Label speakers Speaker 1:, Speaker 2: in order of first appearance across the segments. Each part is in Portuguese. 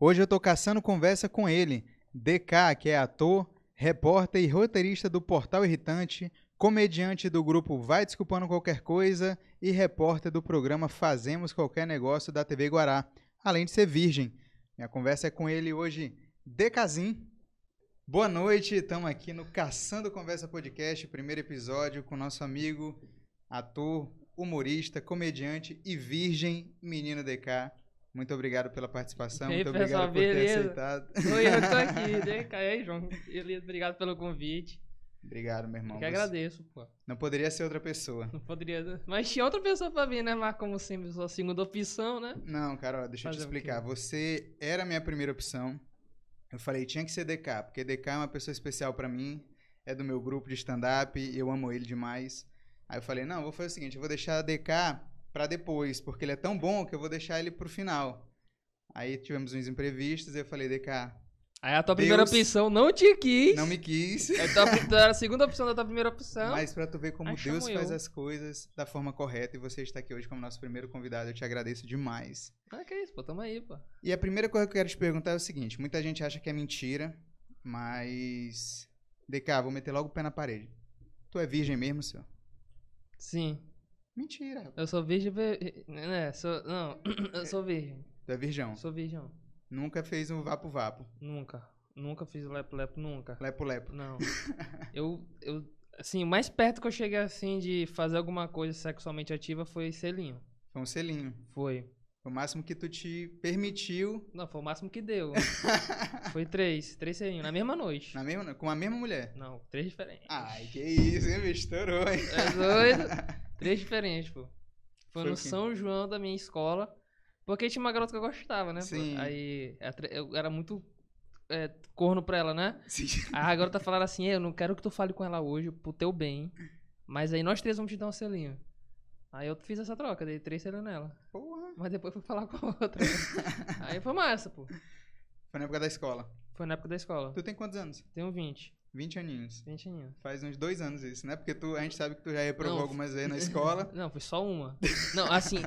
Speaker 1: Hoje eu tô caçando conversa com ele, DK, que é ator, repórter e roteirista do Portal Irritante, comediante do grupo Vai Desculpando Qualquer Coisa e repórter do programa Fazemos Qualquer Negócio da TV Guará, além de ser virgem. Minha conversa é com ele hoje, DKzin. Boa noite, estamos aqui no Caçando Conversa Podcast, primeiro episódio com nosso amigo, ator, humorista, comediante e virgem, menino DK. Muito obrigado pela participação,
Speaker 2: E aí,
Speaker 1: muito obrigado
Speaker 2: pessoal,
Speaker 1: por ter
Speaker 2: beleza?
Speaker 1: aceitado.
Speaker 2: Oi, eu tô aqui, né, cara? E aí, João? Beleza, obrigado pelo convite.
Speaker 1: Obrigado, meu irmão.
Speaker 2: Eu que
Speaker 1: Você-
Speaker 2: agradeço, pô.
Speaker 1: Não poderia ser outra pessoa.
Speaker 2: Não poderia. né? Mas tinha outra pessoa pra vir, né? Mas como sempre, sou a segunda opção, né?
Speaker 1: Não, cara, ó, deixa eu te
Speaker 2: Fazer o quê?
Speaker 1: explicar. Você era a minha primeira opção. Eu falei, tinha que ser DK, porque DK é uma pessoa especial pra mim, é do meu grupo de stand-up, eu amo ele demais. Aí eu falei, não, vou fazer o seguinte, eu vou deixar a DK pra depois, porque ele é tão bom que eu vou deixar ele pro final. Aí tivemos uns imprevistos e eu falei, DK,
Speaker 2: Aí Ah, é a tua primeira
Speaker 1: Deus.
Speaker 2: opção não te quis.
Speaker 1: não me quis.
Speaker 2: Aí tua- tu era a segunda opção da tua primeira opção.
Speaker 1: Mas pra tu ver como
Speaker 2: Então, Aí
Speaker 1: Deus
Speaker 2: chamo
Speaker 1: faz
Speaker 2: eu.
Speaker 1: as coisas da forma correta e você está aqui hoje como nosso primeiro convidado, eu te agradeço demais.
Speaker 2: Ah, que isso, pô, tamo aí, pô.
Speaker 1: E a primeira coisa que eu quero te perguntar é o seguinte: muita gente acha que é mentira, mas. DK, vou meter logo o pé na parede. Tu é virgem mesmo, senhor?
Speaker 2: Sim,
Speaker 1: Mentira. rapaz.
Speaker 2: eu sou virgem. ve- Né? Sou... Não, eu sou virgem.
Speaker 1: Tu é virgão.
Speaker 2: Sou virgem.
Speaker 1: Nunca fez um vapo-vapo.
Speaker 2: Nunca. Nunca fiz lepo-lepo, nunca.
Speaker 1: Lepo-lepo.
Speaker 2: Não. eu, eu, assim, o mais perto que eu cheguei, assim, de fazer alguma coisa sexualmente ativa foi selinho.
Speaker 1: Foi um selinho.
Speaker 2: Foi.
Speaker 1: Foi o máximo que tu te permitiu
Speaker 2: Não, foi o máximo que deu. foi três. Três selinhos, na mesma noite.
Speaker 1: na mesma, com a mesma mulher.
Speaker 2: Não, três diferentes.
Speaker 1: Ai, que isso, hein, bicho? Estourou, hein?
Speaker 2: É doido? três diferentes, pô. Foi,
Speaker 1: Foi o
Speaker 2: no
Speaker 1: quê?
Speaker 2: São João da minha escola. Porque tinha uma garota que eu gostava, né? pô?
Speaker 1: Sim.
Speaker 2: Aí atra- eu era muito é, corno pra ela, né?
Speaker 1: Sim.
Speaker 2: Aí a garota falaram assim, eu não quero que tu fale com ela hoje pro teu bem, mas aí nós três vamos te dar um selinho. Aí eu fiz essa troca, dei três selinhos nela.
Speaker 1: Porra.
Speaker 2: Mas depois fui falar com a outra. né? aí foi massa, pô.
Speaker 1: Foi na época da escola.
Speaker 2: Foi na época da escola.
Speaker 1: Tu tem quantos anos?
Speaker 2: Tenho 20,
Speaker 1: 20 aninhos.
Speaker 2: 20 aninhos.
Speaker 1: Faz uns dois anos isso, né? Porque tu, a gente sabe que tu já reprovou
Speaker 2: Não.
Speaker 1: algumas vezes na escola.
Speaker 2: Não, foi só uma. Não, assim,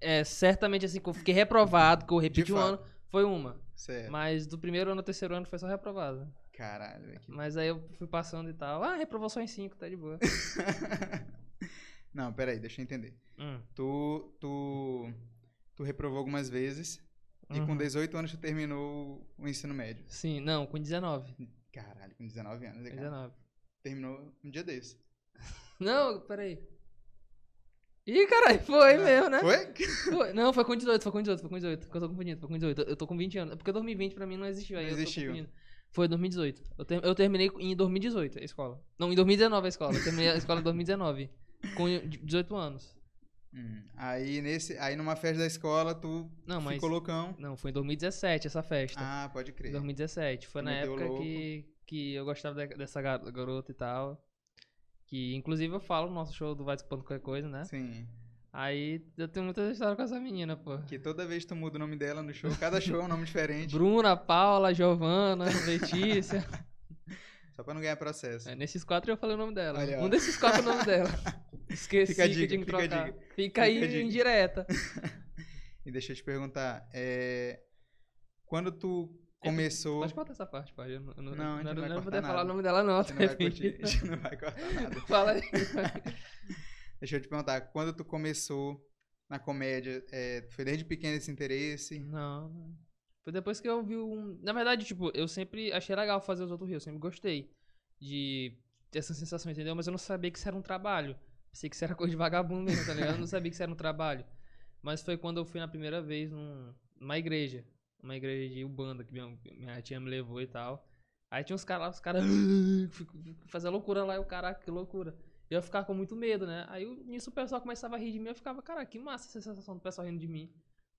Speaker 2: é, certamente assim, que eu fiquei reprovado, que eu repeti um
Speaker 1: fato. É.
Speaker 2: ano, foi uma.
Speaker 1: Certo.
Speaker 2: Mas do primeiro ano ao terceiro ano foi só reprovado.
Speaker 1: Caralho, velho, que
Speaker 2: Mas aí eu fui passando e tal. Ah, reprovou só em cinco, tá de boa.
Speaker 1: Não, peraí, deixa eu entender.
Speaker 2: Hum.
Speaker 1: Tu, tu, tu reprovou algumas vezes e com
Speaker 2: Uhum.
Speaker 1: 18 anos tu terminou o ensino médio.
Speaker 2: Sim, não, com 19.
Speaker 1: Caralho, com 19 anos, né, cara?
Speaker 2: 19.
Speaker 1: Terminou um dia desse.
Speaker 2: Não, peraí. Ih, caralho, foi mesmo, né?
Speaker 1: Foi?
Speaker 2: Foi. Não, foi com 18, foi com 18, foi com 18. Porque eu tô confundindo, foi com 18. Eu tô com 20 anos. É Porque 2020 pra mim não existiu. Aí
Speaker 1: Não
Speaker 2: eu tô
Speaker 1: existiu.
Speaker 2: confundindo. Foi 2018. Eu, ter- eu terminei em 2018 a escola. Não, em 2019 a escola. Eu terminei a escola em 2019. Com 18 anos.
Speaker 1: Hum, Aí, nesse, aí numa festa da escola tu
Speaker 2: Não, mas.
Speaker 1: ficou loucão.
Speaker 2: Não, foi em 2017 essa festa.
Speaker 1: Ah, pode crer.
Speaker 2: 2017. Foi na
Speaker 1: Meteu
Speaker 2: época
Speaker 1: louco.
Speaker 2: que, que eu gostava da- dessa gar- garota e tal. Que inclusive eu falo no nosso show do Vai Desculpando Qualquer Coisa, né?
Speaker 1: Sim.
Speaker 2: Aí eu tenho muitas histórias com essa menina, pô.
Speaker 1: Que toda vez tu muda o nome dela no show, cada show é um nome diferente.
Speaker 2: Bruna, Paula, Giovana, Letícia.
Speaker 1: Só pra não ganhar processo.
Speaker 2: É, nesses quatro eu falei o nome dela.
Speaker 1: Olha, ó.
Speaker 2: um desses quatro é o nome dela. Esqueci
Speaker 1: Fica a
Speaker 2: que
Speaker 1: dica,
Speaker 2: eu tinha que
Speaker 1: fica a
Speaker 2: trocar.
Speaker 1: dica.
Speaker 2: Fica, aí
Speaker 1: Fica a dica.
Speaker 2: indireta.
Speaker 1: E deixa eu te perguntar, é, quando tu começou...
Speaker 2: Pode cortar essa parte, pai. Eu não, eu não,
Speaker 1: Não, a gente
Speaker 2: não,
Speaker 1: não vai
Speaker 2: não vou
Speaker 1: cortar
Speaker 2: poder falar
Speaker 1: nada.
Speaker 2: o nome dela, não.
Speaker 1: Você
Speaker 2: tá
Speaker 1: não vai curtir,
Speaker 2: arrependido.
Speaker 1: a gente não vai cortar nada.
Speaker 2: Fala aí.
Speaker 1: Deixa eu te perguntar, quando tu começou na comédia, é, foi desde pequeno esse interesse?
Speaker 2: Não, não. Foi depois que eu vi um. Na verdade, tipo, eu sempre achei legal fazer os outros rios, eu sempre gostei de ter essa sensação, entendeu? Mas eu não sabia que isso era um trabalho. Pensei que isso era coisa de vagabundo mesmo, tá ligado? Eu não sabia que isso era um trabalho. Mas foi quando eu fui na primeira vez num- numa igreja. Uma igreja de Ubanda, que minha, minha tia me levou e tal. Aí tinha uns caras lá, os caras. Fazia loucura lá, e o caraca, que loucura. E eu ficava com muito medo, né? Aí eu- nisso o pessoal começava a rir de mim, eu ficava, cara, que massa essa sensação do pessoal rindo de mim.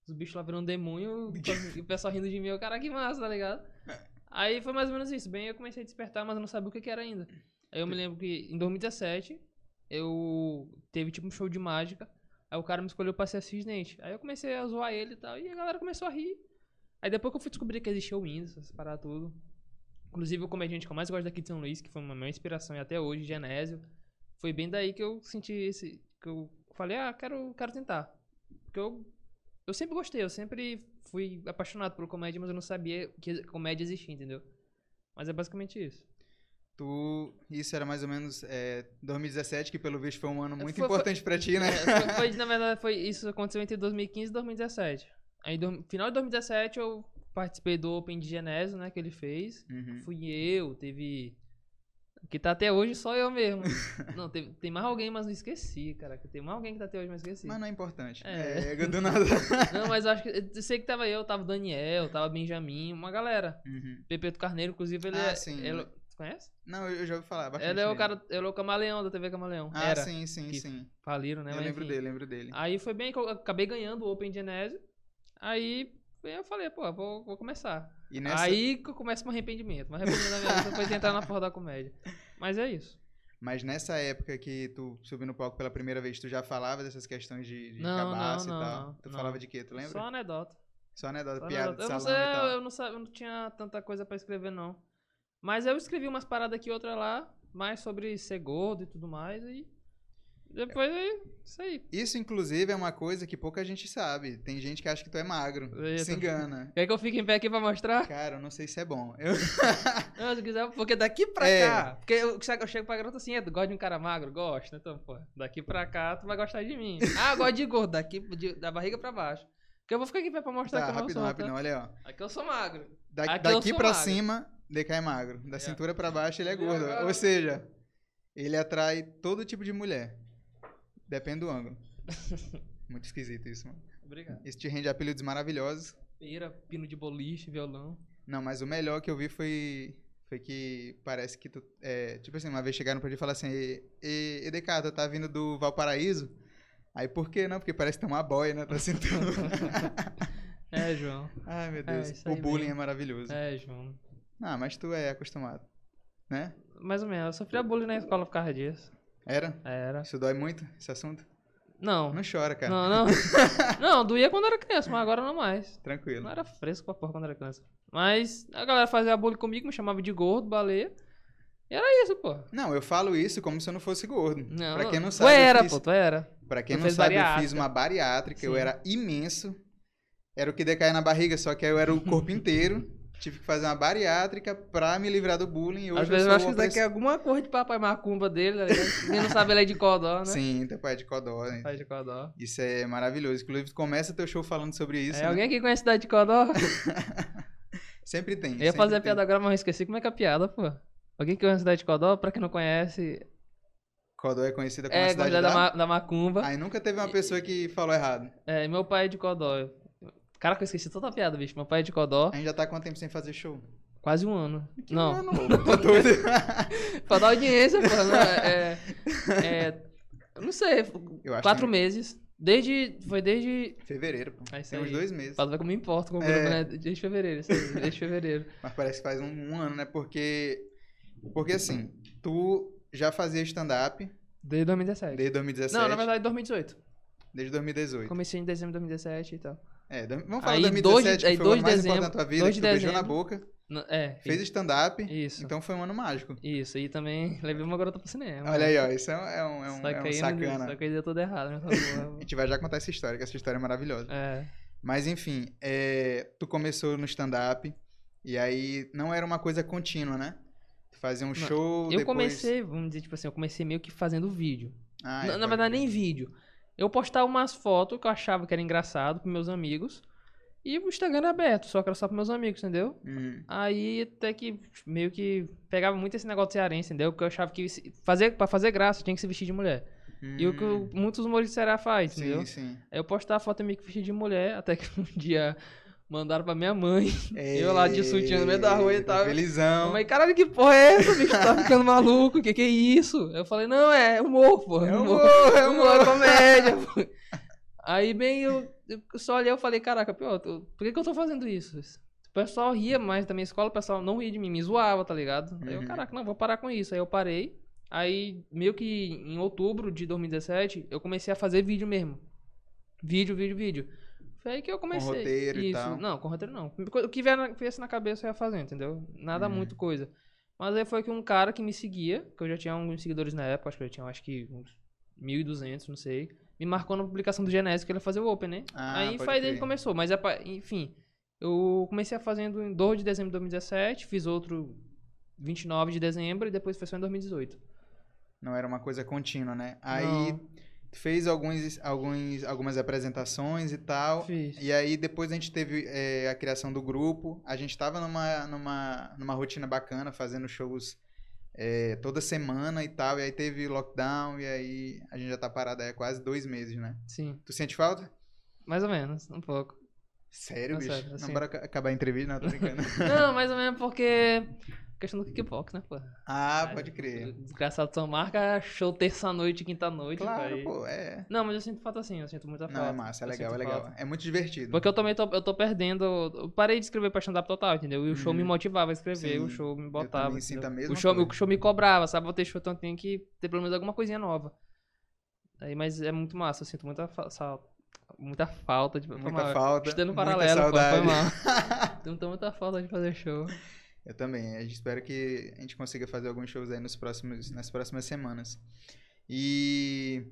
Speaker 2: Os bichos lá virando demônio e o pessoal rindo de mim, eu, cara, que massa, tá ligado? Aí foi mais ou menos isso. Bem, eu comecei a despertar, mas eu não sabia o que, que era ainda. Aí eu me lembro que em 2017 eu teve tipo um show de mágica. Aí o cara me escolheu pra ser assistente. Aí eu comecei a zoar ele e tal. E a galera começou a rir. Aí depois que eu fui descobrir que existia o Windows, essas paradas tudo. Inclusive o comediante que eu mais gosto daqui de São Luís, que foi uma minha inspiração e até hoje, Genésio. Foi bem daí que eu senti esse. que eu falei, ah, quero, quero tentar. Porque eu, eu Eu sempre gostei, eu sempre fui apaixonado por comédia, mas eu não sabia que comédia existia, entendeu? Mas é basicamente isso.
Speaker 1: Tu, isso era mais ou menos é, 2017, que pelo visto foi um ano muito
Speaker 2: Foi- foi-
Speaker 1: importante pra ti, né?
Speaker 2: É, foi- foi- na verdade, foi, isso aconteceu entre 2015 e 2017. Aí, no final de 2017, eu participei do Open de Genésio, né, que ele fez.
Speaker 1: Uhum.
Speaker 2: Fui eu, teve... Que tá até hoje só eu mesmo. não, teve- tem mais alguém, mas não esqueci, cara. Tem mais alguém que tá até hoje, mas esqueci.
Speaker 1: Mas não é importante.
Speaker 2: É.
Speaker 1: É, eu do nada.
Speaker 2: Não, mas eu acho que... Eu sei que tava eu, tava o Daniel, tava o Benjamin, uma galera.
Speaker 1: Uhum.
Speaker 2: Pepe do Carneiro, inclusive, ele
Speaker 1: Ah,
Speaker 2: é...
Speaker 1: sim.
Speaker 2: ele- tu conhece?
Speaker 1: Não, eu eu já ouvi falar bastante.
Speaker 2: Ele é o
Speaker 1: dele.
Speaker 2: cara... Ele é o camaleão da TV Camaleão.
Speaker 1: Ah,
Speaker 2: Era.
Speaker 1: sim, sim,
Speaker 2: que-
Speaker 1: sim.
Speaker 2: Faliram, né?
Speaker 1: eu
Speaker 2: mas
Speaker 1: lembro
Speaker 2: enfim.
Speaker 1: dele, lembro dele.
Speaker 2: Aí foi bem que eu acabei ganhando o Open Genésio. Aí eu falei, pô, vou, vou começar.
Speaker 1: E nessa,
Speaker 2: Aí que eu começo um arrependimento. Mas arrependimento na minha vida foi de entrar na porra da comédia. Mas é isso.
Speaker 1: Mas nessa época que tu subiu no palco pela primeira vez, tu já falava dessas questões de, de
Speaker 2: Não, não,
Speaker 1: cabaço
Speaker 2: não,
Speaker 1: e tal?
Speaker 2: não,
Speaker 1: tu
Speaker 2: não.
Speaker 1: falava de quê? Tu lembra?
Speaker 2: Só anedota.
Speaker 1: Só anedota,
Speaker 2: Só
Speaker 1: piada
Speaker 2: anedota.
Speaker 1: de
Speaker 2: Eu, não
Speaker 1: salão
Speaker 2: sei,
Speaker 1: e tal.
Speaker 2: eu, não sa- eu não tinha tanta coisa pra escrever, não. Mas eu escrevi umas paradas aqui, outra lá, mais sobre ser gordo e tudo mais. E depois aí, isso aí.
Speaker 1: Isso, inclusive, é uma coisa que pouca gente sabe. Tem gente que acha que tu é magro.
Speaker 2: Eu
Speaker 1: Se
Speaker 2: tô-
Speaker 1: engana.
Speaker 2: Quer que eu fique em pé aqui pra mostrar?
Speaker 1: Cara, eu não sei se é bom. Eu-
Speaker 2: Não, se quiser, porque daqui pra
Speaker 1: É.
Speaker 2: cá. Porque eu, sabe, eu chego pra garota assim, é, tu gosta de um cara magro? Gosto, então, pô, daqui pra cá tu vai gostar de mim. Ah, eu gosto de gordo, daqui de- da barriga pra baixo. Porque eu vou ficar aqui pra mostrar
Speaker 1: Tá,
Speaker 2: que eu não
Speaker 1: rapidão,
Speaker 2: sou,
Speaker 1: rapidão,
Speaker 2: tá?
Speaker 1: olha ó.
Speaker 2: Aqui eu sou magro.
Speaker 1: Da-
Speaker 2: Aqui eu
Speaker 1: daqui
Speaker 2: sou
Speaker 1: pra
Speaker 2: magro.
Speaker 1: cima, DK é magro. Da
Speaker 2: É.
Speaker 1: cintura pra baixo, ele é
Speaker 2: E
Speaker 1: gordo.
Speaker 2: agora?
Speaker 1: Ou seja, ele atrai todo tipo de mulher. Depende do ângulo. Muito esquisito isso, mano.
Speaker 2: Obrigado.
Speaker 1: Isso te rende apelidos maravilhosos.
Speaker 2: Pera, pino de boliche, violão.
Speaker 1: Não, mas o melhor que eu vi foi, foi que parece que tu. é, tipo assim, uma vez chegaram pra ti e falaram assim: "E- e- EDK, tu tá vindo do Valparaíso? Aí por que não? Porque parece que tem uma boia, né? Tá sentando.
Speaker 2: É, João.
Speaker 1: Ai, meu
Speaker 2: É,
Speaker 1: Deus.
Speaker 2: isso
Speaker 1: o
Speaker 2: aí
Speaker 1: bullying
Speaker 2: mesmo.
Speaker 1: é maravilhoso.
Speaker 2: É, João.
Speaker 1: Ah, mas tu é acostumado. Né?
Speaker 2: Mais ou menos, eu sofria bullying na escola por causa disso.
Speaker 1: Era?
Speaker 2: Era.
Speaker 1: Isso dói muito, esse assunto?
Speaker 2: Não.
Speaker 1: Não chora, cara.
Speaker 2: Não, não. Não, doía quando era criança, mas agora não mais. Eu
Speaker 1: Tranquilo.
Speaker 2: Não era fresco pra porra quando era criança. Mas a galera fazia bullying comigo, me chamava de gordo, baleia. E era isso, pô.
Speaker 1: Não, eu falo isso como se eu não fosse gordo.
Speaker 2: Não,
Speaker 1: pra quem não
Speaker 2: Tu
Speaker 1: sabe, eu
Speaker 2: era,
Speaker 1: fiz-
Speaker 2: pô, tu era.
Speaker 1: Pra quem
Speaker 2: Tu
Speaker 1: não
Speaker 2: fez
Speaker 1: sabe, eu fiz
Speaker 2: bariátrica.
Speaker 1: uma bariátrica, eu
Speaker 2: Sim.
Speaker 1: era imenso. Era o que decaía na barriga, só que aí eu era o corpo inteiro. Tive que fazer uma bariátrica pra me livrar do bullying. e Hoje
Speaker 2: Às vezes
Speaker 1: eu
Speaker 2: eu
Speaker 1: sou
Speaker 2: acho que isso daqui é
Speaker 1: opressor.
Speaker 2: alguma cor de papai macumba dele, tá ligado? Quem não sabe, ele é de codó, né?
Speaker 1: Sim, teu pai é de codó. né?
Speaker 2: Pai de codó.
Speaker 1: Isso é maravilhoso. Inclusive, tu começa teu show falando sobre isso.
Speaker 2: é,
Speaker 1: né?
Speaker 2: Alguém aqui conhece a cidade de codó?
Speaker 1: Sempre tem.
Speaker 2: Eu ia
Speaker 1: sempre
Speaker 2: fazer a
Speaker 1: tem.
Speaker 2: piada agora, mas eu esqueci como é que é a piada, pô. Alguém que conhece a cidade de codó, pra quem não conhece,
Speaker 1: Codó é conhecida como
Speaker 2: é
Speaker 1: a
Speaker 2: a
Speaker 1: cidade Ah.
Speaker 2: cidade
Speaker 1: da...
Speaker 2: da, ma- da macumba.
Speaker 1: Aí nunca teve uma pessoa que falou errado.
Speaker 2: É, meu pai é de codó. Caraca, eu esqueci toda a piada, bicho. Meu pai é de codó,
Speaker 1: A gente já tá há quanto tempo sem fazer show?
Speaker 2: quase um ano. não,
Speaker 1: Mano, tá doido.
Speaker 2: Pra dar audiência, pô. Não, é, é, é, eu não sei,
Speaker 1: Eu acho
Speaker 2: quatro
Speaker 1: que- é
Speaker 2: meses. Desde. Foi desde.
Speaker 1: Fevereiro, pô.
Speaker 2: É isso
Speaker 1: tem uns
Speaker 2: aí.
Speaker 1: dois meses.
Speaker 2: Fala, vai como importa com o
Speaker 1: É.
Speaker 2: grupo, né? Desde fevereiro, isso aí, desde fevereiro.
Speaker 1: Mas parece que faz um, um ano, né? Porque. Porque assim, tu já fazia stand-up
Speaker 2: Desde 2017.
Speaker 1: desde 2017.
Speaker 2: Não, na verdade, 2018.
Speaker 1: Desde 2018.
Speaker 2: Comecei em dezembro de 2017 e tal.
Speaker 1: É, do- vamos falar
Speaker 2: Aí,
Speaker 1: de 2017,
Speaker 2: dois de- aí,
Speaker 1: que foi o ano
Speaker 2: dois de
Speaker 1: mais
Speaker 2: dezembro-
Speaker 1: importante da tua vida,
Speaker 2: dois
Speaker 1: que
Speaker 2: de
Speaker 1: tu beijou na
Speaker 2: dezembro.
Speaker 1: boca,
Speaker 2: Não, É.
Speaker 1: fez stand-up.
Speaker 2: Isso.
Speaker 1: Então foi um ano mágico.
Speaker 2: Isso. E também levei uma garota pro cinema. né?
Speaker 1: Olha aí, ó. Isso é um, é um- é um- é um
Speaker 2: Só que aí não deu-
Speaker 1: sacana.
Speaker 2: Só que aí deu tudo errado, né?
Speaker 1: A
Speaker 2: Essa porra.
Speaker 1: gente vai já contar essa história, que essa história é maravilhosa.
Speaker 2: É.
Speaker 1: Mas enfim, é, tu começou no stand-up e aí não era uma coisa contínua, né? Tu fazia um show.
Speaker 2: Eu
Speaker 1: depois...
Speaker 2: comecei, vamos dizer, tipo assim, eu comecei meio que fazendo vídeo.
Speaker 1: Ah, é,
Speaker 2: Na, na
Speaker 1: pode
Speaker 2: verdade,
Speaker 1: crer.
Speaker 2: nem vídeo. Eu postava umas fotos que eu achava que era engraçado pros meus amigos. E o Instagram era aberto, só que era só pros meus amigos, entendeu?
Speaker 1: Hum,
Speaker 2: Aí até que meio que pegava muito esse negócio de cearense, entendeu? Porque eu achava que se- fazer, pra fazer graça tinha que se vestir de mulher. E o que
Speaker 1: hum.
Speaker 2: o- muitos humoristas de Ceará faz,
Speaker 1: Sim,
Speaker 2: entendeu?
Speaker 1: sim.
Speaker 2: Aí eu postava foto meio que vestida de mulher, até que um dia mandaram pra minha mãe. Eu lá de sutiã no meio da rua e
Speaker 1: Eita,
Speaker 2: tal.
Speaker 1: Felizão.
Speaker 2: Mas caralho, que porra é essa, bicho? Tá ficando maluco? Que que é isso? Eu falei, não, é humor, pô.
Speaker 1: É humor, é
Speaker 2: É
Speaker 1: humor.
Speaker 2: uma comédia. pô. Aí, bem, eu, eu só olhei e falei, caraca, pô, eu tô- por que, que eu tô fazendo isso? O pessoal ria mais da minha escola, o pessoal não ria de mim, me zoava, tá ligado? Aí eu,
Speaker 1: Uhum.
Speaker 2: caraca, não, vou parar com isso. Aí eu parei. Aí, meio que em outubro de 2017, eu comecei a fazer vídeo mesmo. Vídeo, vídeo, vídeo. Foi aí que eu comecei.
Speaker 1: roteiro e
Speaker 2: isso.
Speaker 1: tal.
Speaker 2: Não, com roteiro não. O que vier na, viesse na cabeça eu ia fazendo, entendeu? Nada
Speaker 1: Uhum.
Speaker 2: muito coisa. Mas aí foi que um cara que me seguia, que eu já tinha alguns seguidores na época, acho que eu já tinha acho que uns 1200, não sei. Me marcou na publicação do Genésio que ele ia fazer o Open, né?
Speaker 1: Ah,
Speaker 2: Aí
Speaker 1: pode
Speaker 2: faz
Speaker 1: crer.
Speaker 2: ele começou, mas a pa- enfim, eu comecei fazendo em 2 de dezembro de 2017, fiz outro 29 de dezembro e depois foi só em 2018.
Speaker 1: Não era uma coisa contínua, né? Aí
Speaker 2: Não.
Speaker 1: tu fez alguns, alguns, algumas apresentações e tal.
Speaker 2: Fiz.
Speaker 1: E aí depois a gente teve é, a criação do grupo. A gente tava numa, numa, numa rotina bacana, fazendo shows é, toda semana e tal. E aí teve lockdown, e aí a gente já tá parado aí há quase dois meses, né?
Speaker 2: Sim,
Speaker 1: Tu sente falta?
Speaker 2: mais ou menos, um pouco.
Speaker 1: Sério,
Speaker 2: Não,
Speaker 1: bicho?
Speaker 2: sério,
Speaker 1: Não,
Speaker 2: assim.
Speaker 1: bora ca- acabar a entrevista, não, tô brincando.
Speaker 2: Não, mais ou menos porque questão do kickbox, né, pô?
Speaker 1: ah, pode crer.
Speaker 2: Desgraçado só marca show terça-noite, quinta-noite,
Speaker 1: Claro,
Speaker 2: vai.
Speaker 1: pô, é.
Speaker 2: Não, mas eu sinto falta assim, eu sinto muita falta.
Speaker 1: Não, é massa, é
Speaker 2: eu
Speaker 1: legal, é
Speaker 2: sinto
Speaker 1: legal.
Speaker 2: falta.
Speaker 1: É muito divertido.
Speaker 2: Porque eu também tô, eu tô perdendo. Eu parei de escrever pra stand-up total, entendeu? E o show me
Speaker 1: Uhum.
Speaker 2: motivava a escrever,
Speaker 1: Sim,
Speaker 2: o show me
Speaker 1: eu
Speaker 2: botava.
Speaker 1: também sinto a
Speaker 2: entendeu?
Speaker 1: mesma
Speaker 2: o, show,
Speaker 1: coisa.
Speaker 2: o show me cobrava, sabe? Vou ter show, então tem que ter pelo menos alguma coisinha nova. Aí, mas é muito massa, eu sinto muita, fa sa- muita falta de. foi mal,
Speaker 1: Muita falta,
Speaker 2: Estou dando
Speaker 1: muita
Speaker 2: paralelo, pô, foi
Speaker 1: saudade.
Speaker 2: mal. Sinto muita falta de fazer show.
Speaker 1: Eu também. A gente espera que a gente consiga fazer alguns shows aí nos próximos, nas próximas semanas. E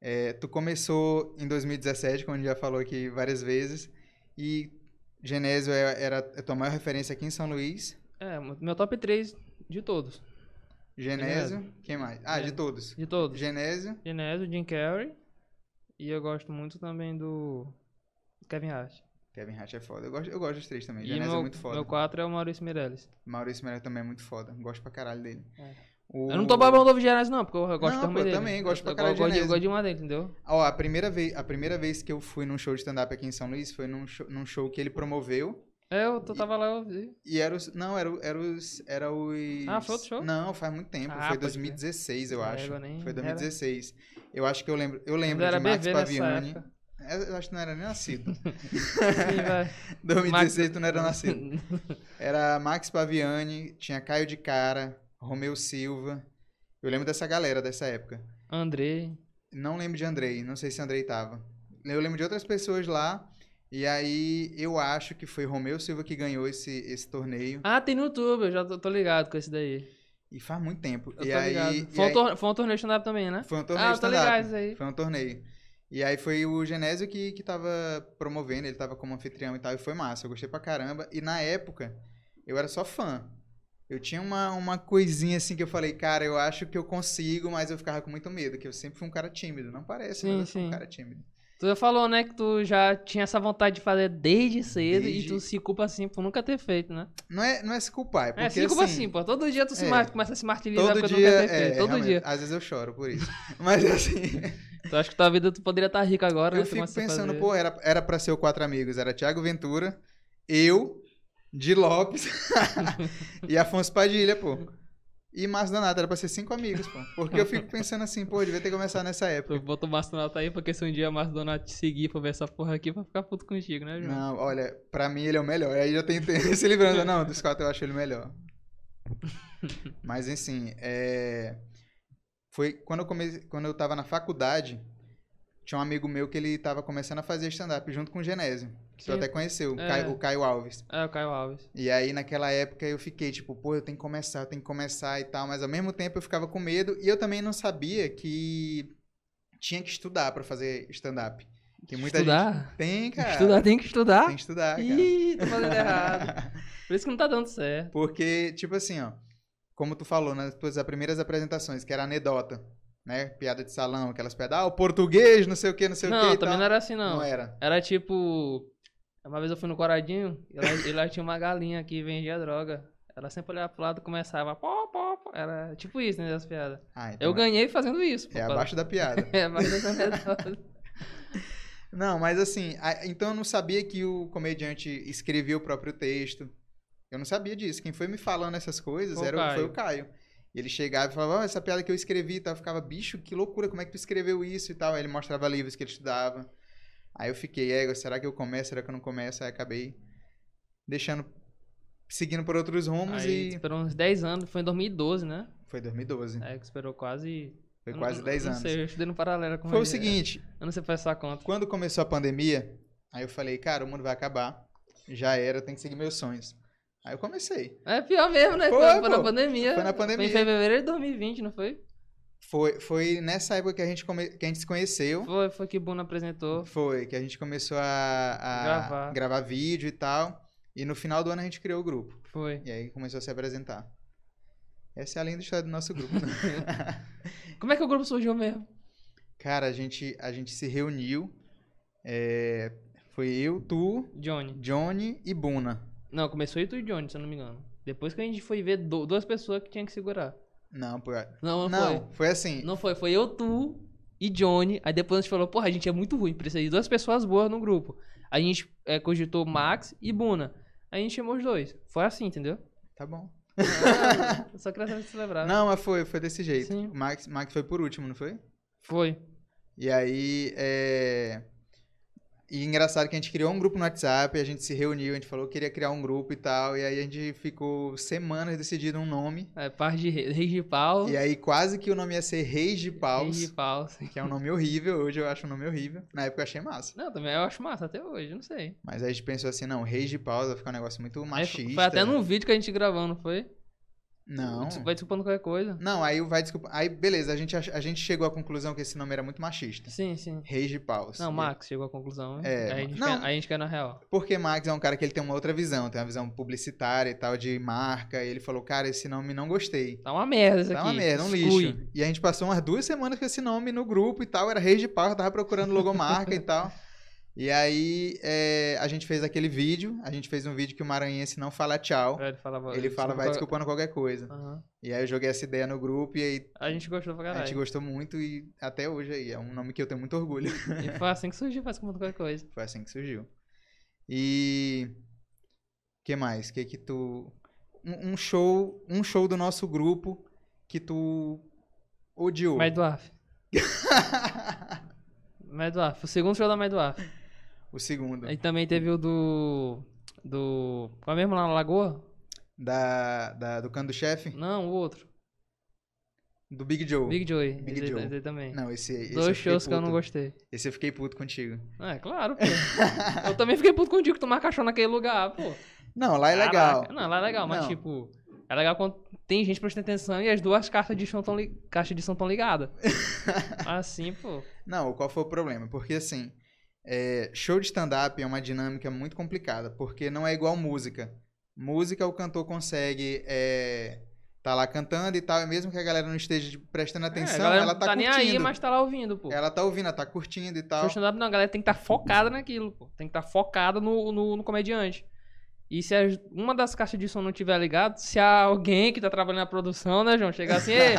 Speaker 1: é, tu começou em 2017, como a gente já falou aqui várias vezes, e Genésio é- era a tua maior referência aqui em São Luís.
Speaker 2: É, meu top 3 de todos.
Speaker 1: Genésio, quem mais? Ah, de
Speaker 2: Genésio.
Speaker 1: todos.
Speaker 2: De todos.
Speaker 1: Genésio,
Speaker 2: Genésio, Jim Carrey. E eu gosto muito também do Kevin Hart.
Speaker 1: Kevin Hart é foda. Eu gosto, eu gosto dos três também.
Speaker 2: E
Speaker 1: Genésio
Speaker 2: meu,
Speaker 1: é muito foda.
Speaker 2: meu 4 é o Maurício Meirelles.
Speaker 1: Maurício Meirelles também é muito foda. Gosto pra caralho dele.
Speaker 2: É.
Speaker 1: O-
Speaker 2: Eu não tô babando do Genésio, não, porque eu gosto
Speaker 1: Não,
Speaker 2: da
Speaker 1: pô, eu
Speaker 2: mãe dele.
Speaker 1: também gosto pra
Speaker 2: eu,
Speaker 1: caralho
Speaker 2: eu,
Speaker 1: de
Speaker 2: gosto de- eu
Speaker 1: Genésio.
Speaker 2: gosto de uma dele, entendeu?
Speaker 1: Ó, a primeira vez, a primeira vez que eu fui num show de stand-up aqui em São Luís foi num show, num show que ele promoveu.
Speaker 2: É, eu tô- tava lá, eu vi.
Speaker 1: E era os. Não, era, o- era os. Era os.
Speaker 2: Ah, foi outro show?
Speaker 1: Não, faz muito tempo.
Speaker 2: Ah,
Speaker 1: foi
Speaker 2: pode
Speaker 1: 2016, eu
Speaker 2: crer.
Speaker 1: acho.
Speaker 2: É, Agora nem-
Speaker 1: Foi
Speaker 2: era.
Speaker 1: 2016. Eu acho que eu lembro. Eu
Speaker 2: Quando
Speaker 1: lembro
Speaker 2: eu era
Speaker 1: de Max
Speaker 2: bebê nessa
Speaker 1: Paviani. É,
Speaker 2: época.
Speaker 1: Eu acho que não era nem nascido.
Speaker 2: Sim, vai.
Speaker 1: 2016 tu não era nascido.
Speaker 2: Max-
Speaker 1: Era Max Paviani, tinha Caio de Cara, Romeu Silva. Eu lembro dessa galera dessa época.
Speaker 2: Andrei.
Speaker 1: Não lembro de Andrei, não sei se Andrei tava. Eu lembro de outras pessoas lá. E aí eu acho que foi Romeu Silva que ganhou esse, esse torneio.
Speaker 2: Ah, tem no YouTube, eu já tô, tô ligado com esse daí.
Speaker 1: E faz muito tempo.
Speaker 2: Eu
Speaker 1: e
Speaker 2: tô
Speaker 1: aí,
Speaker 2: ligado.
Speaker 1: e
Speaker 2: Foi, um
Speaker 1: aí-
Speaker 2: tor- foi um torneio de stand-up também, né?
Speaker 1: foi um torneio
Speaker 2: Ah,
Speaker 1: de
Speaker 2: tá
Speaker 1: stand-up.
Speaker 2: ligado isso aí.
Speaker 1: Foi um torneio. E aí foi o Genésio que, que tava promovendo, ele tava como anfitrião e tal, e foi massa. Eu gostei pra caramba. E na época, eu era só fã. Eu tinha uma, uma coisinha assim que eu falei, cara, eu acho que eu consigo, mas eu ficava com muito medo, que eu sempre fui um cara tímido. Não parece, mas
Speaker 2: Sim,
Speaker 1: eu sou um
Speaker 2: sim.
Speaker 1: cara tímido.
Speaker 2: Tu já falou, né, que tu já tinha essa vontade de fazer desde cedo
Speaker 1: Desde-
Speaker 2: e tu se culpa assim por nunca ter feito, né?
Speaker 1: Não é, não é se culpar, é porque
Speaker 2: é, se culpa
Speaker 1: assim,
Speaker 2: assim, pô. Todo dia tu se
Speaker 1: é.
Speaker 2: mar- começa a se martirizar
Speaker 1: todo
Speaker 2: porque
Speaker 1: dia,
Speaker 2: tu nunca ter
Speaker 1: é,
Speaker 2: feito. todo
Speaker 1: realmente,
Speaker 2: dia.
Speaker 1: às vezes eu choro por isso. Mas assim,
Speaker 2: Tu acha que tua vida tu poderia estar rica agora,
Speaker 1: Eu
Speaker 2: né? Tu
Speaker 1: fico
Speaker 2: começa a
Speaker 1: pensando,
Speaker 2: fazer.
Speaker 1: pô, era, era pra ser o Quatro Amigos. Era Thiago Ventura, eu, Di Lopes e Afonso Padilha, pô. E Márcio Donato, era pra ser cinco amigos, pô. Porque eu fico pensando assim, pô, devia ter começado nessa época.
Speaker 2: Tu bota o Márcio Donato aí, porque se um dia o Márcio Donato te seguir pra ver essa porra aqui, vai ficar puto contigo, né, João?
Speaker 1: Não, olha, pra mim ele é o melhor. Aí já tem esse livrando. Não, dos quatro eu acho ele o melhor. Mas, assim, é... Foi quando eu, comecei, quando eu tava na faculdade, tinha um amigo meu que ele tava começando a fazer stand-up junto com o Genésio. Que tu
Speaker 2: Sim.
Speaker 1: até conheceu, o
Speaker 2: É.
Speaker 1: Caio- o Caio Alves.
Speaker 2: É, o Caio Alves.
Speaker 1: E aí, naquela época, eu fiquei tipo, pô, eu tenho que começar, eu tenho que começar e tal, mas ao mesmo tempo eu ficava com medo e eu também não sabia que tinha que estudar pra fazer stand-up. Que muita
Speaker 2: Estudar?
Speaker 1: gente tem, cara.
Speaker 2: estudar, tem que estudar.
Speaker 1: Tem que estudar, cara.
Speaker 2: Ih, tô fazendo errado. Por isso que não tá dando certo.
Speaker 1: Porque, tipo assim, ó, como tu falou nas tuas primeiras apresentações, que era anedota, né? Piada de salão, aquelas piadas, ah, o português, não sei o que, não sei o
Speaker 2: não,
Speaker 1: que e
Speaker 2: também
Speaker 1: tal.
Speaker 2: não era assim, não.
Speaker 1: Não é. era.
Speaker 2: Era tipo. Uma vez eu fui no Coradinho e lá, e lá tinha uma galinha que vendia droga. Ela sempre olhava pro lado e começava. Pó, pó, pó. Era tipo isso, né? Das piadas.
Speaker 1: Ah, então
Speaker 2: Eu ganhei fazendo isso. pô,
Speaker 1: É
Speaker 2: pra-
Speaker 1: abaixo da piada.
Speaker 2: É abaixo dessa anedota.
Speaker 1: Não, mas assim, a- então eu não sabia que o comediante escrevia o próprio texto. Eu não sabia disso. Quem foi me falando essas coisas
Speaker 2: Foi o
Speaker 1: era, o- foi
Speaker 2: Caio.
Speaker 1: o Caio. Ele chegava e falava, "Ó, essa piada que eu escrevi e tal. Eu ficava, bicho, que loucura, como é que tu escreveu isso e tal. Aí ele mostrava livros que ele estudava. Aí eu fiquei, ego, será que eu começo, será que eu não começo? Aí acabei deixando, seguindo por outros rumos
Speaker 2: Aí tipo,
Speaker 1: e...
Speaker 2: esperou uns 10 anos, foi em 2012, né?
Speaker 1: Foi 2012,
Speaker 2: Aí que esperou quase.
Speaker 1: foi
Speaker 2: eu não-
Speaker 1: quase
Speaker 2: eu
Speaker 1: 10
Speaker 2: não
Speaker 1: anos.
Speaker 2: Sei, é eu estudei no paralelo com
Speaker 1: Foi o
Speaker 2: ele.
Speaker 1: seguinte,
Speaker 2: Eu não sei fazer essa conta.
Speaker 1: Quando começou a pandemia, aí eu falei, cara, o mundo vai acabar. Já era, eu tenho que seguir meus sonhos. Aí eu comecei.
Speaker 2: É pior mesmo, né?
Speaker 1: Foi,
Speaker 2: Foi, foi
Speaker 1: pô.
Speaker 2: na pandemia.
Speaker 1: Foi na pandemia.
Speaker 2: Foi em fevereiro de 2020, não foi?
Speaker 1: Foi, foi nessa época que a gente, come- que a gente se conheceu.
Speaker 2: Foi, foi que Bruno apresentou.
Speaker 1: Foi, que a gente começou a, a
Speaker 2: Gravar.
Speaker 1: vídeo e tal. E no final do ano a gente criou o grupo.
Speaker 2: Foi.
Speaker 1: E aí começou a se apresentar. Essa é a linda história do nosso grupo.
Speaker 2: Como é que o grupo surgiu mesmo?
Speaker 1: Cara, a gente, a gente se reuniu. é, foi eu, tu,
Speaker 2: Johnny.
Speaker 1: Johnny e Buna.
Speaker 2: Não, começou eu e tu e Johnny, se eu não me engano. Depois que a gente foi ver do- duas pessoas que tinha que segurar.
Speaker 1: Não, pô.
Speaker 2: Não, não,
Speaker 1: Não, foi assim.
Speaker 2: foi. Não foi, foi eu, tu e Johnny. Aí depois a gente falou, porra, a gente é muito ruim, precisa de duas pessoas boas no grupo. A gente é, cogitou Max e Buna. Aí a gente chamou os dois. Foi assim, entendeu?
Speaker 1: Tá bom.
Speaker 2: Ah, eu só queria saber se você lembrava.
Speaker 1: Não, mas foi, foi desse jeito.
Speaker 2: Sim.
Speaker 1: O Max, Max foi por último, não foi?
Speaker 2: Foi.
Speaker 1: E aí, é... E engraçado que a gente criou um grupo no WhatsApp, a gente se reuniu, a gente falou que queria criar um grupo e tal, e aí a gente ficou semanas decidindo um nome,
Speaker 2: É, par de re- Reis de Pau.
Speaker 1: e é aí quase que o nome ia ser Reis de Paus,
Speaker 2: Oh. Reis de Pau. assim,
Speaker 1: que é um nome horrível, hoje eu acho um nome horrível, na época eu achei massa.
Speaker 2: Não, também eu acho massa até hoje, não sei.
Speaker 1: Mas aí a gente pensou assim, não, Reis de Paus vai ficar um negócio muito
Speaker 2: Aí
Speaker 1: machista.
Speaker 2: É,
Speaker 1: é.
Speaker 2: Foi até num vídeo que a gente gravou, não foi? Tipo,
Speaker 1: Não,
Speaker 2: Vai desculpando qualquer coisa.
Speaker 1: não, aí o vai desculpa, aí beleza, a gente, ach- a gente chegou à conclusão que esse nome era muito machista.
Speaker 2: Sim, sim.
Speaker 1: Reis de Paus.
Speaker 2: Não,
Speaker 1: E-
Speaker 2: Max chegou à conclusão. hein?
Speaker 1: É,
Speaker 2: aí, a gente
Speaker 1: não.
Speaker 2: Quer, aí a gente quer na real.
Speaker 1: Porque Max é um cara que ele tem uma outra visão, tem uma visão publicitária e tal, de marca. E ele falou, cara, esse nome não gostei.
Speaker 2: Tá uma merda isso
Speaker 1: Tá
Speaker 2: aqui.
Speaker 1: uma merda, um
Speaker 2: Exclui.
Speaker 1: lixo. E a gente passou umas duas semanas com esse nome no grupo e tal, era Reis de Pau, eu tava procurando logomarca e tal. E aí é, a gente fez aquele vídeo, a gente fez um vídeo que o maranhense não fala tchau.
Speaker 2: Aí Ele fala,
Speaker 1: Ele fala, vai
Speaker 2: desculpa.
Speaker 1: desculpando qualquer coisa.
Speaker 2: Aham.
Speaker 1: E aí eu joguei essa ideia no grupo e aí
Speaker 2: A gente gostou pra
Speaker 1: a
Speaker 2: caralho.
Speaker 1: gente gostou muito e até hoje aí. É um nome que eu tenho muito orgulho.
Speaker 2: E foi assim que surgiu, faz como qualquer coisa.
Speaker 1: Foi assim que surgiu. E que mais? Que que tu um, um show, um show do nosso grupo que tu odiou.
Speaker 2: Mas do AF. Mas do AF. O segundo show da Mas do AF.
Speaker 1: o segundo
Speaker 2: Aí também teve o do. Do. Qual é mesmo lá na Lagoa?
Speaker 1: da, da do canto do chefe,
Speaker 2: Não, o outro.
Speaker 1: do Big Joe.
Speaker 2: Big Joey.
Speaker 1: Big
Speaker 2: esse,
Speaker 1: Joe.
Speaker 2: esse também.
Speaker 1: Não, esse, esse eu
Speaker 2: Dois
Speaker 1: fiquei
Speaker 2: shows que eu não
Speaker 1: puto.
Speaker 2: gostei.
Speaker 1: Esse eu fiquei puto contigo.
Speaker 2: Ah, É, claro, pô. eu também fiquei puto contigo que tomar cachorro naquele lugar, pô.
Speaker 1: Não, lá é
Speaker 2: Caraca.
Speaker 1: legal.
Speaker 2: Não, lá é legal, mas
Speaker 1: Não.
Speaker 2: tipo, é legal quando tem gente prestando atenção e as duas caixas de som tão, li... caixa de som tão ligadas. assim, pô.
Speaker 1: Não, qual foi o problema? Porque assim, é, show de stand-up é uma dinâmica muito complicada, porque não é igual música. Música o cantor consegue é, tá lá cantando e tal, e mesmo que a galera não esteja de- prestando
Speaker 2: é, a
Speaker 1: atenção,
Speaker 2: galera
Speaker 1: ela
Speaker 2: não
Speaker 1: tá,
Speaker 2: tá nem
Speaker 1: curtindo.
Speaker 2: aí, mas tá lá ouvindo, pô.
Speaker 1: Ela tá ouvindo, ela tá curtindo e
Speaker 2: Show
Speaker 1: tal.
Speaker 2: stand-up não, a galera tem que estar focada naquilo, pô. Tem que estar focada no, no, no comediante. E se as- uma das caixas de som não tiver ligado, se há alguém que tá trabalhando na produção, né, João, chegar assim, "Ei,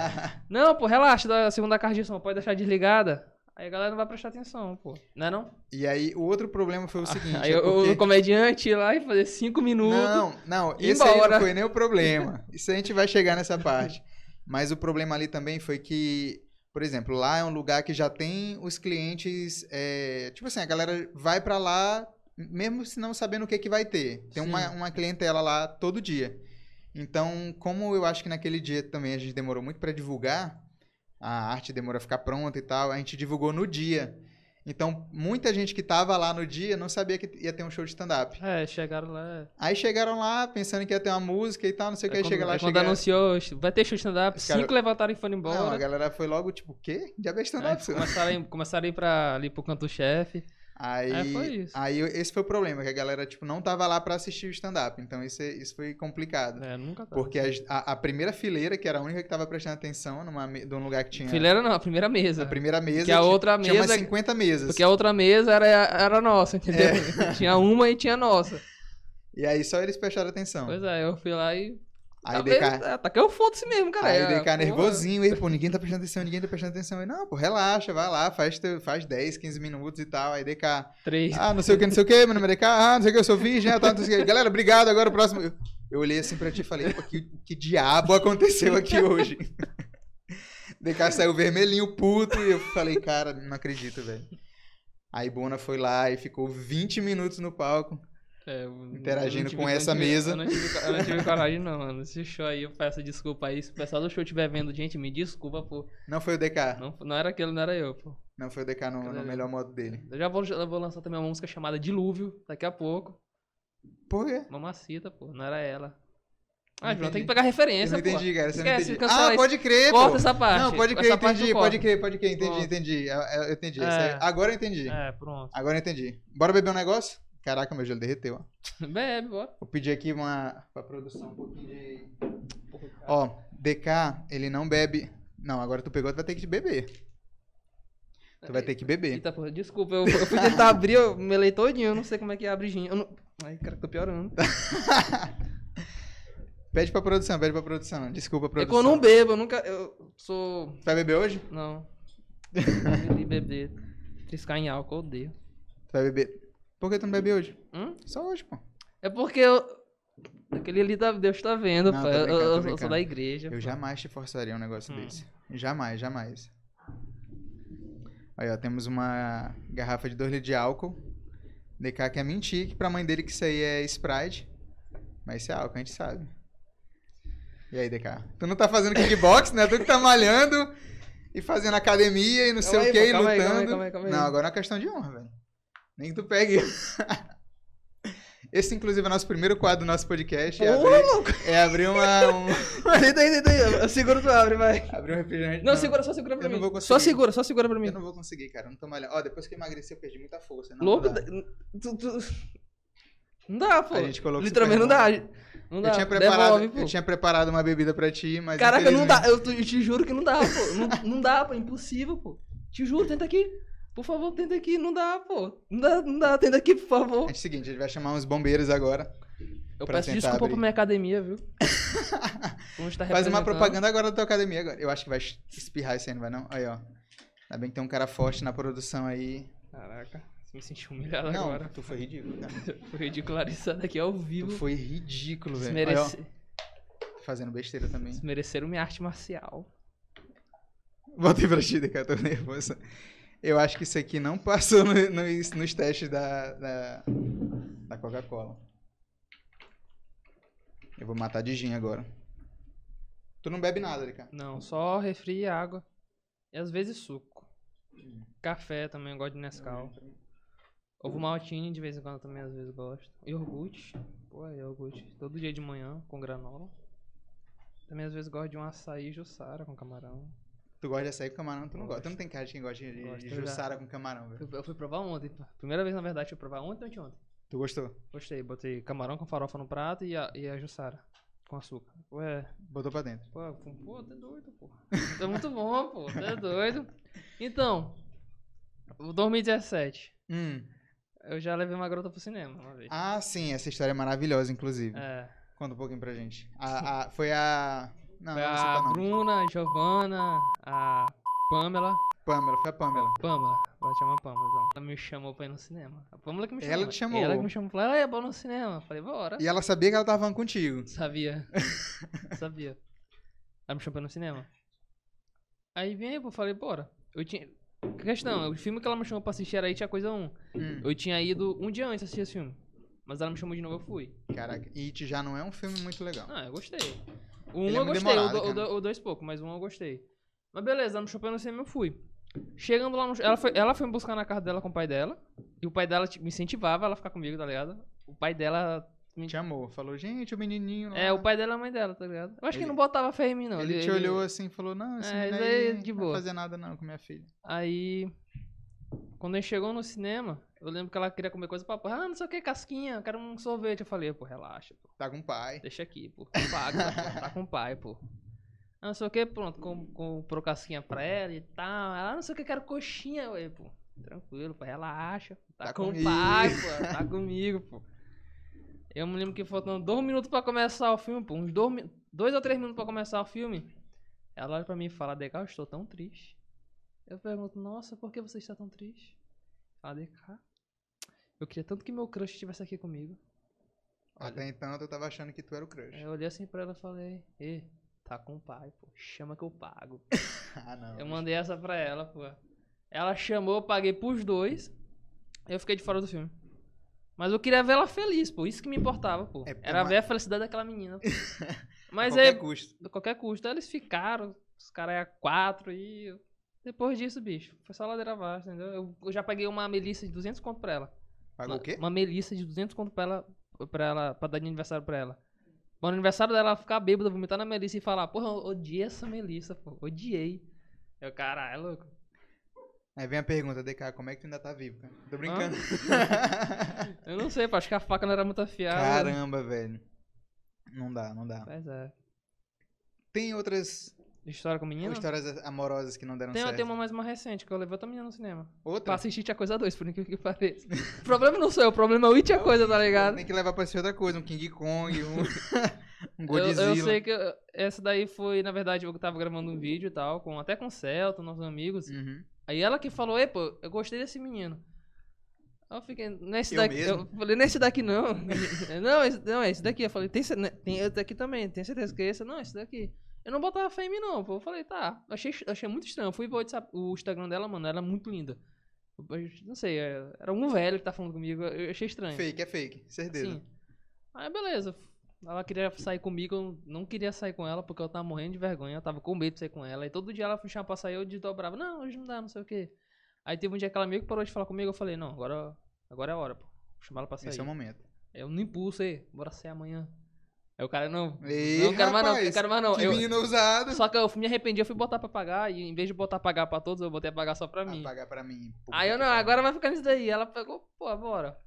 Speaker 2: não, pô, relaxa, da segunda caixa de som, pode deixar desligada. Aí a galera não vai prestar atenção, pô. Não é não?
Speaker 1: E aí o outro problema foi o seguinte,
Speaker 2: Aí
Speaker 1: é
Speaker 2: o-
Speaker 1: porque-
Speaker 2: o comediante ir lá e fazer cinco minutos.
Speaker 1: Não, não,
Speaker 2: ir
Speaker 1: esse aí não
Speaker 2: embora.
Speaker 1: foi nem o problema. Isso a gente vai chegar nessa parte. Mas o problema ali também foi que, por exemplo, lá é um lugar que já tem os clientes. é, tipo assim, a galera vai pra lá, mesmo se não sabendo o que, que vai ter. Tem
Speaker 2: Sim.
Speaker 1: uma, uma clientela lá todo dia. Então, como eu acho que naquele dia também a gente demorou muito pra divulgar, a arte demorou a ficar pronta e tal, a gente divulgou no dia. Então, muita gente que tava lá no dia não sabia que ia ter um show de stand-up.
Speaker 2: É, chegaram lá.
Speaker 1: Aí chegaram lá pensando que ia ter uma música e tal, não sei o que.
Speaker 2: é
Speaker 1: Aí chega
Speaker 2: quando,
Speaker 1: lá,
Speaker 2: é quando
Speaker 1: chega...
Speaker 2: anunciou, vai ter show de stand-up,
Speaker 1: Os
Speaker 2: cinco
Speaker 1: cara-
Speaker 2: levantaram e foram
Speaker 1: Não, a
Speaker 2: embora.
Speaker 1: galera foi logo tipo, o quê? Já veio
Speaker 2: Aí
Speaker 1: stand-up? senhor?"
Speaker 2: começaram, a ir, começaram a ir pra, ali pro canto-chefe.
Speaker 1: Aí, ah,
Speaker 2: É, foi isso.
Speaker 1: aí esse foi o problema, que a galera tipo, não tava lá pra assistir o stand-up. Então isso, é- isso foi complicado.
Speaker 2: É, nunca tá.
Speaker 1: Porque as- a, a primeira fileira, que era a única que tava prestando atenção numa, me- de um lugar que tinha
Speaker 2: Fileira não, a primeira mesa.
Speaker 1: a primeira mesa,
Speaker 2: que a outra
Speaker 1: tinha umas
Speaker 2: mesa.
Speaker 1: 50 mesas.
Speaker 2: Porque a outra mesa era, era nossa, entendeu?
Speaker 1: É.
Speaker 2: tinha uma e tinha nossa.
Speaker 1: E aí só eles prestaram atenção.
Speaker 2: Pois é, eu fui lá e.
Speaker 1: Aí
Speaker 2: Ah,
Speaker 1: o DK,
Speaker 2: tá- Tá que eu foda-se mesmo, cara.
Speaker 1: Aí
Speaker 2: É,
Speaker 1: o DK
Speaker 2: porra.
Speaker 1: nervosinho, e pô, ninguém tá prestando atenção, ninguém tá prestando atenção. Eu, não, pô, relaxa, vai lá, faz, teu- faz 10, 15 minutos e tal. Aí DK,
Speaker 2: Três.
Speaker 1: ah, não sei o que, não sei o que, meu nome é DK, ah, não sei o que, eu sou virgem, ah, tá, não sei o que. Galera, obrigado, agora o próximo. Eu, eu olhei assim pra ti e falei, pô, que, que diabo aconteceu aqui hoje? DK saiu vermelhinho, puto, e eu falei, cara, não acredito, velho. Aí Bona foi lá e ficou 20 minutos no palco.
Speaker 2: É, eu não-
Speaker 1: Interagindo
Speaker 2: eu não tive-
Speaker 1: com
Speaker 2: eu não
Speaker 1: essa
Speaker 2: tive-
Speaker 1: mesa.
Speaker 2: Eu não, tive, eu não tive coragem, não, mano. Esse show aí, eu peço desculpa aí. Se o pessoal do show estiver vendo, gente, me desculpa, pô.
Speaker 1: Não foi o DK,
Speaker 2: Não, não era aquele, não era eu, pô.
Speaker 1: não foi o DK no, no melhor modo dele.
Speaker 2: Eu já vou, já vou lançar também uma música chamada Dilúvio, daqui a pouco.
Speaker 1: Por quê?
Speaker 2: Mamacita, pô. Não era ela. Ah, João, tem
Speaker 1: entendi.
Speaker 2: que pegar
Speaker 1: Eu
Speaker 2: referência,
Speaker 1: não
Speaker 2: pô.
Speaker 1: entendi, cara. Você não
Speaker 2: Esquece,
Speaker 1: entendi.
Speaker 2: cancela
Speaker 1: Ah,
Speaker 2: isso.
Speaker 1: pode crer,
Speaker 2: Corta
Speaker 1: pô.
Speaker 2: essa parte.
Speaker 1: Não, pode crer,
Speaker 2: Essa parte
Speaker 1: entendi,
Speaker 2: tu corta.
Speaker 1: pode crer, pode crer, entendi,
Speaker 2: Pronto.
Speaker 1: entendi. Eu, eu entendi.
Speaker 2: É.
Speaker 1: Sério, Agora eu entendi.
Speaker 2: É, pronto.
Speaker 1: Agora eu entendi. Bora beber um negócio? Caraca, meu gelo derreteu, ó.
Speaker 2: Bebe, bora.
Speaker 1: Vou pedir aqui uma. pra produção um pouquinho de. Ó, DK, ele não bebe. Não, agora tu pegou, tu vai ter que beber. Tu vai ter que beber.
Speaker 2: Eita, porra, desculpa, eu, eu fui tentar abrir, eu me elei todinho, eu não sei como é que abre gin. Eu não... Ai, cara, tô piorando. É
Speaker 1: Pede pra produção, pede pra produção. Desculpa,
Speaker 2: É que
Speaker 1: produção.
Speaker 2: eu não bebo, eu nunca. Eu sou.
Speaker 1: Tu vai beber hoje?
Speaker 2: Não. Não me beber. Triscar em álcool, eu odeio.
Speaker 1: Tu vai beber. Por que tu não bebe hoje?
Speaker 2: Hum?
Speaker 1: Só hoje, pô.
Speaker 2: É porque eu. Aquele ali tá, Deus tá vendo,
Speaker 1: Não,
Speaker 2: pô.
Speaker 1: tô
Speaker 2: Eu,
Speaker 1: brincando, tô
Speaker 2: eu- eu
Speaker 1: brincando.
Speaker 2: sou da igreja.
Speaker 1: Eu
Speaker 2: pô.
Speaker 1: jamais te forçaria um negócio
Speaker 2: Hum.
Speaker 1: desse. Jamais, jamais. Aí, ó, temos uma garrafa de 2 litros de álcool. DK quer mentir que pra mãe dele que isso aí é Sprite. Mas isso é álcool, a gente sabe. E aí, DK? Tu não tá fazendo kickbox, né? Tu que tá malhando e fazendo academia e não sei
Speaker 2: Calma
Speaker 1: o
Speaker 2: aí,
Speaker 1: que, é
Speaker 2: pô, calma aí,
Speaker 1: lutando.
Speaker 2: calma aí, calma aí, calma aí.
Speaker 1: Não, agora é uma questão de honra, velho. Nem que tu pegue. Esse, inclusive, é o nosso primeiro quadro do nosso podcast. É
Speaker 2: Porra,
Speaker 1: abrir, é abrir uma, um,
Speaker 2: Deita aí, deita aí. Eu seguro tu abre, vai.
Speaker 1: Abriu um refrigerante.
Speaker 2: Não, segura, só segura pra
Speaker 1: eu não
Speaker 2: mim.
Speaker 1: vou
Speaker 2: só
Speaker 1: conseguir.
Speaker 2: segura, só segura pra mim.
Speaker 1: Eu não vou conseguir, cara. eu Não tô malhando. Ó, depois que eu emagreci, eu perdi muita força. Não,
Speaker 2: Louco?
Speaker 1: não dá.
Speaker 2: Tu, tu- Não dá, pô.
Speaker 1: A gente colocou
Speaker 2: Literalmente não dá. Não dá.
Speaker 1: Eu tinha, preparado,
Speaker 2: Devolve, pô.
Speaker 1: eu tinha preparado uma bebida pra ti, mas.
Speaker 2: Caraca, não dá.
Speaker 1: infelizmente-
Speaker 2: Eu, tu- eu te juro que não dá, pô. Não, não dá, pô. Impossível, pô. Te juro, tenta aqui. Por favor, tenta aqui. Não dá, pô. Não dá, não dá. Tenta aqui, por favor.
Speaker 1: É o seguinte, a gente vai chamar uns bombeiros agora.
Speaker 2: Eu
Speaker 1: pra
Speaker 2: peço
Speaker 1: tentar
Speaker 2: desculpa
Speaker 1: abrir.
Speaker 2: pra minha academia, viu? Como está
Speaker 1: Faz uma
Speaker 2: representando.
Speaker 1: propaganda agora da tua academia agora. Eu acho que vai espirrar isso aí, não vai não? Aí, ó. Ainda bem que tem um cara forte na produção aí.
Speaker 2: Caraca, me senti humilhado
Speaker 1: não,
Speaker 2: agora.
Speaker 1: tu foi ridículo, cara.
Speaker 2: Foi ridicularizado aqui ao
Speaker 1: Tu
Speaker 2: vivo.
Speaker 1: foi ridículo, velho.
Speaker 2: Desmerece...
Speaker 1: Aí, ó, fazendo besteira também.
Speaker 2: Desmereceram minha arte marcial.
Speaker 1: Voltei pra ti, cara, tô nervoso. Eu acho que isso aqui não passou no- nos, nos testes da, da, da Coca-Cola. Eu vou matar de gin agora. Tu não bebe nada, cara.
Speaker 2: Não, só refri e água. E às vezes suco. Café também, eu gosto de Nescau. Ovo maltine de vez em quando também, às vezes gosto. Iogurte. Pô, é iogurte. Todo dia de manhã, com granola. Também às vezes gosto de um açaí Jussara com camarão.
Speaker 1: Tu gosta de açaí com camarão? Tu não gosta.
Speaker 2: Gosto.
Speaker 1: Tu não tem cara de quem gosta de, de
Speaker 2: Gosto, eu já.
Speaker 1: Jussara com camarão, velho.
Speaker 2: Eu, eu fui provar ontem. pô. Primeira vez, na verdade, eu fui provar ontem, ontem, ontem.
Speaker 1: Tu gostou?
Speaker 2: Gostei, botei camarão com farofa no prato e a, e a Jussara com açúcar. Ué,
Speaker 1: Botou pra dentro.
Speaker 2: Pô, pô, pô, tá doido, pô. Tá muito bom, pô, tá doido. Então, o 2017,
Speaker 1: Hum.
Speaker 2: eu já levei uma garota pro cinema uma vez.
Speaker 1: Ah, sim. Essa história é maravilhosa, inclusive.
Speaker 2: É,
Speaker 1: Conta um pouquinho pra gente. A, a- foi a... Não, não
Speaker 2: foi
Speaker 1: vou
Speaker 2: a
Speaker 1: citar nome.
Speaker 2: Bruna, a Giovana, a Pamela.
Speaker 1: Pamela. Foi a Pamela.
Speaker 2: Pamela, ela chama Pamela, então. Ela me chamou pra ir no cinema. A Pamela que me chamou.
Speaker 1: Ela te chamou.
Speaker 2: Ela que me chamou, falou, é, bora no cinema. Eu Falei, bora.
Speaker 1: E ela sabia que ela tava falando contigo.
Speaker 2: Sabia. Sabia. Ela me chamou pra ir no cinema. Aí vem, eu falei, bora. Eu tinha... Questão, o filme que ela me chamou pra assistir era It a Coisa 1.
Speaker 1: Hum.
Speaker 2: Eu tinha ido um dia antes assistir esse filme. Mas ela me chamou de novo, eu fui.
Speaker 1: Caraca, It já não é um filme muito legal.
Speaker 2: Ah, eu gostei. O um
Speaker 1: Ele é
Speaker 2: eu
Speaker 1: muito
Speaker 2: gostei, o,
Speaker 1: demorado,
Speaker 2: do- o,
Speaker 1: cara.
Speaker 2: do- o dois pouco, mas um eu gostei. Mas beleza, ela me chamou no cinema, eu fui. Chegando lá no... Ela foi, ela foi me buscar na casa dela com o pai dela. E o pai dela tipo, me incentivava ela a ficar comigo, tá ligado? O pai dela...
Speaker 1: Te amou, falou, gente, o menininho lá.
Speaker 2: É, o pai dela é a mãe dela, tá ligado? Eu acho que
Speaker 1: Ele-
Speaker 2: não botava fé em mim, não.
Speaker 1: Ele, te olhou assim e falou, não, esse
Speaker 2: É,
Speaker 1: menino
Speaker 2: isso
Speaker 1: aí
Speaker 2: aí é
Speaker 1: não
Speaker 2: de
Speaker 1: vai
Speaker 2: boa.
Speaker 1: fazer nada não com minha filha.
Speaker 2: Aí, quando a gente chegou no cinema, eu lembro que ela queria comer coisa pra porra. Ah, não sei o que, casquinha, eu quero um sorvete. Eu falei, pô, relaxa, pô,
Speaker 1: Tá com o pai.
Speaker 2: deixa aqui, pô, paga, pô, tá com o pai, pô. Ah, não sei o que, pronto, com, comprou casquinha pra ela e tal. Ela, ah, não sei o que, quero coxinha. Eu falei, pô, tranquilo, pô, relaxa, tá,
Speaker 1: Tá
Speaker 2: com o
Speaker 1: comigo.
Speaker 2: pai, pô, tá comigo, pô. Eu me lembro que faltando dois minutos pra começar o filme, pô, uns dois, mi- dois ou três minutos pra começar o filme, ela olha pra mim e fala, DK, eu estou tão triste. Eu pergunto, nossa, por que você está tão triste? Ela, DK, eu queria tanto que meu crush estivesse aqui comigo.
Speaker 1: Até então eu tava achando que tu era o crush.
Speaker 2: Aí eu olhei assim pra ela e falei, Ê, tá com o pai, pô, chama que eu pago.
Speaker 1: Ah, não.
Speaker 2: Eu mandei essa pra ela, pô. Ela chamou, eu paguei pros dois, eu fiquei de fora do filme. Mas eu queria ver ela feliz, pô, isso que me importava, pô.
Speaker 1: É, porque
Speaker 2: Era
Speaker 1: uma-
Speaker 2: ver a felicidade daquela menina, pô.
Speaker 1: A
Speaker 2: Mas
Speaker 1: qualquer
Speaker 2: aí,
Speaker 1: custo.
Speaker 2: a qualquer custo, eles ficaram, os caras eram quatro e... Depois disso, bicho, foi só ladeira abaixo, entendeu? Eu, eu já paguei uma melissa de 200 conto pra ela.
Speaker 1: Pagou
Speaker 2: Uma-
Speaker 1: o quê?
Speaker 2: Uma melissa de 200 conto pra ela, pra ela, pra dar de aniversário pra ela. Mas no aniversário dela, ela ficar bêbada, vomitar na Melissa e falar, porra, eu odiei essa Melissa, pô, odiei. Eu, caralho, é louco.
Speaker 1: Aí vem a pergunta, DK, como é que tu ainda tá vivo, cara? Tô brincando.
Speaker 2: Eu não sei, pô, acho que a faca não era muito afiada.
Speaker 1: Caramba, velho. Não dá, não dá.
Speaker 2: Mas é.
Speaker 1: Tem outras
Speaker 2: História com menina?
Speaker 1: histórias amorosas que não deram
Speaker 2: Tem,
Speaker 1: tá certo? Tá.
Speaker 2: tem uma mais, mais recente, que eu levei outra menina no cinema. Pra
Speaker 1: Outra?
Speaker 2: assistir Tia Coisa 2, por incrível que pareça. o problema não sou eu, o problema é o It Tia Coisa, tá ligado?
Speaker 1: Tem que levar pra assistir outra coisa, um King Kong, um, um
Speaker 2: Eu, eu
Speaker 1: Godzilla.
Speaker 2: sei que eu- essa daí foi, na verdade, eu tava gravando um vídeo e tal, com, até com o Celto, nossos amigos.
Speaker 1: Uhum.
Speaker 2: Aí ela que falou, ei, pô, eu gostei desse menino. Aí eu fiquei, não é esse
Speaker 1: Eu
Speaker 2: daqui.
Speaker 1: mesmo?
Speaker 2: Eu falei, não é esse daqui não. não, esse, não, é esse daqui. Eu falei, tem, cer- né, tem esse daqui também, tem certeza que é esse? Não, esse daqui. Eu não botava fé em mim, não, pô. Eu falei, tá. Eu Achei, eu achei muito estranho. Eu fui ver o WhatsApp- o Instagram dela, mano, ela é muito linda. Eu- eu não sei, é- era um velho que tá falando comigo. Eu eu achei estranho.
Speaker 1: Fake, é fake, certeza.
Speaker 2: Sim. Aí beleza. Ela queria sair comigo, eu não queria sair com ela porque eu tava morrendo de vergonha, eu tava com medo de sair com ela. E todo dia ela puxava pra sair, eu desdobrava. Não, hoje não dá, não sei o quê. Aí teve um dia que ela meio que parou de falar comigo, eu falei, não, agora, agora é a hora, pô. Vou chamar ela pra sair.
Speaker 1: Esse é o momento.
Speaker 2: Eu no impulso, aí, bora sair amanhã. Aí o cara, não.
Speaker 1: Ei,
Speaker 2: não, quero mais não,
Speaker 1: rapaz,
Speaker 2: eu quero mais não.
Speaker 1: Que
Speaker 2: Eu-
Speaker 1: menino ousado.
Speaker 2: só que eu me arrependi, eu fui botar pra pagar, e em vez de botar pra pagar pra todos, eu botei pra pagar só pra mim.
Speaker 1: Apagar pra mim. puta
Speaker 2: Aí eu
Speaker 1: que
Speaker 2: não,
Speaker 1: pariu.
Speaker 2: agora vai ficar nisso daí. Ela pegou, pô, bora.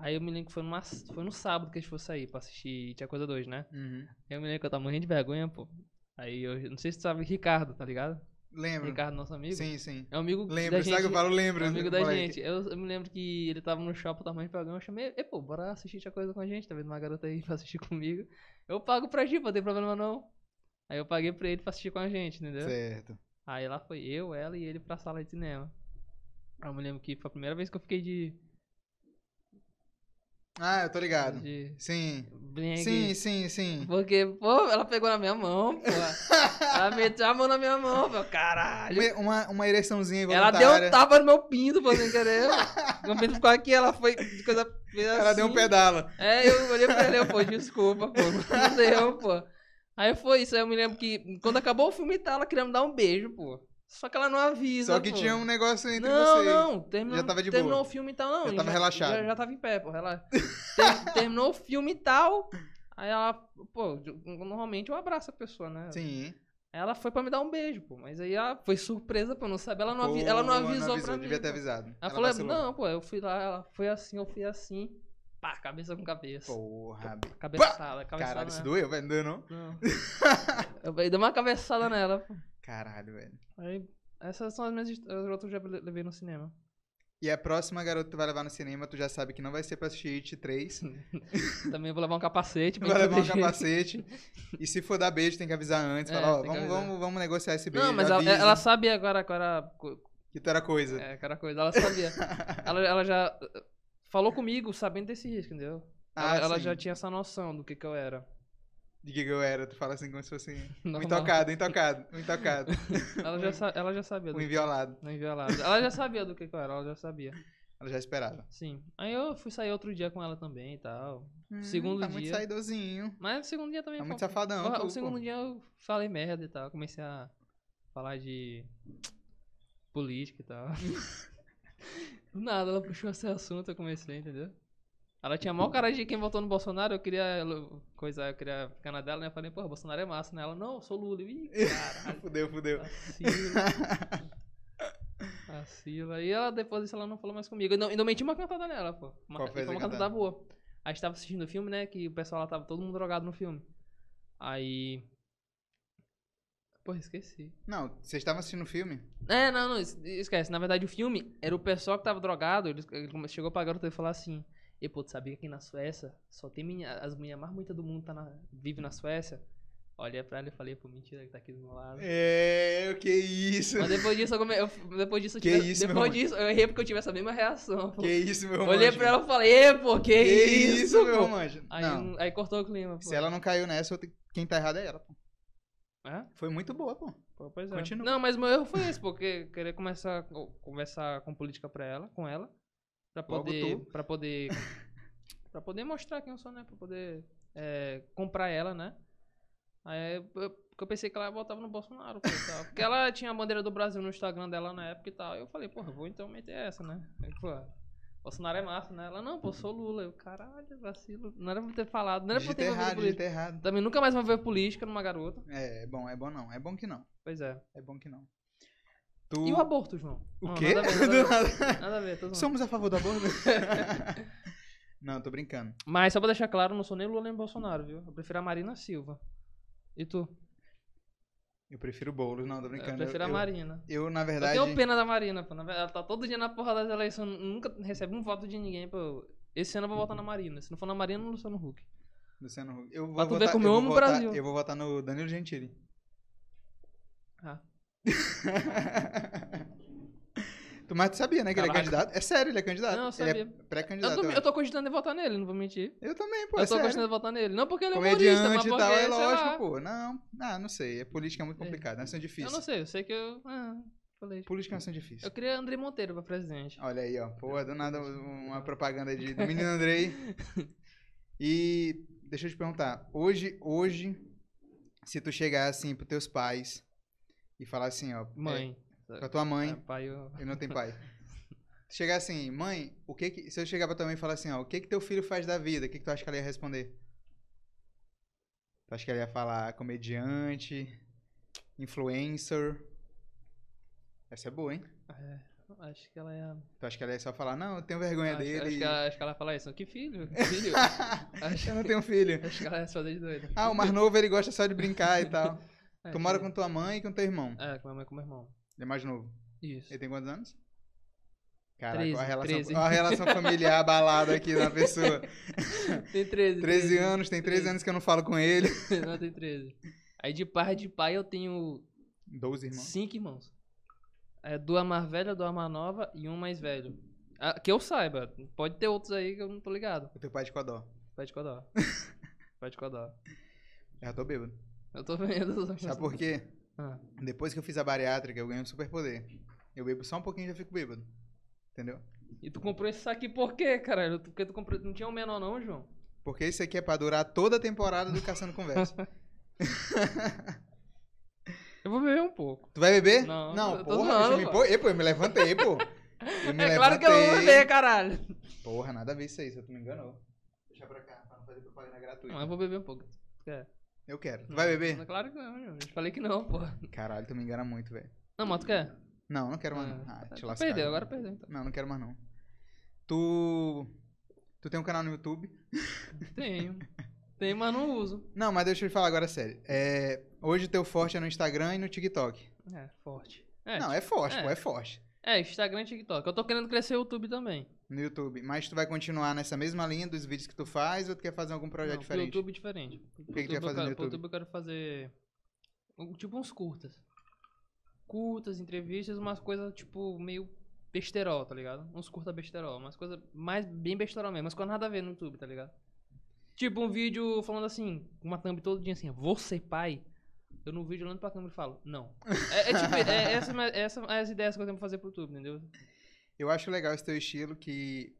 Speaker 2: Aí eu me lembro que foi, numa, foi no sábado que a gente foi sair pra assistir Tinha Coisa 2, né?
Speaker 1: Uhum.
Speaker 2: Eu me lembro que eu tava morrendo de vergonha, pô. Aí eu não sei se tu sabe Ricardo, tá ligado?
Speaker 1: Lembro.
Speaker 2: Ricardo, nosso amigo.
Speaker 1: Sim, sim.
Speaker 2: É um amigo da
Speaker 1: Lembro,
Speaker 2: gente.
Speaker 1: sabe o que eu falo? Lembro.
Speaker 2: é um amigo da
Speaker 1: moleque.
Speaker 2: gente. Eu, eu me lembro que ele tava no shopping, tava morrendo de vergonha. Eu chamei, e pô, bora assistir Tinha Coisa com a gente. Tá vendo uma garota aí pra assistir comigo? Eu pago pra ti, pô, não tem problema não. Aí eu paguei pra ele pra assistir com a gente, entendeu?
Speaker 1: Certo.
Speaker 2: Aí lá foi eu, ela e ele pra sala de cinema. Eu me lembro que foi a primeira vez que eu fiquei de.
Speaker 1: Ah, eu tô ligado.
Speaker 2: de
Speaker 1: Sim.
Speaker 2: bling.
Speaker 1: Sim, sim, sim.
Speaker 2: Porque, pô, ela pegou na minha mão, pô. ela meteu a mão na minha mão, meu caralho.
Speaker 1: Uma- Uma, uma ereçãozinha
Speaker 2: Ela
Speaker 1: involuntária.
Speaker 2: deu um tapa no meu pinto, pô, sem querer. meu pinto ficou aqui, ela foi. de Coisa, fez
Speaker 1: Ela deu um
Speaker 2: assim.
Speaker 1: pedala.
Speaker 2: É, eu olhei pra ele, eu, pô, desculpa, pô, não deu, pô. Aí foi isso, aí eu me lembro que quando acabou o filme e tal, ela queria me dar um beijo, pô. Só que ela não avisa,
Speaker 1: Só que
Speaker 2: pô.
Speaker 1: tinha um negócio entre
Speaker 2: não,
Speaker 1: vocês.
Speaker 2: Não, terminou,
Speaker 1: Já tava de
Speaker 2: terminou
Speaker 1: boa.
Speaker 2: o filme e tal, não.
Speaker 1: Já tava
Speaker 2: já,
Speaker 1: relaxado.
Speaker 2: Já, já tava em pé, pô, relaxa. Ter- terminou o filme e tal. Aí ela, pô, eu- normalmente eu abraço a pessoa, né?
Speaker 1: Sim.
Speaker 2: Ela foi pra me dar um beijo, pô. Mas aí ela foi surpresa, pô, não sabe. Ela não, avi-
Speaker 1: Pô,
Speaker 2: ela não avisou pra mim.
Speaker 1: Devia ter
Speaker 2: pô.
Speaker 1: avisado.
Speaker 2: Ela, falou,
Speaker 1: vacilou.
Speaker 2: não, pô, eu fui lá, ela foi assim, eu fui assim. Pá, cabeça com cabeça.
Speaker 1: Porra, bicho.
Speaker 2: Cabeçada, cabeçada.
Speaker 1: Caralho, isso
Speaker 2: nela.
Speaker 1: doeu, velho. Não doeu, não?
Speaker 2: Não. eu dei uma cabeçada nela, pô.
Speaker 1: Caralho, velho.
Speaker 2: Aí, essas são as minhas histórias que eu já levei no cinema.
Speaker 1: E a próxima garota que tu vai levar no cinema, tu já sabe que não vai ser pra assistir It 3.
Speaker 2: Também vou levar um capacete. pra
Speaker 1: Vai
Speaker 2: me
Speaker 1: levar um
Speaker 2: proteger.
Speaker 1: capacete. E se for dar beijo, tem que avisar antes.
Speaker 2: É,
Speaker 1: falar, ó,
Speaker 2: tem que
Speaker 1: vamos,
Speaker 2: avisar.
Speaker 1: vamos, vamos negociar esse beijo.
Speaker 2: Não, mas ela,
Speaker 1: avisa
Speaker 2: ela sabia agora, agora, co-
Speaker 1: Que tu era coisa.
Speaker 2: é, aquela coisa, ela sabia. ela, ela já eh, falou comigo sabendo desse risco, entendeu?
Speaker 1: Ah,
Speaker 2: Ela, ela
Speaker 1: sim.
Speaker 2: já tinha essa noção do que que eu era.
Speaker 1: De que que eu era. Tu fala assim como se fosse um
Speaker 2: Normal.
Speaker 1: intocado, um intocado, um intocado.
Speaker 2: Ela já, sa- ela já sabia.
Speaker 1: um
Speaker 2: Do,
Speaker 1: inviolado.
Speaker 2: não inviolada. Ela já sabia do que que eu era, ela já sabia.
Speaker 1: Ela já esperava.
Speaker 2: Sim. Aí eu fui sair outro dia com ela também e tal. Hum, Segundo
Speaker 1: tá muito
Speaker 2: dia.
Speaker 1: saidozinho.
Speaker 2: Mas no segundo dia também...
Speaker 1: Tá
Speaker 2: foi-
Speaker 1: muito safadão.
Speaker 2: Porra,
Speaker 1: tu,
Speaker 2: o
Speaker 1: pô.
Speaker 2: segundo dia eu falei merda e tal. Comecei a falar de política e tal. Do nada, ela puxou esse assunto, eu comecei, entendeu? Ela tinha mal cara de quem votou no Bolsonaro, eu queria ela- coisa, eu queria ficar na dela, né? Eu falei, porra, Bolsonaro é massa, né? Ela, não, eu sou Lula. Eu, Ih, caralho,
Speaker 1: Ah, Fudeu, fudeu.
Speaker 2: vacila. Vacila. E ela, depois disso, ela não falou mais comigo. E não, e não meti uma cantada nela, pô. Uma,
Speaker 1: Qual
Speaker 2: e
Speaker 1: foi
Speaker 2: foi uma
Speaker 1: essa
Speaker 2: cantada boa. A gente tava assistindo o filme, né? Que o pessoal lá tava todo mundo drogado no filme. Aí. Porra, esqueci.
Speaker 1: Não, vocês estavam assistindo o filme?
Speaker 2: É, não, não, es- esquece. Na verdade, o filme era o pessoal que tava drogado. Ele, ele come- chegou pra garota e falou assim: E pô, tu sabia que aqui na Suécia só tem menina, as mulheres mais bonitas do mundo tá na, vive na Suécia? Olhei pra ela e falei: Pô, mentira, que tá aqui do meu lado.
Speaker 1: É, o que isso?
Speaker 2: Mas depois disso eu, come... eu depois disso eu
Speaker 1: Que
Speaker 2: tive,
Speaker 1: isso, meu
Speaker 2: depois
Speaker 1: anjo.
Speaker 2: disso eu errei porque eu tive essa mesma reação. pô.
Speaker 1: Que isso, meu anjo.
Speaker 2: Olhei pra ela e falei, "Ê, pô, que,
Speaker 1: Que
Speaker 2: isso,
Speaker 1: isso,
Speaker 2: pô.
Speaker 1: meu anjo.
Speaker 2: Aí,
Speaker 1: não,
Speaker 2: não- aí cortou o clima, pô.
Speaker 1: se ela não caiu nessa, eu te- quem tá errado é ela, pô.
Speaker 2: É?
Speaker 1: Foi muito boa, pô.
Speaker 2: Pô, pois é.
Speaker 1: Continua.
Speaker 2: Não, mas meu erro foi esse, porque querer começar co- conversar com política pra ela, com ela, pra
Speaker 1: Logo
Speaker 2: poder,
Speaker 1: tu.
Speaker 2: para poder, para poder mostrar quem eu sou, né? Pra poder é, comprar ela, né? Aí eu- eu, porque eu pensei que ela votava no Bolsonaro, pô, e tal. porque ela tinha a bandeira do Brasil no Instagram dela na época e tal. Eu falei, porra, vou então meter essa, né? Aí, pô, Bolsonaro é massa, né? Ela, não, pô, sou Lula. Eu, caralho, vacilo. Não era pra ter falado, não era pra
Speaker 1: Digita
Speaker 2: ter envolvido
Speaker 1: errado, digita
Speaker 2: política.
Speaker 1: errado.
Speaker 2: Também nunca mais vou ver política numa garota.
Speaker 1: É, é bom, é bom não. É bom que não.
Speaker 2: Pois é.
Speaker 1: É bom que não. Tu...
Speaker 2: E o aborto, João?
Speaker 1: O
Speaker 2: Não,
Speaker 1: quê?
Speaker 2: Nada a ver,
Speaker 1: Do
Speaker 2: nada a
Speaker 1: nada. é um
Speaker 2: ver. Nada a ver, tô zoando.
Speaker 1: Somos a favor do aborto? não, tô brincando.
Speaker 2: Mas só pra deixar claro, eu não sou nem Lula nem Bolsonaro, viu? Eu prefiro a Marina Silva. E tu?
Speaker 1: Eu prefiro bolos, não, tô brincando.
Speaker 2: eu prefiro a
Speaker 1: eu,
Speaker 2: Marina.
Speaker 1: Eu, na
Speaker 2: Eu
Speaker 1: verdade.
Speaker 2: tenho pena da Marina, pô. Na verdade, Ela tá todo dia na porra das eleições, nunca recebe um voto de ninguém, pô. Esse ano eu vou votar na Marina. Se não for na Marina, no Luciano Huck.
Speaker 1: Luciano Huck. Eu vou
Speaker 2: Pra tu ver
Speaker 1: votar-
Speaker 2: como eu
Speaker 1: vou
Speaker 2: amo o
Speaker 1: votar-
Speaker 2: Brasil.
Speaker 1: Eu vou votar no Danilo Gentili.
Speaker 2: Ah.
Speaker 1: tu, mas tu sabia, né, que ele é
Speaker 2: Caraca.
Speaker 1: candidato? É sério, ele é candidato.
Speaker 2: Não, eu
Speaker 1: Ele é
Speaker 2: sabia. Eu
Speaker 1: pré-candidato.
Speaker 2: tô,
Speaker 1: Eu,
Speaker 2: eu tô cogitando em votar nele, não vou mentir.
Speaker 1: eu também, pô. é
Speaker 2: eu tô
Speaker 1: sério.
Speaker 2: cogitando em votar nele. Não porque ele é humorista, mas
Speaker 1: Comediante e
Speaker 2: porque,
Speaker 1: tal, é
Speaker 2: sei
Speaker 1: lógico,
Speaker 2: lá.
Speaker 1: pô. Não, ah, não sei. É política é muito complicada, é uma ação
Speaker 2: Eu
Speaker 1: difícil.
Speaker 2: não sei, eu sei que eu... Ah, falei.
Speaker 1: Política é uma ação difícil.
Speaker 2: Eu queria André Monteiro pra presidente.
Speaker 1: Olha aí, ó. Pô, do nada uma propaganda de, do menino Andrei. E deixa eu te perguntar. Hoje, hoje, se tu chegar assim pros teus pais e falar assim, ó.
Speaker 2: Mãe.
Speaker 1: É, pra tua
Speaker 2: É,
Speaker 1: mãe,
Speaker 2: pai, eu...
Speaker 1: ele não tem pai. Tu Chegar assim, mãe, o que que. Se eu chegar pra tua mãe e falar assim, ó, o que que teu filho faz da vida? O que que tu acha que ela ia responder? Tu acha que ela ia falar comediante, influencer? Essa é boa, hein?
Speaker 2: É, acho que ela é...
Speaker 1: Tu acha que ela ia só falar, não, eu tenho vergonha
Speaker 2: acho,
Speaker 1: dele.
Speaker 2: Acho que, ela, acho que ela fala isso. Que filho? Que filho? acho,
Speaker 1: Eu não tenho filho.
Speaker 2: acho que ela ia se fazer de doida.
Speaker 1: Ah, o mais novo ele gosta só de brincar e tal.
Speaker 2: É,
Speaker 1: Tu mora
Speaker 2: que-
Speaker 1: com tua mãe e Ah, com teu irmão.
Speaker 2: É, com a minha mãe e com meu irmão.
Speaker 1: Ele é mais novo.
Speaker 2: Isso.
Speaker 1: Ele tem quantos anos? Caraca, olha a
Speaker 2: Treze,
Speaker 1: relação,
Speaker 2: treze.
Speaker 1: olha a relação familiar abalada aqui na pessoa.
Speaker 2: Tem 13.
Speaker 1: 13 anos, tem 13 anos que eu não falo com ele.
Speaker 2: Não, tem 13. Aí de pai de pai eu tenho
Speaker 1: 12 irmãos.
Speaker 2: cinco irmãos. É, duas mais velhas, duas mais novas e um mais velho. Ah, que eu saiba. Pode ter outros aí que eu não tô ligado.
Speaker 1: O teu pai é de Codó.
Speaker 2: Pai de Codó. pai de Codó.
Speaker 1: Eu já tô bêbado.
Speaker 2: Eu tô vendo.
Speaker 1: Sabe por quê?
Speaker 2: Ah,
Speaker 1: Depois que eu fiz a bariátrica, eu ganhei um superpoder. Eu bebo só um pouquinho e já fico bêbado. Entendeu?
Speaker 2: e tu comprou esse saque por quê, caralho? Tu- Porque tu comprou... Não tinha um menor não, João?
Speaker 1: Porque isso aqui é pra durar toda a temporada do Caçando Conversa.
Speaker 2: Eu vou beber um pouco.
Speaker 1: Tu vai beber?
Speaker 2: Não,
Speaker 1: não
Speaker 2: eu tô
Speaker 1: porra,
Speaker 2: zoando,
Speaker 1: deixa eu me
Speaker 2: pô.
Speaker 1: pôr. Ei, pô, eu me levantei, pô. Eu me
Speaker 2: é claro que eu não vou
Speaker 1: levantei.
Speaker 2: beber, caralho.
Speaker 1: Porra, nada a ver isso aí, se tu me enganou. Deixa pra cá, pra não fazer propaganda gratuita.
Speaker 2: Não, eu vou beber um pouco. Tu Quer?
Speaker 1: Eu quero. Tu vai beber?
Speaker 2: Não, Claro que não, João. Eu te falei que não, pô.
Speaker 1: Caralho, tu me engana muito, velho.
Speaker 2: Não, mas tu quer?
Speaker 1: Não, não quero mais
Speaker 2: Ah,
Speaker 1: não. Ah,
Speaker 2: tá.
Speaker 1: te
Speaker 2: Tu
Speaker 1: lascar.
Speaker 2: Perdeu, agora perdeu então.
Speaker 1: Não, não quero mais não. Tu... Tu tem um canal no YouTube?
Speaker 2: Tenho. Tenho, mas não uso.
Speaker 1: Não, mas deixa eu te falar agora sério. É... Hoje teu forte é no Instagram e no TikTok.
Speaker 2: É, forte. É,
Speaker 1: não, é forte,
Speaker 2: é.
Speaker 1: pô, é forte.
Speaker 2: é, Instagram e TikTok. Eu tô querendo crescer o YouTube também.
Speaker 1: No YouTube. Mas tu vai continuar nessa mesma linha dos vídeos que tu faz ou tu quer fazer algum projeto
Speaker 2: Não, pro
Speaker 1: é diferente?
Speaker 2: YouTube é diferente. O
Speaker 1: que que tu ia fazer no YouTube?
Speaker 2: YouTube eu quero fazer. um- Tipo uns curtas. Curtas, entrevistas, umas coisas, tipo, meio besterol, tá ligado? Uns curta besterol. Umas coisas mais bem besterol mesmo, mas com nada a ver no YouTube, tá ligado? Tipo um vídeo falando assim, com uma thumb todo dia assim, você pai. Eu no vídeo olhando pra câmera e falo, não. É, é tipo, é, essa, é essa é as ideias que eu tenho pra fazer pro YouTube, entendeu?
Speaker 1: Eu acho legal esse teu estilo que...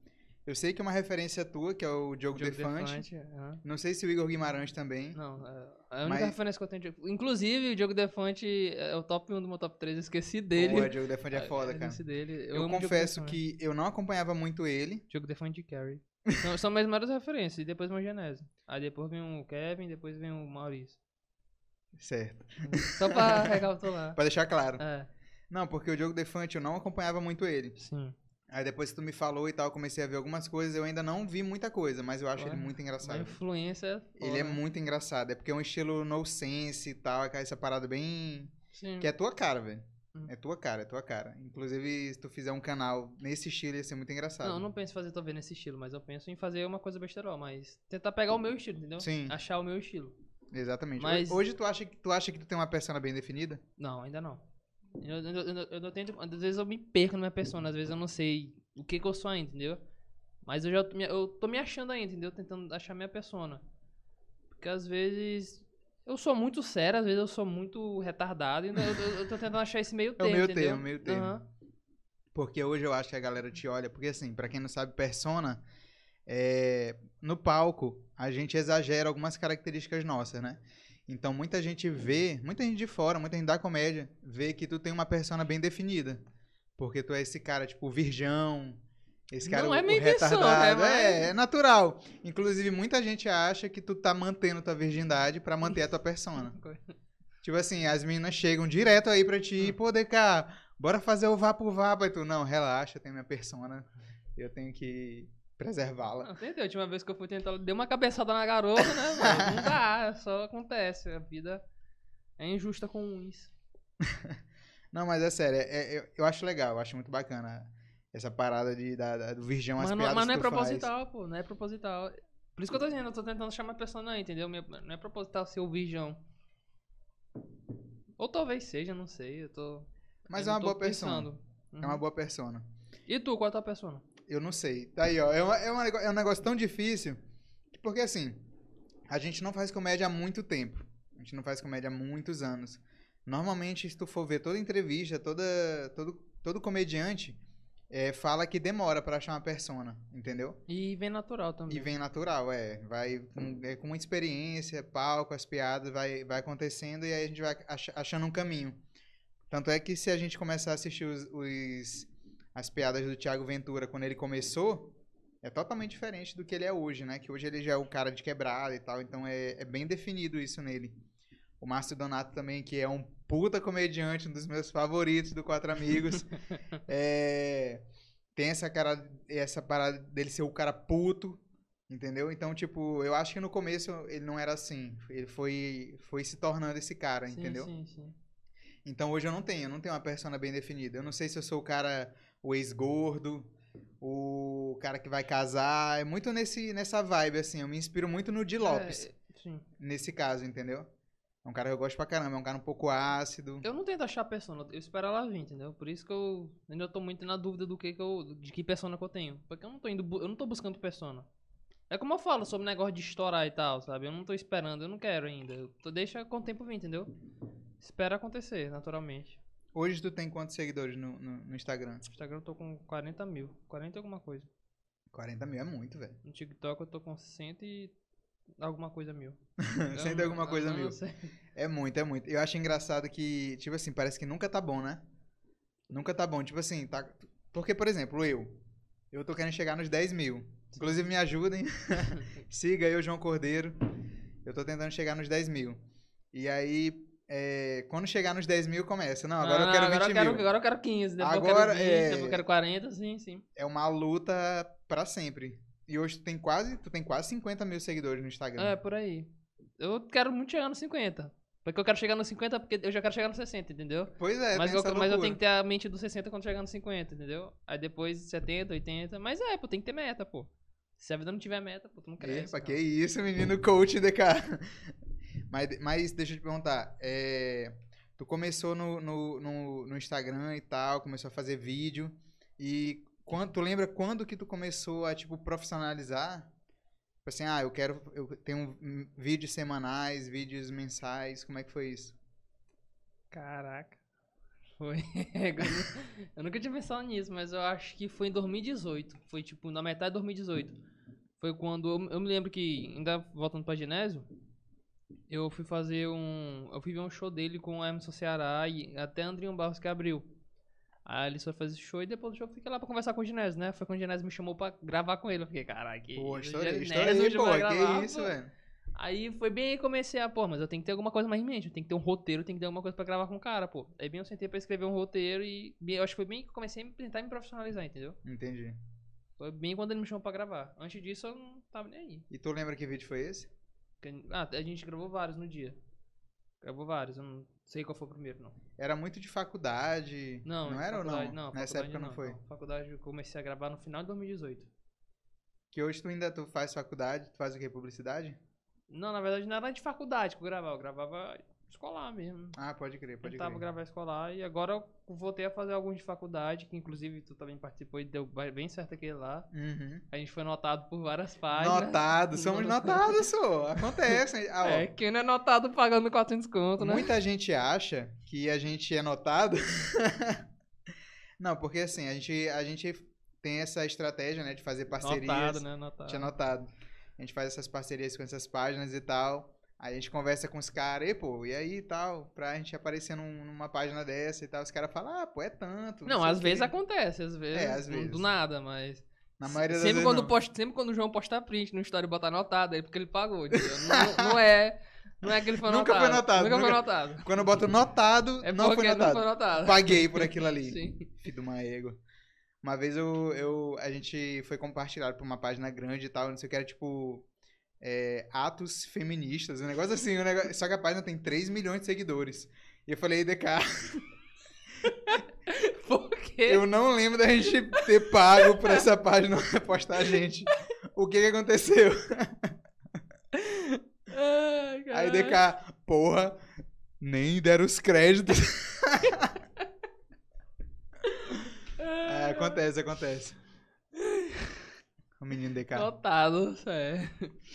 Speaker 1: Eu sei que é uma referência tua, que é o Diogo,
Speaker 2: Diogo
Speaker 1: Defante.
Speaker 2: Defante, é, aham.
Speaker 1: Não sei se o Igor Guimarães também.
Speaker 2: Não, é- é a única
Speaker 1: Mas-
Speaker 2: referência que eu tenho. de- Inclusive, o Diogo Defante é o top 1 do meu top 3, eu esqueci dele. Ah,
Speaker 1: Pô, o Diogo Defante é foda,
Speaker 2: Eu
Speaker 1: cara.
Speaker 2: esqueci dele.
Speaker 1: Eu
Speaker 2: Eu, amo o Diogo
Speaker 1: confesso
Speaker 2: Defante.
Speaker 1: que eu não acompanhava muito ele.
Speaker 2: Diogo Defante e Carrie. São, são minhas maiores referências, e depois meu Genésio. Aí depois vem o Kevin, depois vem o Maurício.
Speaker 1: Certo.
Speaker 2: Só pra recapitular.
Speaker 1: Pra deixar claro.
Speaker 2: É,
Speaker 1: Não, porque o Diogo Defante eu não acompanhava muito ele.
Speaker 2: sim.
Speaker 1: Aí depois que tu me falou e tal, eu comecei a ver algumas coisas. Eu ainda não vi muita coisa, mas eu acho
Speaker 2: Claro.
Speaker 1: ele muito
Speaker 2: A
Speaker 1: engraçado.
Speaker 2: influência é
Speaker 1: Ele é
Speaker 2: foda.
Speaker 1: muito engraçado. É porque é um estilo no sense e tal. é Essa parada bem.
Speaker 2: Sim.
Speaker 1: Que é tua cara, velho.
Speaker 2: Hum.
Speaker 1: É tua cara, é tua cara. Inclusive, se tu fizer um canal nesse estilo, ia ser muito engraçado.
Speaker 2: Não, eu não penso em fazer talvez nesse estilo, mas eu penso em fazer uma coisa besterol, mas tentar pegar o meu estilo, entendeu?
Speaker 1: Sim.
Speaker 2: Achar o meu estilo.
Speaker 1: Exatamente.
Speaker 2: Mas-
Speaker 1: Hoje tu acha, que, tu acha que tu tem uma persona bem definida?
Speaker 2: Não, ainda não. Eu, eu, eu, eu- eu não tento. Às vezes eu me perco na minha persona, às vezes eu não sei o que, que eu sou ainda, entendeu? Mas eu já tô me- eu tô me achando ainda, entendeu? Tentando achar minha persona. Porque às vezes eu sou muito sério, às vezes eu sou muito retardado, então eu, eu, eu tô tentando achar esse meio
Speaker 1: É o
Speaker 2: termo.
Speaker 1: meio
Speaker 2: entendeu?
Speaker 1: termo, meio termo.
Speaker 2: Aham.
Speaker 1: Porque hoje eu acho que a galera te olha, porque assim, pra quem não sabe, persona é no palco, a gente exagera algumas características nossas, né? Então muita gente vê, muita gente de fora, muita gente da comédia, vê que tu tem uma persona bem definida. Porque tu é esse cara, tipo, virgão, Esse cara
Speaker 2: Não
Speaker 1: o-
Speaker 2: é
Speaker 1: o
Speaker 2: minha intenção,
Speaker 1: retardado.
Speaker 2: né, mas-
Speaker 1: É, é natural. Inclusive, muita gente acha que tu tá mantendo tua virgindade pra manter a tua persona. Tipo assim, as meninas chegam direto aí pra ti e, pô, DK, bora fazer o vapo vapo. Aí tu, não, relaxa, tem minha persona. Eu tenho que preservá-la.
Speaker 2: Não, entendeu? A última vez que eu fui tentar, deu uma cabeçada na garota, né, mano? Não dá, só acontece. A vida é injusta com uns.
Speaker 1: Não, mas é sério, é- é- eu, eu acho legal, eu acho muito bacana essa parada de, da, da- do virgão, as
Speaker 2: Mas, não-
Speaker 1: piadas
Speaker 2: mas não é
Speaker 1: que tu faz.
Speaker 2: proposital, pô. Não é proposital. Por isso que eu tô dizendo, eu tô tentando chamar a pessoa, não, entendeu? Minha- Não é proposital ser o virgão. Ou talvez seja, não sei. Eu tô.
Speaker 1: Mas
Speaker 2: eu
Speaker 1: é uma
Speaker 2: tô
Speaker 1: boa persona.
Speaker 2: pensando. Uhum.
Speaker 1: É uma boa persona.
Speaker 2: E tu, qual é a tua persona?
Speaker 1: Eu não sei. Tá aí, ó. É, uma- é uma nego- é um negócio tão difícil. que- Porque assim, a gente não faz comédia há muito tempo. A gente não faz comédia há muitos anos. Normalmente, se tu for ver toda entrevista, toda, todo, todo comediante eh, fala que demora pra achar uma persona, entendeu?
Speaker 2: E vem natural também.
Speaker 1: E vem natural, é. Vai com, é, com muita experiência, palco, as piadas, vai, vai acontecendo e aí a gente vai ach- achando um caminho. Tanto é que se a gente começar a assistir os, os- as piadas do Thiago Ventura quando ele começou, é totalmente diferente do que ele é hoje, né? Que hoje ele já é o cara de quebrada e tal, então é, é bem definido isso nele. O Márcio Donato também, que é um puta comediante, um dos meus favoritos do Quatro Amigos. é, tem essa, cara, essa parada dele ser o cara puto, Entendeu? Então, tipo, eu acho que no começo ele não era assim. Ele foi, foi se tornando esse cara,
Speaker 2: sim,
Speaker 1: entendeu?
Speaker 2: Sim, sim.
Speaker 1: Então hoje eu não tenho, eu não tenho uma persona bem definida. Eu não sei se eu sou o cara, o ex-gordo, o cara que vai casar. É muito nesse, nessa vibe, assim. Eu me inspiro muito no Di Lopes,
Speaker 2: É, sim.
Speaker 1: nesse caso, entendeu? É um cara que eu gosto pra caramba, é um cara um pouco ácido.
Speaker 2: Eu não tento achar a persona, eu espero ela vir, entendeu? Por isso que eu ainda tô muito na dúvida do que, que eu. de que persona que eu tenho. Porque eu não tô indo. bu- Eu não tô buscando persona. É como eu falo sobre negócio de estourar e tal, sabe? Eu não tô esperando, eu não quero ainda. Eu tô, deixa com o tempo vir, entendeu? Espera acontecer, naturalmente.
Speaker 1: Hoje tu tem quantos seguidores no, no, no Instagram?
Speaker 2: No Instagram eu tô com 40 mil. 40 e alguma coisa.
Speaker 1: 40 mil é muito, velho.
Speaker 2: No TikTok eu tô com 100 e. alguma coisa mil.
Speaker 1: Cento e
Speaker 2: Eu-
Speaker 1: alguma coisa
Speaker 2: eu não
Speaker 1: mil.
Speaker 2: sei.
Speaker 1: É muito, é muito. Eu acho engraçado que, tipo assim, parece que nunca tá bom, né? Nunca tá bom. Tipo assim, tá. Porque, por exemplo, eu. Eu tô querendo chegar nos 10 mil. Inclusive, me ajudem. Siga eu, João Cordeiro. Eu tô tentando chegar nos 10 mil. E aí, é, quando chegar nos 10 mil, começa. Não, agora
Speaker 2: Não,
Speaker 1: eu quero 20
Speaker 2: não, Ah, agora eu quero,
Speaker 1: mil.
Speaker 2: agora eu quero 15, depois eu
Speaker 1: Agora,
Speaker 2: quero 20,
Speaker 1: é-
Speaker 2: depois eu quero 40, sim, sim.
Speaker 1: É uma luta pra sempre. E hoje tu tem quase, tu tem quase 50 mil seguidores no Instagram.
Speaker 2: É, por aí. Eu quero muito chegar nos 50. Porque eu quero chegar nos 50 porque eu já quero chegar nos 60, entendeu?
Speaker 1: Pois é,
Speaker 2: mas,
Speaker 1: tem
Speaker 2: eu,
Speaker 1: essa
Speaker 2: mas eu
Speaker 1: loucura.
Speaker 2: tenho que ter a mente dos 60 quando chegar nos 50, entendeu? Aí depois 70, 80. Mas é, pô, tem que ter meta, pô. Se a vida não tiver meta, pô, tu não cresce.
Speaker 1: Epa,
Speaker 2: cara.
Speaker 1: que isso, menino coach DK. Mas, mas deixa eu te perguntar. é, tu começou no, no, no, no Instagram e tal, começou a fazer vídeo. E quando, tu lembra quando que tu começou a, tipo, profissionalizar? Tipo assim, ah, eu quero. Eu tenho hum, vídeos semanais, vídeos mensais. Como é que foi isso?
Speaker 2: Caraca. Foi. eu nunca tinha pensado nisso, mas eu acho que foi em 2018. Foi tipo na metade de 2018. Foi quando eu, eu me lembro que, ainda voltando pra Genésio, eu fui fazer um. Eu fui ver um show dele com o Emerson Ceará e até Andrinho Barros que abriu. Aí eles foram fazer esse show e depois do show eu fiquei lá pra conversar com o Genésio, né? Foi quando o Genésio me chamou pra gravar com ele. Eu fiquei, caraca, que
Speaker 1: Pô,
Speaker 2: isso,
Speaker 1: estourei, estourei,
Speaker 2: Genésio me chamou pra
Speaker 1: pô.
Speaker 2: é gravar,
Speaker 1: Que isso,
Speaker 2: pô.
Speaker 1: velho.
Speaker 2: Aí foi bem aí que comecei a, pô, mas eu tenho que ter alguma coisa mais em mente, eu tenho que ter um roteiro, eu tenho que ter alguma coisa pra gravar com o cara, pô. Aí bem eu sentei pra escrever um roteiro e bem- eu acho que foi bem que eu comecei a me tentar me profissionalizar, entendeu?
Speaker 1: Entendi.
Speaker 2: Foi bem quando ele me chamou pra gravar. Antes disso eu não tava nem aí.
Speaker 1: E tu lembra que vídeo foi esse?
Speaker 2: Porque- Ah, a gente gravou vários no dia. Gravou vários, eu não sei qual foi o primeiro, não.
Speaker 1: Era muito de faculdade.
Speaker 2: Não,
Speaker 1: não era ou não?
Speaker 2: faculdade- não
Speaker 1: Nessa
Speaker 2: faculdade
Speaker 1: época não, foi.
Speaker 2: Faculdade eu comecei a gravar no final de 2018.
Speaker 1: Que hoje tu ainda tu faz faculdade, tu faz o quê? Publicidade?
Speaker 2: Não, na verdade não era de faculdade que eu gravava, eu gravava escolar mesmo.
Speaker 1: Ah, pode crer, pode
Speaker 2: tentava
Speaker 1: crer.
Speaker 2: gravar escolar e agora eu voltei a fazer alguns de faculdade, que inclusive tu também participou e deu ba- bem certo aquele lá.
Speaker 1: Uhum.
Speaker 2: A gente foi notado por várias páginas.
Speaker 1: Notado, somos
Speaker 2: Não-
Speaker 1: notados, só. Acontece. Ah, ó,
Speaker 2: É, quem não é notado pagando 400 conto, né?
Speaker 1: Muita gente acha que a gente é notado. Não, porque assim, a gente, a gente tem essa estratégia, né, de fazer parcerias.
Speaker 2: Notado, né? Notado.
Speaker 1: Tinha notado. A gente faz essas parcerias com essas páginas e tal. Aí a gente conversa com os caras, e pô, e aí e tal, pra gente aparecer num- numa página dessa e tal. Os caras falam, ah, pô, é tanto.
Speaker 2: Não,
Speaker 1: sei
Speaker 2: às
Speaker 1: o
Speaker 2: vezes
Speaker 1: quê.
Speaker 2: acontece, às vezes.
Speaker 1: É, às
Speaker 2: não Do
Speaker 1: vezes.
Speaker 2: nada, mas.
Speaker 1: Na maioria das
Speaker 2: Sempre
Speaker 1: vezes,
Speaker 2: quando,
Speaker 1: não.
Speaker 2: posta, sempre quando o João postar print no story e botar anotado, é porque ele pagou. entendeu? Não, não é. Não é que ele foi
Speaker 1: Nunca foi
Speaker 2: anotado.
Speaker 1: anotado,
Speaker 2: Nunca, foi
Speaker 1: nunca-
Speaker 2: anotado.
Speaker 1: Quando eu boto notado,
Speaker 2: É
Speaker 1: não
Speaker 2: porque
Speaker 1: foi notado.
Speaker 2: não foi anotado.
Speaker 1: Paguei por aquilo ali.
Speaker 2: Sim.
Speaker 1: Filho de uma ego. Uma vez eu, eu, a gente foi compartilhado por uma página grande e tal, não sei o que, era tipo é, atos feministas, um negócio assim. Um negócio, só que a página tem 3 milhões de seguidores. E eu falei, DK,
Speaker 2: Por quê?
Speaker 1: eu não lembro da gente ter pago pra essa página postar a gente. O que que aconteceu?
Speaker 2: Ai,
Speaker 1: Aí
Speaker 2: caralho.
Speaker 1: DK, porra, nem deram os créditos.
Speaker 2: Ai,
Speaker 1: É, acontece, acontece. O menino DK.
Speaker 2: Anotado, é.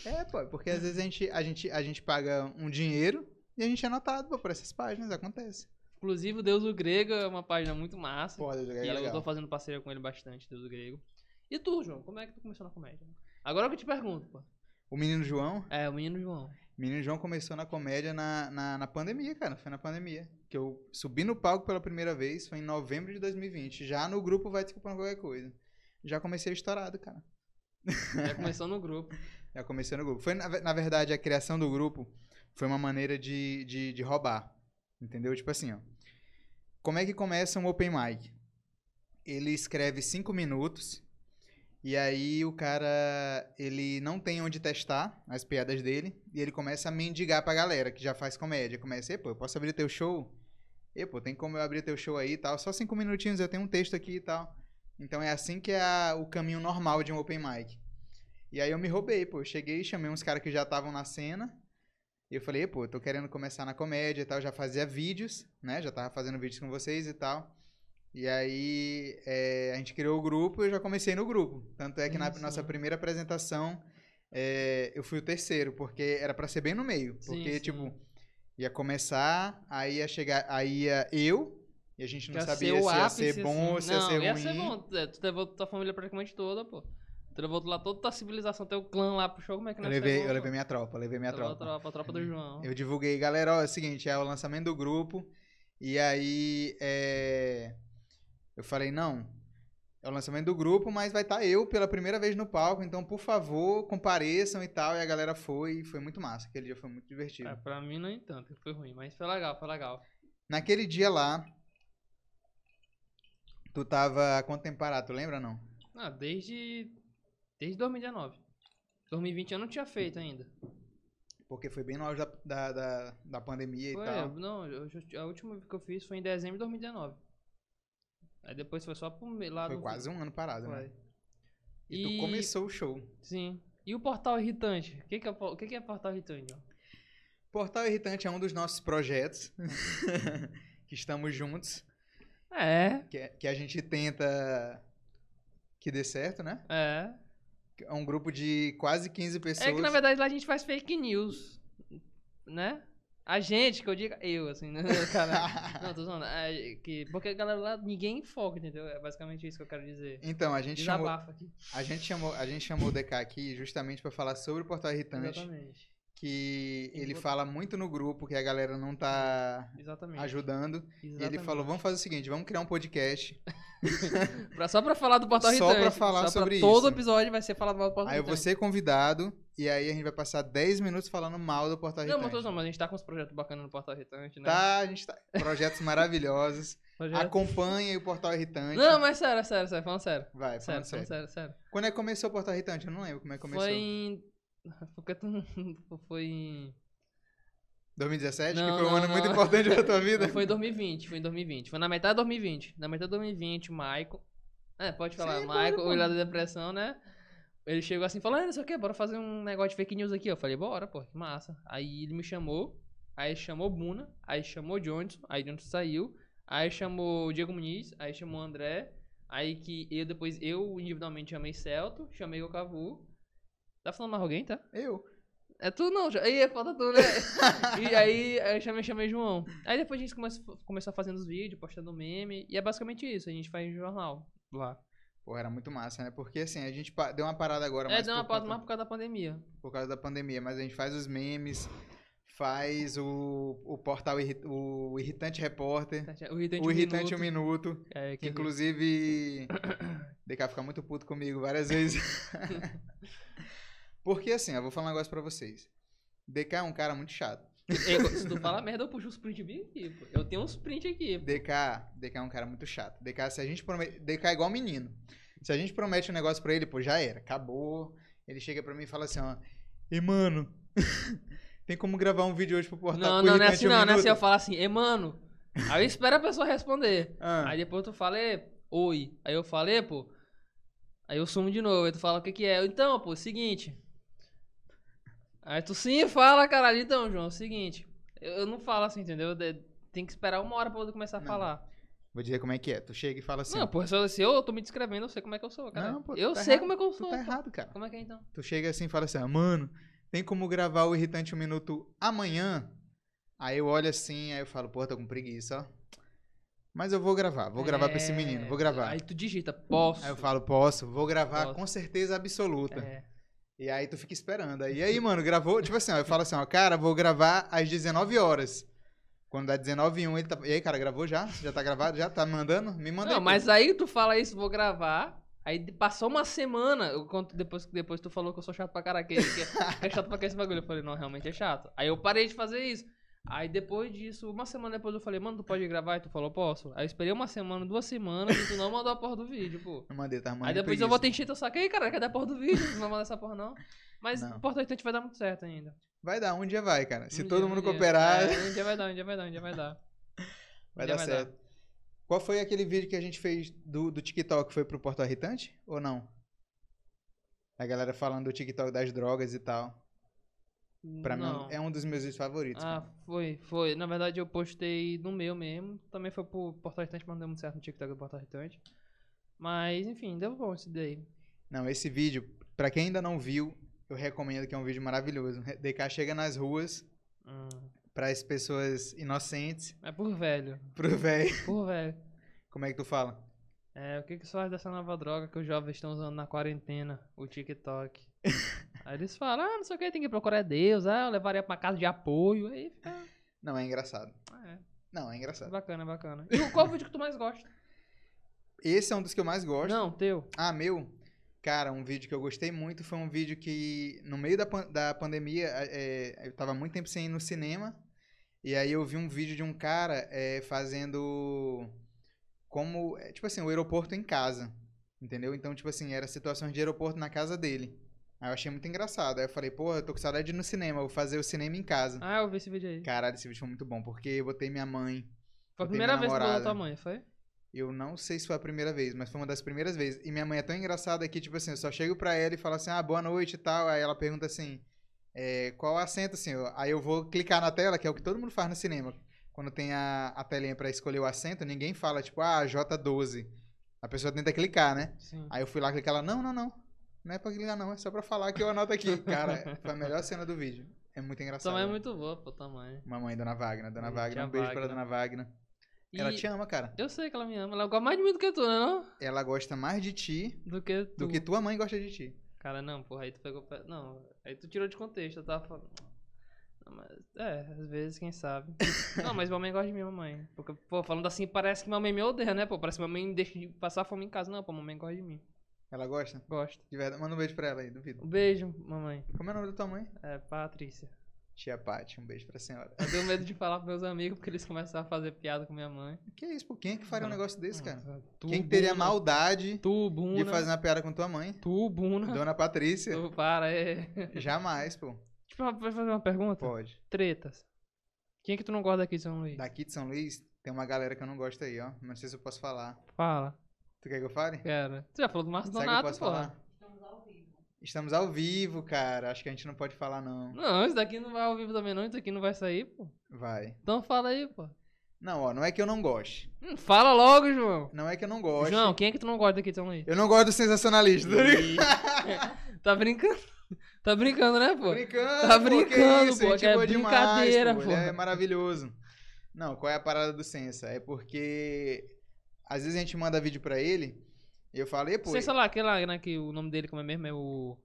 Speaker 1: É, pô, porque às vezes a gente, a gente, a gente paga um dinheiro e a gente é notado pô, por essas páginas, acontece.
Speaker 2: Inclusive, o Deus do Grego é uma página muito massa.
Speaker 1: Pô, Deus, é
Speaker 2: e eu tô
Speaker 1: legal.
Speaker 2: fazendo parceria com ele bastante, Deus do Grego. E tu, João, como é que tu começou na comédia? Agora que eu te pergunto, pô.
Speaker 1: O menino João,
Speaker 2: É, o menino João.
Speaker 1: o menino João começou na comédia na, na, na pandemia, cara, foi na pandemia. Que eu subi no palco pela primeira vez, foi em novembro de 2020, já no grupo Vai Desculpando Qualquer Coisa. Já comecei estourado, cara.
Speaker 2: Já começou no grupo.
Speaker 1: Já comecei no grupo. Foi, na, ve- na verdade, a criação do grupo foi uma maneira de, de, de roubar. Entendeu? Tipo assim, ó. Como é que começa um open mic? Ele escreve cinco minutos e aí o cara, ele não tem onde testar as piadas dele e ele começa a mendigar pra galera que já faz comédia. Começa, e pô, eu posso abrir teu show? E pô, tem como eu abrir teu show aí e tal? Só cinco minutinhos, eu tenho um texto aqui e tal. Então é assim que é a- o caminho normal de um open mic. E aí eu me roubei, pô. Eu cheguei, chamei uns caras que já estavam na cena. E eu falei, "E, pô, eu tô querendo começar na comédia e tal. Eu já fazia vídeos, né? Já tava fazendo vídeos com vocês e tal. E aí é, a gente criou o grupo e eu já comecei no grupo. Tanto é que na
Speaker 2: Olha só.
Speaker 1: nossa primeira apresentação é, eu fui o terceiro, porque era pra ser bem no meio.
Speaker 2: Sim,
Speaker 1: Porque,
Speaker 2: sim.
Speaker 1: tipo, ia começar, aí ia chegar, aí ia eu. E a gente não
Speaker 2: Já
Speaker 1: sabia
Speaker 2: ser o
Speaker 1: se ia
Speaker 2: ápice,
Speaker 1: ser bom,
Speaker 2: assim.
Speaker 1: se ia
Speaker 2: Não,
Speaker 1: ser ruim.
Speaker 2: ia ser bom. É, Tu levou tua família praticamente toda, pô. Tu levou lá toda tua civilização, teu clã lá pro show, como é que
Speaker 1: Eu
Speaker 2: nós
Speaker 1: levei,
Speaker 2: chegou,
Speaker 1: eu
Speaker 2: pô?
Speaker 1: levei minha tropa, levei minha
Speaker 2: Tu levou a
Speaker 1: tropa.
Speaker 2: tropa, a tropa do João.
Speaker 1: Eu divulguei, galera, ó, é o seguinte, é o lançamento do grupo. E aí, é, eu falei, não, é o lançamento do grupo, mas vai estar eu pela primeira vez no palco, então, por favor, compareçam e tal. E a galera foi, e foi muito massa, aquele dia foi muito divertido.
Speaker 2: É, pra mim, não entanto, foi ruim, mas foi legal, foi legal.
Speaker 1: Naquele dia lá, tu tava há quanto tempo parado, tu lembra ou não?
Speaker 2: Ah, desde. Desde 2019. 2020 eu não tinha feito ainda.
Speaker 1: Porque foi bem no auge da, da, da, da pandemia
Speaker 2: Foi,
Speaker 1: e tal.
Speaker 2: não, eu já- a última que eu fiz foi em dezembro de 2019. Aí depois foi só pro me- lá
Speaker 1: Foi
Speaker 2: do-
Speaker 1: quase um ano parado,
Speaker 2: Foi.
Speaker 1: né? E tu começou o show.
Speaker 2: Sim. E o portal irritante? O que, que, é, po- o que, que é portal irritante? ó?
Speaker 1: Portal Irritante é um dos nossos projetos que estamos juntos,
Speaker 2: É,
Speaker 1: que, que a gente tenta que dê certo, né?
Speaker 2: é.
Speaker 1: É um grupo de quase 15 pessoas.
Speaker 2: É que na verdade lá a gente faz fake news. Né? A gente, que eu digo, eu, assim, né? Cara, não, tô zoando. É, que, porque a galera lá, ninguém foca, entendeu? É basicamente isso que eu quero dizer.
Speaker 1: então, a gente, chamou,
Speaker 2: Desabafa aqui.
Speaker 1: a, gente chamou, a gente chamou o DK aqui justamente para falar sobre o Portal Irritante,
Speaker 2: Exatamente.
Speaker 1: que
Speaker 2: Tem que
Speaker 1: ele
Speaker 2: botar.
Speaker 1: fala muito no grupo, que a galera não tá
Speaker 2: Exatamente.
Speaker 1: ajudando. E
Speaker 2: Exatamente.
Speaker 1: ele falou, vamos fazer o seguinte, vamos criar um podcast.
Speaker 2: Pra- só pra falar do portal
Speaker 1: Só
Speaker 2: irritante.
Speaker 1: pra falar
Speaker 2: só
Speaker 1: sobre
Speaker 2: pra Todo
Speaker 1: isso.
Speaker 2: episódio vai ser falado mal do portal
Speaker 1: Aí eu vou
Speaker 2: irritante.
Speaker 1: ser convidado, e aí a gente vai passar 10 minutos falando mal do Portal
Speaker 2: Não, mas,
Speaker 1: Irritante.
Speaker 2: tô zoando, mas a gente tá com uns projetos bacanas no portal irritante, né?
Speaker 1: Tá, a gente tá. Projetos maravilhosos.
Speaker 2: Projeto-
Speaker 1: Acompanhem o Portal Irritante.
Speaker 2: Não, mas sério, sério, sério, falando sério.
Speaker 1: Vai,
Speaker 2: Sério,
Speaker 1: Tá falando
Speaker 2: sério,
Speaker 1: sério.
Speaker 2: sério, sério.
Speaker 1: Quando é que começou o Portal Irritante? Eu não lembro como é que começou.
Speaker 2: Foi em. Porque tu não- Foi em.
Speaker 1: 2017?
Speaker 2: Não,
Speaker 1: que foi um
Speaker 2: não,
Speaker 1: ano muito
Speaker 2: não.
Speaker 1: importante pra tua vida?
Speaker 2: Não, foi em 2020, foi em 2020. Foi na metade de 2020. Na metade de 2020, o Michael. É, pode falar,
Speaker 1: Sim,
Speaker 2: Michael,
Speaker 1: claro,
Speaker 2: o lá da depressão, né? Ele chegou assim, falando, não sei o que, bora fazer um negócio de fake news aqui. Eu falei, bora, pô, que massa. Aí ele me chamou, aí chamou Buna, aí chamou Johnson, aí Johnson saiu, aí chamou o Diego Muniz, aí chamou o André, aí que eu depois, eu individualmente chamei Celto, chamei o Cavu. Tá falando mais alguém, tá?
Speaker 1: Eu.
Speaker 2: É tu não, já. Aí é falta tu, né? e aí aí eu chamei, chamei João. Aí depois a gente começou, começou fazendo os vídeos, postando meme. E é basicamente isso, a gente faz jornal lá.
Speaker 1: Pô, era muito massa, né? Porque assim, a gente pa- deu uma parada agora.
Speaker 2: É,
Speaker 1: mais
Speaker 2: deu uma
Speaker 1: por
Speaker 2: pausa
Speaker 1: conta-
Speaker 2: mais por causa da pandemia.
Speaker 1: Por causa da pandemia, mas a gente faz os memes, faz o, o portal irri- o Irritante Repórter,
Speaker 2: O irritante,
Speaker 1: o
Speaker 2: um
Speaker 1: Irritante
Speaker 2: minuto.
Speaker 1: Um Minuto,
Speaker 2: É,
Speaker 1: que
Speaker 2: que-
Speaker 1: inclusive DK fica muito puto comigo várias vezes. Porque assim, eu vou falar um negócio pra vocês. DK é um cara muito chato.
Speaker 2: Ei, se tu falar merda, eu puxo os print bem aqui, pô. Eu tenho uns print aqui. pô.
Speaker 1: DK, DK é um cara muito chato. DK, se a gente promete. DK é igual menino. Se a gente promete um negócio pra ele, pô, já era, acabou. Ele chega pra mim e fala assim, ó. E mano, tem como gravar um vídeo hoje pro portal?
Speaker 2: Não,
Speaker 1: pro
Speaker 2: não, não é
Speaker 1: Irritante
Speaker 2: assim
Speaker 1: Um
Speaker 2: não, não é assim. Eu
Speaker 1: Minuto?"
Speaker 2: falo assim, e mano. Aí eu espero a pessoa responder.
Speaker 1: Ah,
Speaker 2: Aí depois tu fala, "Ê, oi. Aí eu falei, pô. Aí eu sumo de novo. Aí tu fala, o que que é? Eu, Então, pô, seguinte. Aí tu sim fala, caralho. Então, João, seguinte. Eu, eu não falo assim, entendeu? De- Tem que esperar uma hora pra poder começar a
Speaker 1: Não.
Speaker 2: falar.
Speaker 1: Vou dizer como é que é. Tu chega e fala assim.
Speaker 2: Não, pô, se eu, se eu tô me descrevendo, eu sei como é que eu sou, cara.
Speaker 1: Não, pô, tu
Speaker 2: eu
Speaker 1: tá
Speaker 2: sei
Speaker 1: errado,
Speaker 2: como é que eu
Speaker 1: tu
Speaker 2: sou.
Speaker 1: tá
Speaker 2: pô.
Speaker 1: errado, cara.
Speaker 2: Como é que é então?
Speaker 1: Tu chega assim e fala assim, "Ah, mano, tem como gravar o Irritante Um Minuto amanhã? Aí eu olho assim, aí eu falo, porra, tô com preguiça, ó. Mas eu vou gravar, vou gravar pra esse
Speaker 2: É,
Speaker 1: menino, vou gravar.
Speaker 2: Aí
Speaker 1: Aí,
Speaker 2: tu digita, posso.
Speaker 1: eu falo, posso, vou gravar
Speaker 2: Posso.
Speaker 1: com certeza absoluta.
Speaker 2: É.
Speaker 1: E aí tu fica esperando. Aí, E aí, mano, gravou? Tipo assim, ó, eu falo assim, ó, cara, vou gravar às 19 horas. Quando dá 19 e 1, ele tá. E aí, cara, gravou já? Já tá gravado? Já tá me mandando? Me manda
Speaker 2: Não,
Speaker 1: aí, pô.
Speaker 2: mas aí tu fala isso, vou gravar. Aí de- passou uma semana, eu conto depois, depois tu falou que eu sou chato pra caralho, que, que é, é chato pra que esse bagulho. Eu falei, não, realmente é chato. Aí eu parei de fazer isso. Aí depois disso, uma semana depois eu falei, mano, tu pode gravar? E tu falou, posso. Aí eu esperei uma semana, duas semanas, e tu não mandou a porra do vídeo, pô.
Speaker 1: Eu mandei, tá mandando.
Speaker 2: aí depois eu vou ter enchido o saco, aí, cara, cadê a porra do vídeo? Tu não manda essa porra, não. Mas
Speaker 1: Não.
Speaker 2: o importante é que vai dar muito certo ainda.
Speaker 1: Vai dar, um dia vai, cara. Se
Speaker 2: Um
Speaker 1: todo
Speaker 2: dia,
Speaker 1: mundo
Speaker 2: um dia.
Speaker 1: cooperar.
Speaker 2: É, um dia vai dar, um dia vai dar, um dia vai dar. Um
Speaker 1: Vai
Speaker 2: dia
Speaker 1: dar certo. Qual foi aquele vídeo que a gente fez do, do TikTok? Foi pro Portal Irritante ou não? A galera falando do TikTok das drogas e tal. Pra mim é
Speaker 2: Não.
Speaker 1: um- é um dos meus vídeos favoritos.
Speaker 2: Ah,
Speaker 1: cara.
Speaker 2: foi, foi. Na verdade, eu postei no meu mesmo. Também foi pro Portal Irritante, mas não deu muito certo no TikTok do Portal Irritante. Mas, enfim, deu bom esse daí.
Speaker 1: Não, esse vídeo, pra quem ainda não viu, eu recomendo que é um vídeo maravilhoso. DK chega nas ruas
Speaker 2: Hum.
Speaker 1: pras pessoas inocentes,
Speaker 2: É por velho.
Speaker 1: pro velho.
Speaker 2: Por velho.
Speaker 1: Como é que tu fala?
Speaker 2: É, o que que você faz dessa nova droga que os jovens estão usando na quarentena? O TikTok. Aí eles falam, ah, não sei o que, tem que procurar Deus. Ah, eu levaria pra uma casa de apoio. Aí fica...
Speaker 1: Não, é engraçado.
Speaker 2: Ah,
Speaker 1: Não, é
Speaker 2: é,
Speaker 1: engraçado.
Speaker 2: bacana, bacana. E qual vídeo que tu mais gosta?
Speaker 1: Esse é um dos que eu mais gosto.
Speaker 2: Não, teu.
Speaker 1: Ah, meu? Cara, um vídeo que eu gostei muito foi um vídeo que, no meio da, pan- da pandemia, a- é, eu tava muito tempo sem ir no cinema. E aí eu vi um vídeo de um cara é, fazendo como, é, tipo assim, o aeroporto em casa. Entendeu? Então, tipo assim, era situações de aeroporto na casa dele. Aí eu achei muito engraçado. Aí eu falei, porra, eu tô com saudade de ir no cinema, eu vou fazer o cinema em casa.
Speaker 2: Ah, eu vi esse vídeo aí.
Speaker 1: Caralho, esse vídeo foi muito bom, porque eu botei minha mãe,
Speaker 2: Foi
Speaker 1: eu tenho
Speaker 2: a primeira
Speaker 1: minha
Speaker 2: vez que tu falou
Speaker 1: namorada.
Speaker 2: tua mãe, foi?
Speaker 1: eu não sei se foi a primeira vez, mas foi uma das primeiras vezes. E minha mãe é tão engraçada que, tipo assim, eu só chego pra ela e falo assim, ah, boa noite e tal. Aí ela pergunta assim, é, qual assento, senhor? Aí eu vou clicar na tela, que é o que todo mundo faz no cinema. Quando tem a, a telinha pra escolher o assento, ninguém fala, tipo, ah, J12. A pessoa tenta clicar, né?
Speaker 2: Sim.
Speaker 1: Aí eu fui lá clicar, ela, não, não, não. Não é pra clicar, não. É só pra falar que eu anoto aqui. Cara, foi a melhor cena do vídeo. É muito
Speaker 2: Tua
Speaker 1: engraçado.
Speaker 2: mãe é muito boa, pô, tua mãe.
Speaker 1: Mamãe, Dona Wagner. Dona
Speaker 2: Tia
Speaker 1: Wagner, um beijo pra
Speaker 2: Wagner.
Speaker 1: Dona Wagner. Ela
Speaker 2: E-
Speaker 1: te ama, cara.
Speaker 2: Eu sei que ela me ama. Ela gosta mais de mim do que tu, né? Não?
Speaker 1: Ela gosta mais de ti
Speaker 2: Do que tu.
Speaker 1: do que tua mãe gosta de ti.
Speaker 2: Cara, não, porra, aí tu pegou. pe- Não, aí tu tirou de contexto. Eu tava falando. Não, mas, é, às vezes, quem sabe. não, mas mamãe gosta de mim, mamãe. Porque, pô, falando assim, parece que mamãe me odeia, né? Pô, parece que mamãe deixa de passar fome em casa. Não, pô, mamãe gosta de mim.
Speaker 1: Ela gosta?
Speaker 2: Gosta.
Speaker 1: De verdade. Manda um beijo pra ela aí, duvido.
Speaker 2: Um beijo, mamãe.
Speaker 1: Como é o nome da tua mãe?
Speaker 2: É, Patrícia.
Speaker 1: Tia Paty, um beijo pra senhora.
Speaker 2: Eu tenho medo de falar pros meus amigos porque eles começam a fazer piada com minha mãe.
Speaker 1: Que isso, pô? Quem é que faria um
Speaker 2: Não.
Speaker 1: negócio desse, cara?
Speaker 2: Nossa, tu,
Speaker 1: Quem que teria
Speaker 2: Buna.
Speaker 1: maldade
Speaker 2: Tu, Buna.
Speaker 1: de fazer uma piada com tua mãe?
Speaker 2: Tu, Buna.
Speaker 1: Dona Patrícia?
Speaker 2: Tu, para, é.
Speaker 1: Jamais, pô.
Speaker 2: Tipo, pode fazer uma pergunta?
Speaker 1: Pode.
Speaker 2: Tretas. Quem é que tu não gosta aqui de São Luís?
Speaker 1: Daqui de São Luís, tem uma galera que eu não gosto aí, ó. Não sei se eu posso falar.
Speaker 2: Fala,
Speaker 1: Tu quer que eu fale?
Speaker 2: cara. Tu já falou do Márcio
Speaker 1: Será que eu
Speaker 2: Donato,
Speaker 1: posso
Speaker 2: porra.
Speaker 1: falar? Estamos ao vivo, cara. Acho que a gente não pode falar, não.
Speaker 2: Não, isso daqui não vai ao vivo também não, isso daqui não vai sair, pô.
Speaker 1: Vai.
Speaker 2: Então fala aí, pô.
Speaker 1: Não, ó, não é que eu não goste.
Speaker 2: Hum, fala logo, João.
Speaker 1: Não é que eu não gosto.
Speaker 2: João, quem é que tu não gosta daqui de São Luís?
Speaker 1: Eu não gosto do sensacionalista. tá ligado?
Speaker 2: Ih. tá brincando? Tá brincando, né, pô?
Speaker 1: brincando,
Speaker 2: Tá
Speaker 1: pô,
Speaker 2: brincando,
Speaker 1: que isso,
Speaker 2: pô,
Speaker 1: gente
Speaker 2: que é
Speaker 1: boa demais,
Speaker 2: brincadeira,
Speaker 1: pô,
Speaker 2: pô.
Speaker 1: ele é maravilhoso. Não, qual é a parada do Sensa? É porque às vezes a gente manda vídeo pra ele e eu falei, pô,
Speaker 2: Sei, sei lá, aquele lá, né, que o nome dele como é mesmo é o...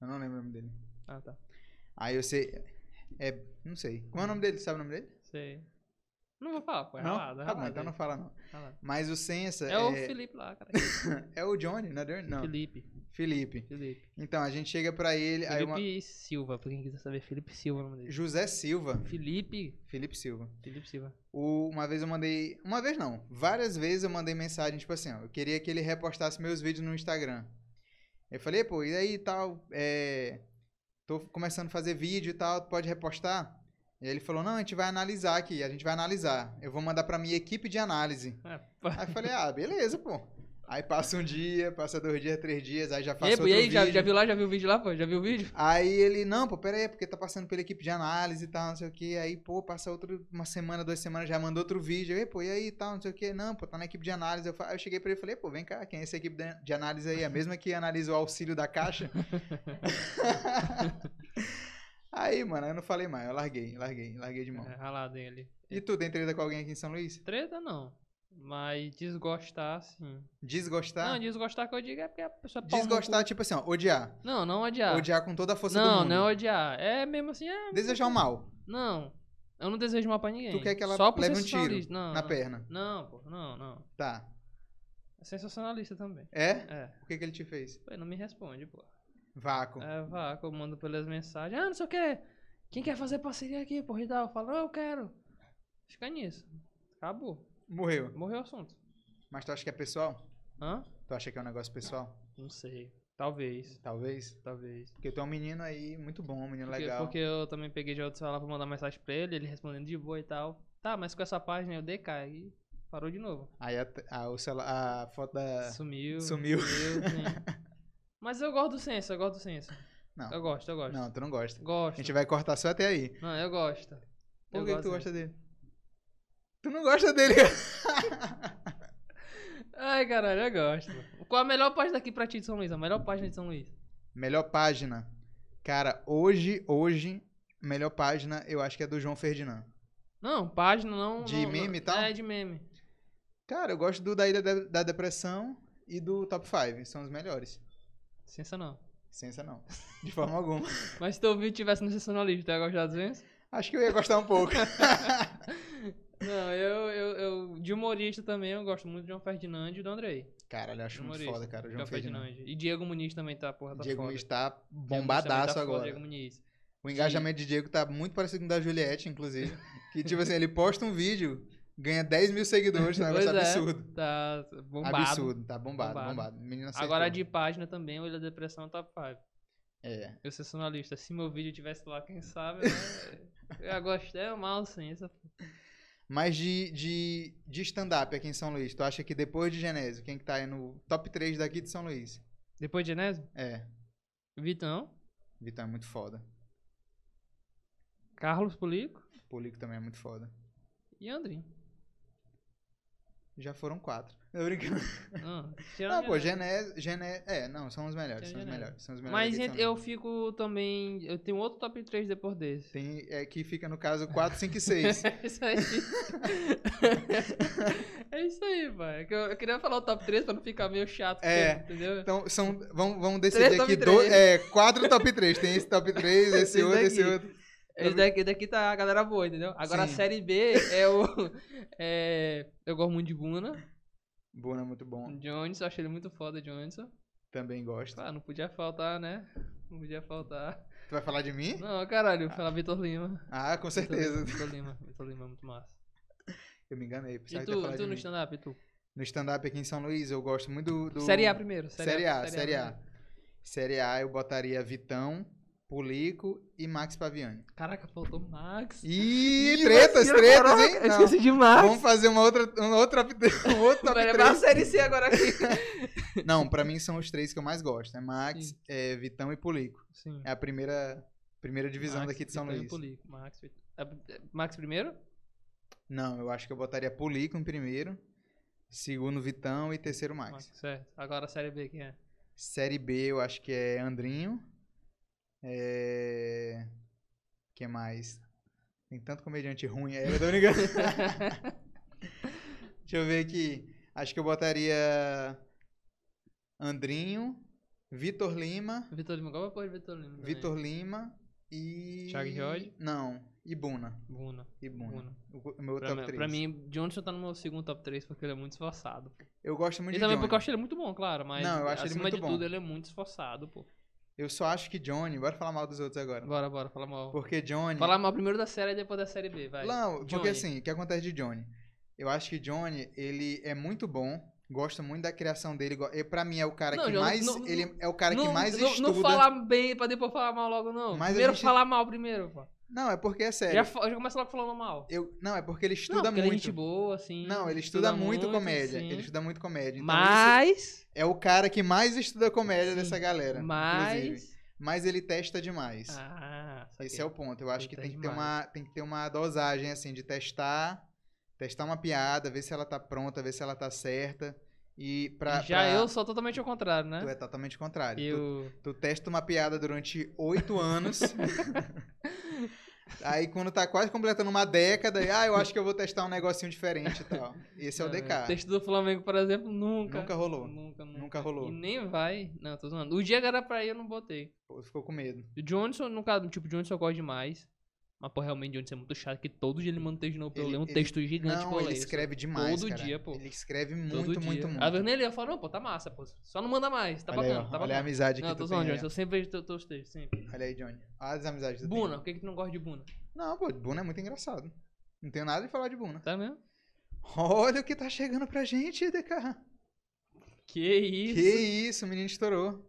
Speaker 1: eu não lembro o nome dele.
Speaker 2: Ah, tá.
Speaker 1: Aí eu sei, É, não sei. Como é o nome dele? Sabe o nome dele?
Speaker 2: Sei. Não vou falar, pô. É
Speaker 1: não?
Speaker 2: ralado, é
Speaker 1: tá bom,
Speaker 2: ralado
Speaker 1: então
Speaker 2: aí,
Speaker 1: não fala não.
Speaker 2: ralado.
Speaker 1: Mas o Sensa
Speaker 2: É,
Speaker 1: é,
Speaker 2: o Felipe lá, cara.
Speaker 1: é o Johnny, não é Johnny? Não,
Speaker 2: Felipe.
Speaker 1: Felipe.
Speaker 2: Felipe.
Speaker 1: Então, a gente chega pra ele, aí
Speaker 2: Felipe
Speaker 1: uma...
Speaker 2: Silva, pra quem quiser saber, Felipe Silva é o nome dele.
Speaker 1: José Silva.
Speaker 2: Felipe.
Speaker 1: Felipe Silva.
Speaker 2: Felipe Silva.
Speaker 1: O- uma vez eu mandei. Uma vez não, várias vezes eu mandei mensagem, tipo assim, ó, eu queria que ele repostasse meus vídeos no Instagram. Eu falei, pô, e aí tal? É, tô começando a fazer vídeo e tal, pode repostar? E aí ele falou, não, a gente vai analisar aqui, a gente vai analisar. Eu vou mandar pra minha equipe de análise.
Speaker 2: Ah, pô.
Speaker 1: Aí eu falei, ah, beleza, pô. Aí passa um dia, passa dois dias, três dias, aí já
Speaker 2: E
Speaker 1: faço
Speaker 2: aí, pô,
Speaker 1: outro
Speaker 2: e aí já,
Speaker 1: vídeo.
Speaker 2: já viu lá? Já viu o vídeo lá, pô? Já viu o vídeo?
Speaker 1: Aí ele, não, pô, pera aí, porque tá passando pela equipe de análise e tal, não sei o que. Aí, pô, passa outro, uma semana, duas semanas, já mandou outro vídeo. Aí, pô, e aí, tal, não sei o que. Não, pô, tá na equipe de análise. Eu, fa- aí eu cheguei pra ele e falei, pô, vem cá, quem é essa equipe de- de análise aí? É A mesma que analisa o auxílio da caixa? aí, mano, eu não falei mais, eu larguei, larguei, larguei de mão.
Speaker 2: É, ralado ele.
Speaker 1: E tu, tem treta com alguém aqui em São Luís?
Speaker 2: Treta não. Mas desgostar, sim. Não,
Speaker 1: Desgostar?
Speaker 2: desgostar que eu digo é porque a pessoa é pau no
Speaker 1: Tá. Desgostar, tipo assim, ó, odiar.
Speaker 2: cu. Não, não odiar.
Speaker 1: Odiar com toda a força do
Speaker 2: não,
Speaker 1: mundo.
Speaker 2: não é odiar. É mesmo assim, é.
Speaker 1: Desejar o mal
Speaker 2: Não. Eu não desejo mal pra ninguém.
Speaker 1: Tu quer que ela
Speaker 2: Só pro
Speaker 1: leve um tiro
Speaker 2: sensacionalista. não,
Speaker 1: na
Speaker 2: não.
Speaker 1: perna.
Speaker 2: Não, pô, não, não.
Speaker 1: Tá.
Speaker 2: É sensacionalista também.
Speaker 1: É?
Speaker 2: É.
Speaker 1: O que que ele te fez?
Speaker 2: Pô, não me responde, pô.
Speaker 1: Vácuo.
Speaker 2: É, vaca, eu mando pelas mensagens. Ah, não sei o quê. Quem quer fazer parceria aqui, porra e tal? Eu falo, não, eu quero. Fica nisso. Acabou.
Speaker 1: Morreu.
Speaker 2: Morreu o assunto.
Speaker 1: Mas tu acha que é pessoal?
Speaker 2: Hã?
Speaker 1: Tu acha que é um negócio pessoal?
Speaker 2: Não sei. Talvez.
Speaker 1: Talvez.
Speaker 2: Talvez.
Speaker 1: Porque tu é um menino aí muito bom, um menino
Speaker 2: Porque-
Speaker 1: legal.
Speaker 2: Porque eu também peguei de outro celular pra mandar mensagem pra ele, ele respondendo de boa e tal. Tá, mas com essa página eu dei cara e parou de novo.
Speaker 1: Aí a, t- a- o celular, a foto da.
Speaker 2: Sumiu.
Speaker 1: É. Sumiu.
Speaker 2: sim. mas eu gosto do senso, eu gosto do senso.
Speaker 1: Não.
Speaker 2: Eu gosto, eu gosto.
Speaker 1: Não, tu não gosta. A
Speaker 2: Gosto.
Speaker 1: gente vai cortar só até aí.
Speaker 2: Não, eu gosto.
Speaker 1: Por
Speaker 2: Eu
Speaker 1: que que
Speaker 2: gosto
Speaker 1: tu
Speaker 2: dele.
Speaker 1: gosta dele? Tu não gosta dele?
Speaker 2: Ai, caralho, eu gosto. Qual a melhor página aqui pra ti de São Luís? A melhor página de São Luís?
Speaker 1: melhor página. Cara, hoje, hoje, melhor página eu acho que é do João Ferdinand.
Speaker 2: Não, página não.
Speaker 1: De
Speaker 2: não- não-
Speaker 1: meme e tal?
Speaker 2: É, de meme.
Speaker 1: Cara, eu gosto do da Ilha da, da Depressão e do Top 5. São os melhores.
Speaker 2: Sensa não.
Speaker 1: Sensa não. De forma alguma.
Speaker 2: Mas se teu vídeo tivesse no sensacionalista, tu ia gostar dos memes?
Speaker 1: Acho que eu ia gostar um pouco.
Speaker 2: Não, eu, eu, eu. De humorista também, eu gosto muito de João Ferdinand e do Andrei.
Speaker 1: Caralho, eu acho muito
Speaker 2: Humorista,
Speaker 1: foda, cara. o João
Speaker 2: João
Speaker 1: Ferdinand.
Speaker 2: Ferdinand. E Diego Muniz também tá, porra, tá
Speaker 1: Diego
Speaker 2: foda.
Speaker 1: Muniz tá
Speaker 2: Diego Muniz também tá
Speaker 1: bombadaço
Speaker 2: foda,
Speaker 1: agora.
Speaker 2: Diego Muniz.
Speaker 1: O engajamento de Diego tá muito parecido com o da Juliette, inclusive. que, tipo assim, ele posta um vídeo, ganha 10 mil seguidores, um negócio
Speaker 2: Pois é,
Speaker 1: absurdo.
Speaker 2: Tá bombado.
Speaker 1: Absurdo, tá bombado, bombado.
Speaker 2: Bombado.
Speaker 1: Menino acertou.
Speaker 2: Agora de página também, o Ilha da Depressão tá five.
Speaker 1: É.
Speaker 2: Eu sensacionalista. Se meu vídeo tivesse lá, quem sabe, né? Eu ia gostar, é mal sensa.
Speaker 1: Mas de, de, de stand-up aqui em São Luís, tu acha que depois de Genésio, quem que tá aí no top 3 daqui de São Luís?
Speaker 2: Depois de Genésio,
Speaker 1: É,
Speaker 2: Vitão,
Speaker 1: Vitão é muito foda.
Speaker 2: Carlos Polico
Speaker 1: Polico também é muito foda.
Speaker 2: e Andrinho.
Speaker 1: Já foram quatro. Eu brincando.
Speaker 2: Não, Ah, tirando
Speaker 1: Não, pô,
Speaker 2: Então, Genésio.
Speaker 1: Genésio. Gené... É, não, são os melhores.
Speaker 2: Tem
Speaker 1: São os
Speaker 2: Genésio.
Speaker 1: melhores. São os melhores
Speaker 2: Mas
Speaker 1: aqui de São
Speaker 2: ent- eu fico também. Eu tenho outro top 3 depois desse.
Speaker 1: Tem, é que fica no caso 4, 5 e 6.
Speaker 2: É isso aí. é isso aí, pai. É que Eu, eu queria falar o top 3 pra não ficar meio chato.
Speaker 1: É.
Speaker 2: Entendeu?
Speaker 1: Então, são, vamos, vamos decidir
Speaker 2: Três top
Speaker 1: aqui dois,
Speaker 2: três.
Speaker 1: é, quatro top 3. Tem esse top 3, esse
Speaker 2: Esse
Speaker 1: outro,
Speaker 2: daqui.
Speaker 1: esse outro.
Speaker 2: Esse daqui, daqui tá a galera boa, entendeu? Agora
Speaker 1: Sim.
Speaker 2: a série B é o. é, eu gosto muito de Buna.
Speaker 1: Buna é muito bom.
Speaker 2: Jones, eu achei ele muito foda, Jones.
Speaker 1: Também gosto.
Speaker 2: Ah, não podia faltar, né? Não podia faltar.
Speaker 1: Tu vai falar de mim?
Speaker 2: Não, caralho, falar Vitor Lima.
Speaker 1: Ah, com
Speaker 2: Vitor Lima,
Speaker 1: certeza.
Speaker 2: Vitor Lima, Vitor Lima, é muito massa.
Speaker 1: Eu me enganei.
Speaker 2: E
Speaker 1: Pensava que tu ia
Speaker 2: tu,
Speaker 1: falar
Speaker 2: e
Speaker 1: de
Speaker 2: tu no
Speaker 1: mim.
Speaker 2: stand-up, e tu?
Speaker 1: No stand-up aqui em São Luís, eu gosto muito do... do-
Speaker 2: Série A primeiro.
Speaker 1: Série A, Série A.
Speaker 2: primeiro. né?
Speaker 1: Série A eu botaria Vitão, Pulico e Max Paviani.
Speaker 2: Caraca, faltou Max.
Speaker 1: Ih,
Speaker 2: Ih,
Speaker 1: tretas,
Speaker 2: vacilo,
Speaker 1: tretas,
Speaker 2: caraca,
Speaker 1: hein?
Speaker 2: eu
Speaker 1: Não.
Speaker 2: Esqueci de Max.
Speaker 1: Vamos fazer uma outra, um outro, um outro top
Speaker 2: Vai
Speaker 1: 3.
Speaker 2: levar a série C agora aqui.
Speaker 1: Não, pra mim são os três que eu mais gosto. É Max,
Speaker 2: Sim.
Speaker 1: é Vitão e Pulico.
Speaker 2: Sim.
Speaker 1: É a primeira, primeira divisão
Speaker 2: Max,
Speaker 1: daqui de São
Speaker 2: Vitor e
Speaker 1: Luís.
Speaker 2: Polico. Max, Vitor- é, é, Max primeiro?
Speaker 1: Não, eu acho que eu botaria Pulico em primeiro, segundo Vitão e terceiro Max.
Speaker 2: Max, certo. Agora a série B quem é?
Speaker 1: Série B eu acho que é Andrinho. É... que mais? Tem tanto comediante ruim aí, eu tô brincando. Deixa eu ver aqui. Acho que eu botaria Andrinho, Vitor Lima,
Speaker 2: Vitor Lima, qual é a porra de Vitor Lima? também?
Speaker 1: Vitor Lima e.
Speaker 2: Thiago Jorge?
Speaker 1: Não. E Buna.
Speaker 2: Buna.
Speaker 1: E Buna.
Speaker 2: Buna.
Speaker 1: O o meu
Speaker 2: Pra,
Speaker 1: top
Speaker 2: mim-
Speaker 1: 3.
Speaker 2: pra mim, Johnson tá no meu segundo top 3 porque ele é muito esforçado.
Speaker 1: Eu gosto muito
Speaker 2: Ele
Speaker 1: de
Speaker 2: também
Speaker 1: Johnny.
Speaker 2: porque eu acho ele muito bom, claro, mas
Speaker 1: Não, eu acho ele
Speaker 2: acima
Speaker 1: muito
Speaker 2: de
Speaker 1: bom.
Speaker 2: tudo ele é muito esforçado, pô.
Speaker 1: Eu só acho que Johnny. Bora falar mal dos outros agora.
Speaker 2: Bora, bora, fala mal.
Speaker 1: Porque Johnny.
Speaker 2: Falar mal primeiro da série e depois da série B, vai.
Speaker 1: Não, porque
Speaker 2: Johnny.
Speaker 1: assim, o que acontece de Johnny? Eu acho que Johnny, ele é muito bom. Gosto muito da criação dele. go- e Pra mim é o cara
Speaker 2: Não,
Speaker 1: que
Speaker 2: Johnny,
Speaker 1: mais.
Speaker 2: não-
Speaker 1: ele é o cara que
Speaker 2: não,
Speaker 1: mais
Speaker 2: não,
Speaker 1: estuda.
Speaker 2: Não falar bem pra depois falar mal logo, não.
Speaker 1: Mas a
Speaker 2: primeiro
Speaker 1: gente-
Speaker 2: falar mal primeiro, pô.
Speaker 1: Não, é porque é sério.
Speaker 2: Já, fa- já começa logo falando mal.
Speaker 1: Eu, não, é porque ele
Speaker 2: não,
Speaker 1: estuda
Speaker 2: porque ele é
Speaker 1: muito.
Speaker 2: gente boa, assim.
Speaker 1: não, ele estuda, muito, comédia.
Speaker 2: sim.
Speaker 1: Ele estuda muito comédia. Então isso
Speaker 2: mas,
Speaker 1: é o cara que mais estuda comédia
Speaker 2: Sim,
Speaker 1: dessa galera. inclusive.
Speaker 2: mas...
Speaker 1: Mas ele testa demais.
Speaker 2: Ah,
Speaker 1: Esse é o ponto. Eu acho
Speaker 2: Ele
Speaker 1: que
Speaker 2: testa
Speaker 1: tem que, ter uma, tem que ter uma dosagem, assim, de testar, testar uma piada, ver se ela tá pronta, ver se ela tá certa. E pra.
Speaker 2: Já
Speaker 1: pra-
Speaker 2: eu sou totalmente ao contrário,
Speaker 1: Tu
Speaker 2: né?
Speaker 1: é totalmente contrário. Tu-
Speaker 2: Eu...
Speaker 1: Tu, testa uma piada durante oito anos. Aí quando tá quase completando uma década, aí, ah, eu acho que eu vou testar um negocinho diferente e tal. Esse é o
Speaker 2: não,
Speaker 1: DK.
Speaker 2: Texto do Flamengo, por exemplo, nunca.
Speaker 1: Nunca rolou.
Speaker 2: Nunca, nunca.
Speaker 1: Nunca rolou.
Speaker 2: E nem vai. Não, tô zoando. O dia que era pra ir, eu não botei.
Speaker 1: Pô, Ficou com medo.
Speaker 2: O Johnson, no caso, tipo, o Johnson eu gosto demais. Mas, pô, realmente, o Johnson é muito chato, que todo dia ele manda um texto novo pra eu
Speaker 1: Ele-
Speaker 2: ler um
Speaker 1: ele-
Speaker 2: texto gigante
Speaker 1: não,
Speaker 2: pra eu
Speaker 1: ele
Speaker 2: ler.
Speaker 1: escreve demais,
Speaker 2: Todo
Speaker 1: cara.
Speaker 2: dia, pô.
Speaker 1: Ele escreve
Speaker 2: Todo
Speaker 1: muito,
Speaker 2: dia.
Speaker 1: muito, muito.
Speaker 2: A Vernelli, eu falo, não, pô, tá massa, pô. Só não manda mais, tá
Speaker 1: olha aí,
Speaker 2: bacana,
Speaker 1: ó,
Speaker 2: tá
Speaker 1: olha a
Speaker 2: bacana.
Speaker 1: amizade
Speaker 2: Não,
Speaker 1: que
Speaker 2: tô
Speaker 1: tu
Speaker 2: zoando,
Speaker 1: tem. aí,
Speaker 2: Johnson, eu sempre vejo teus- teus textos, sempre.
Speaker 1: ó. Olha aí, Johnny. Olha as amizades que tu
Speaker 2: Buna,
Speaker 1: tem.
Speaker 2: por que que tu não gosta de Buna?
Speaker 1: Não, pô, Buna é muito engraçado. Não tenho nada de falar de Buna.
Speaker 2: Tá mesmo?
Speaker 1: Olha o que tá chegando pra gente, DK.
Speaker 2: Que isso?
Speaker 1: Que isso, o menino estourou.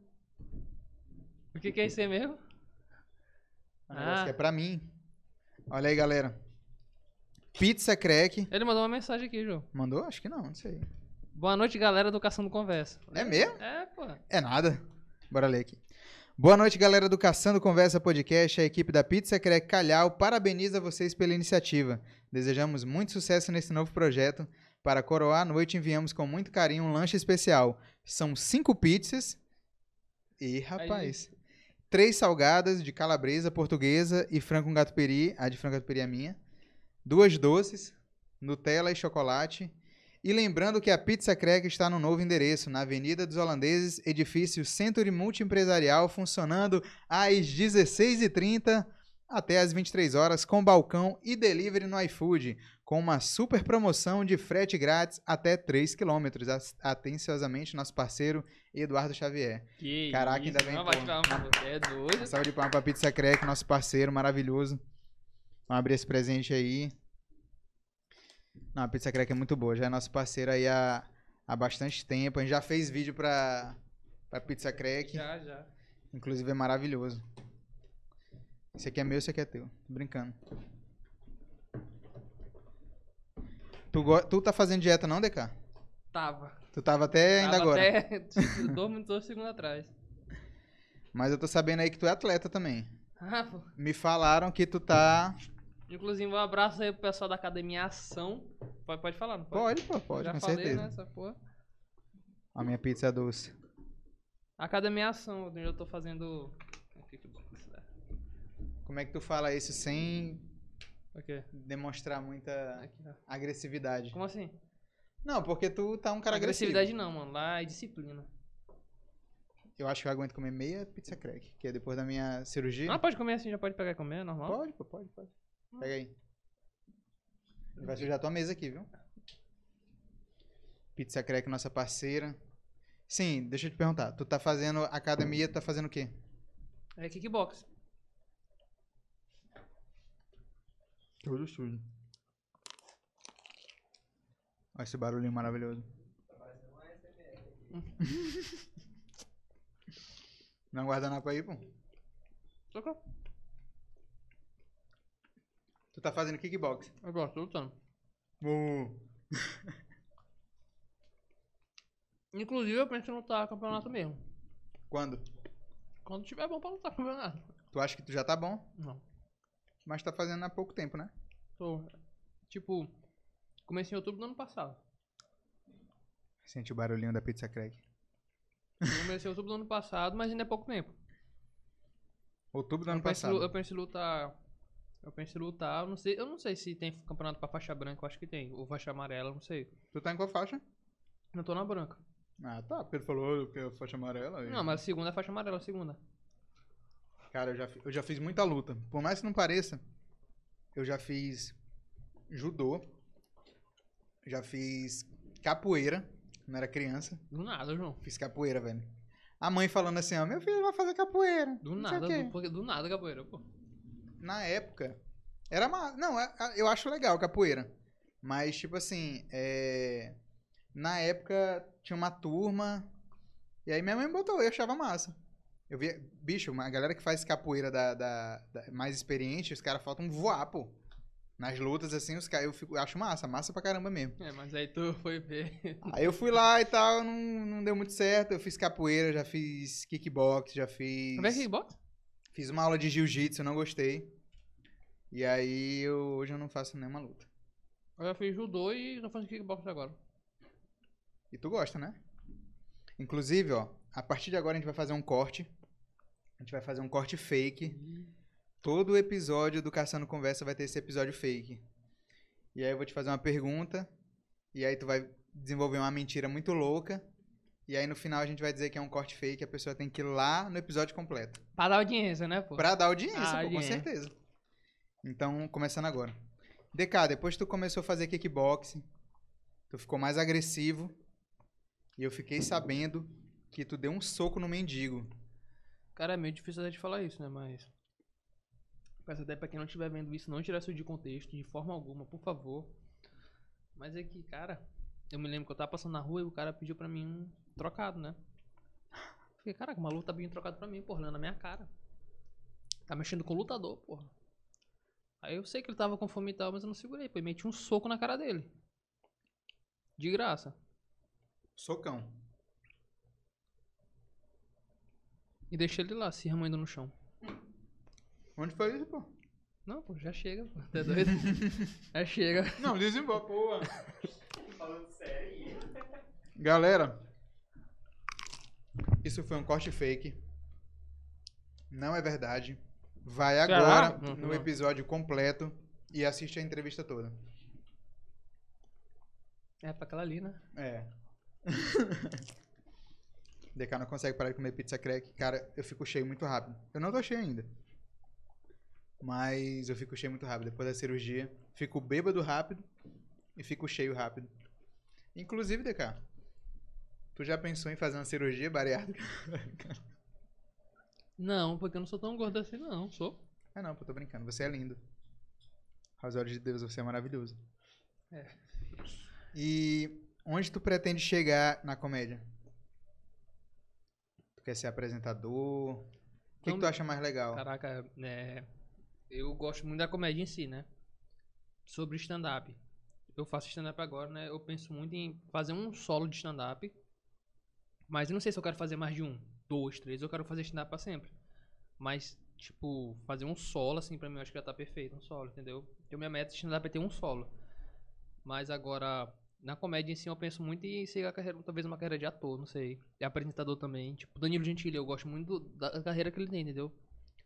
Speaker 2: O que que é isso aí mesmo?
Speaker 1: O negócio
Speaker 2: Ah.
Speaker 1: que é pra mim. Olha aí, galera. Pizza Crack.
Speaker 2: Ele mandou uma mensagem aqui, João.
Speaker 1: Mandou? Acho que não, não sei.
Speaker 2: Boa noite, galera do Caçando Conversa.
Speaker 1: É mesmo?
Speaker 2: É, pô.
Speaker 1: É nada. Bora ler aqui. Boa noite, galera do Caçando Conversa Podcast. A equipe da Pizza Crack Calhau parabeniza vocês pela iniciativa. Desejamos muito sucesso nesse novo projeto. Para coroar a noite, enviamos com muito carinho um lanche especial. São cinco pizzas. E, rapaz, três salgadas de calabresa portuguesa e frango com gato peri. A de frango gato peri é a minha. Duas doces, Nutella e chocolate. E lembrando que a Pizza Crack está no novo endereço, na Avenida dos Holandeses, edifício Century Multiempresarial, funcionando às 16h30 até às 23 horas com balcão e delivery no iFood, com uma super promoção de frete grátis até 3 km. Atenciosamente, nosso parceiro Eduardo Xavier.
Speaker 2: Que
Speaker 1: Caraca,
Speaker 2: isso.
Speaker 1: ainda bem,
Speaker 2: Não,
Speaker 1: pô.
Speaker 2: vai tirar uma- você é doido.
Speaker 1: Uma salva de palmas para Pizza Crack, nosso parceiro maravilhoso. Vamos abrir esse presente aí. Não, a Pizza Crack é muito boa, já é nosso parceiro aí há, há bastante tempo. A gente já fez vídeo pra, pra Pizza Crack,
Speaker 2: Já, já.
Speaker 1: inclusive é maravilhoso. Esse aqui é meu, esse aqui é teu. Tô brincando. Tu, go- tu tá fazendo dieta não, DK?
Speaker 2: Tava.
Speaker 1: Tu tava até ainda
Speaker 2: Tava
Speaker 1: agora.
Speaker 2: Até dois minutos, dois segundos atrás.
Speaker 1: Mas eu tô sabendo aí que tu é atleta também.
Speaker 2: Ah, pô.
Speaker 1: Me falaram que tu tá...
Speaker 2: Inclusive, um abraço aí pro pessoal da Academia Ação. Pode, pode falar, não pode?
Speaker 1: Pode, pô, pode,
Speaker 2: Já
Speaker 1: com
Speaker 2: falei,
Speaker 1: certeza.
Speaker 2: né, essa porra.
Speaker 1: A minha pizza é doce.
Speaker 2: Academia Ação, onde eu tô fazendo... Kickbox, né?
Speaker 1: Como é que tu fala isso sem
Speaker 2: Ok.
Speaker 1: demonstrar muita
Speaker 2: Aqui, ó.
Speaker 1: agressividade?
Speaker 2: Como assim?
Speaker 1: Não, porque tu tá um cara agressivo.
Speaker 2: Agressividade não, mano. Lá é disciplina.
Speaker 1: Eu acho que eu aguento comer meia pizza crack, que é depois da minha cirurgia.
Speaker 2: Ah, pode comer assim, já pode pegar e comer, é normal.
Speaker 1: pode, pô, pode, pode. Pega aí. Vai sujar tua mesa aqui, viu? Pizza crack, nossa parceira. Sim, deixa eu te perguntar. Tu tá fazendo academia, tá fazendo o quê?
Speaker 2: É kickbox.
Speaker 1: Tudo sujo. Olha esse barulhinho maravilhoso. Não é um guardanapo aí, pô?
Speaker 2: Socorro.
Speaker 1: Tu tá fazendo kickbox.
Speaker 2: Eu gosto, tô lutando. Inclusive, eu penso em lutar campeonato mesmo.
Speaker 1: Quando?
Speaker 2: Quando tiver bom pra lutar campeonato.
Speaker 1: Tu acha que tu já tá bom,
Speaker 2: Não.
Speaker 1: mas tá fazendo há pouco tempo, né?
Speaker 2: Tô. Tipo, comecei em outubro do ano passado.
Speaker 1: Sente o barulhinho da pizza crack.
Speaker 2: Eu comecei em outubro do ano passado, mas ainda é pouco tempo.
Speaker 1: Outubro do ano
Speaker 2: eu, penso,
Speaker 1: passado.
Speaker 2: eu penso em lutar. Eu penso em lutar. Eu não, sei, eu não sei se tem campeonato pra faixa branca, eu acho que tem. Ou faixa amarela, eu não sei.
Speaker 1: Tu tá em qual faixa?
Speaker 2: Não tô na branca.
Speaker 1: Ah, tá, porque ele falou que é faixa amarela. e-
Speaker 2: Não, mas a segunda é faixa amarela, a segunda.
Speaker 1: Cara, eu já, fi- eu já fiz muita luta. Por mais que não pareça, eu já fiz judô, já fiz capoeira, quando era criança.
Speaker 2: Do nada, João.
Speaker 1: Fiz capoeira, velho. A mãe falando assim, ó, meu filho vai fazer capoeira.
Speaker 2: Do
Speaker 1: não sei o
Speaker 2: nada,
Speaker 1: quê.
Speaker 2: do, porque do nada capoeira, pô.
Speaker 1: na época, era massa. Não, é- é- eu acho legal capoeira. Mas, tipo assim, é, na época tinha uma turma. E aí minha mãe botou, eu achava massa. Eu via, bicho, uma galera que faz capoeira da, da- da- mais experiente, os caras faltam voar, pô. Nas lutas, assim, os caras, eu, fico- eu acho massa, massa pra caramba mesmo.
Speaker 2: É, mas aí tu foi ver.
Speaker 1: Aí eu fui lá e tal, não, não deu muito certo. Eu fiz capoeira, já fiz kickbox, já fiz.
Speaker 2: Vem aqui, bota.
Speaker 1: Fiz uma aula de jiu-jitsu, não gostei. E aí eu- hoje eu não faço nenhuma luta.
Speaker 2: Eu já fiz judô e tô fazendo kickbox agora.
Speaker 1: E tu gosta, né? Inclusive, ó, a partir de agora a gente vai fazer um corte. A gente vai fazer um corte fake. Todo episódio do Caçando Conversa vai ter esse episódio fake. E aí eu vou te fazer uma pergunta. E aí tu vai desenvolver uma mentira muito louca. E aí no final a gente vai dizer que é um corte fake. A pessoa tem que ir lá no episódio completo.
Speaker 2: Pra dar audiência, né, pô?
Speaker 1: Pra dar audiência,
Speaker 2: Ah,
Speaker 1: pô, com
Speaker 2: audiência.
Speaker 1: certeza. Então, começando agora. DK, depois tu começou a fazer kickboxing, tu ficou mais agressivo, e eu fiquei sabendo que tu deu um soco no mendigo.
Speaker 2: Cara, é meio difícil até de falar isso, né? Mas. Peço até pra quem não estiver vendo isso, não tirar isso de contexto, de forma alguma, por favor. Mas é que, cara, eu me lembro que eu tava passando na rua e o cara pediu pra mim um trocado, né? Fiquei, caraca, o maluco tá pedindo trocado pra mim, porra, olhando na minha cara. Tá mexendo com o lutador, porra. Aí eu sei que ele tava com fome e tal, mas eu não segurei, pô. E meti um soco na cara dele. De graça.
Speaker 1: Socão.
Speaker 2: E deixei ele lá, se ramando no chão.
Speaker 1: Onde foi isso, pô?
Speaker 2: Não, pô, já chega, pô. Tá doido? já chega.
Speaker 1: Não, desenvolve, pô. Falando sério. Galera, isso foi um corte fake. Não é verdade. Vai
Speaker 2: Será?
Speaker 1: agora
Speaker 2: Não,
Speaker 1: no
Speaker 2: não.
Speaker 1: episódio completo e assiste a entrevista toda.
Speaker 2: É, pra aquela ali, né?
Speaker 1: É. DK não consegue parar de comer pizza crack. Cara, eu fico cheio muito rápido. Eu não tô cheio ainda. Mas eu fico cheio muito rápido. Depois da cirurgia, fico bêbado rápido e fico cheio rápido. Inclusive, DK, tu já pensou em fazer uma cirurgia bariátrica?
Speaker 2: Não, porque eu não sou tão gordo assim, não. Sou.
Speaker 1: Ah, não, pô, tô brincando. Você é lindo. Aos olhos de Deus, você é maravilhoso.
Speaker 2: É.
Speaker 1: E onde tu pretende chegar na comédia? Tu quer ser apresentador? O que, que
Speaker 2: Não-
Speaker 1: tu acha mais legal?
Speaker 2: Caraca, é. Eu gosto muito da comédia em si, né? Sobre stand-up. Eu faço stand-up agora, né? Eu penso muito em fazer um solo de stand-up. Mas eu não sei se eu quero fazer mais de um, dois, três. Eu quero fazer stand-up pra sempre. Mas, tipo, fazer um solo, assim, pra mim, eu acho que já tá perfeito. Um solo, entendeu? Então, minha meta de stand-up é ter um solo. Mas agora, na comédia em si, eu penso muito em seguir a carreira, talvez uma carreira de ator, não sei. E apresentador também. Tipo, Danilo Gentili, eu gosto muito do- da carreira que ele tem, entendeu?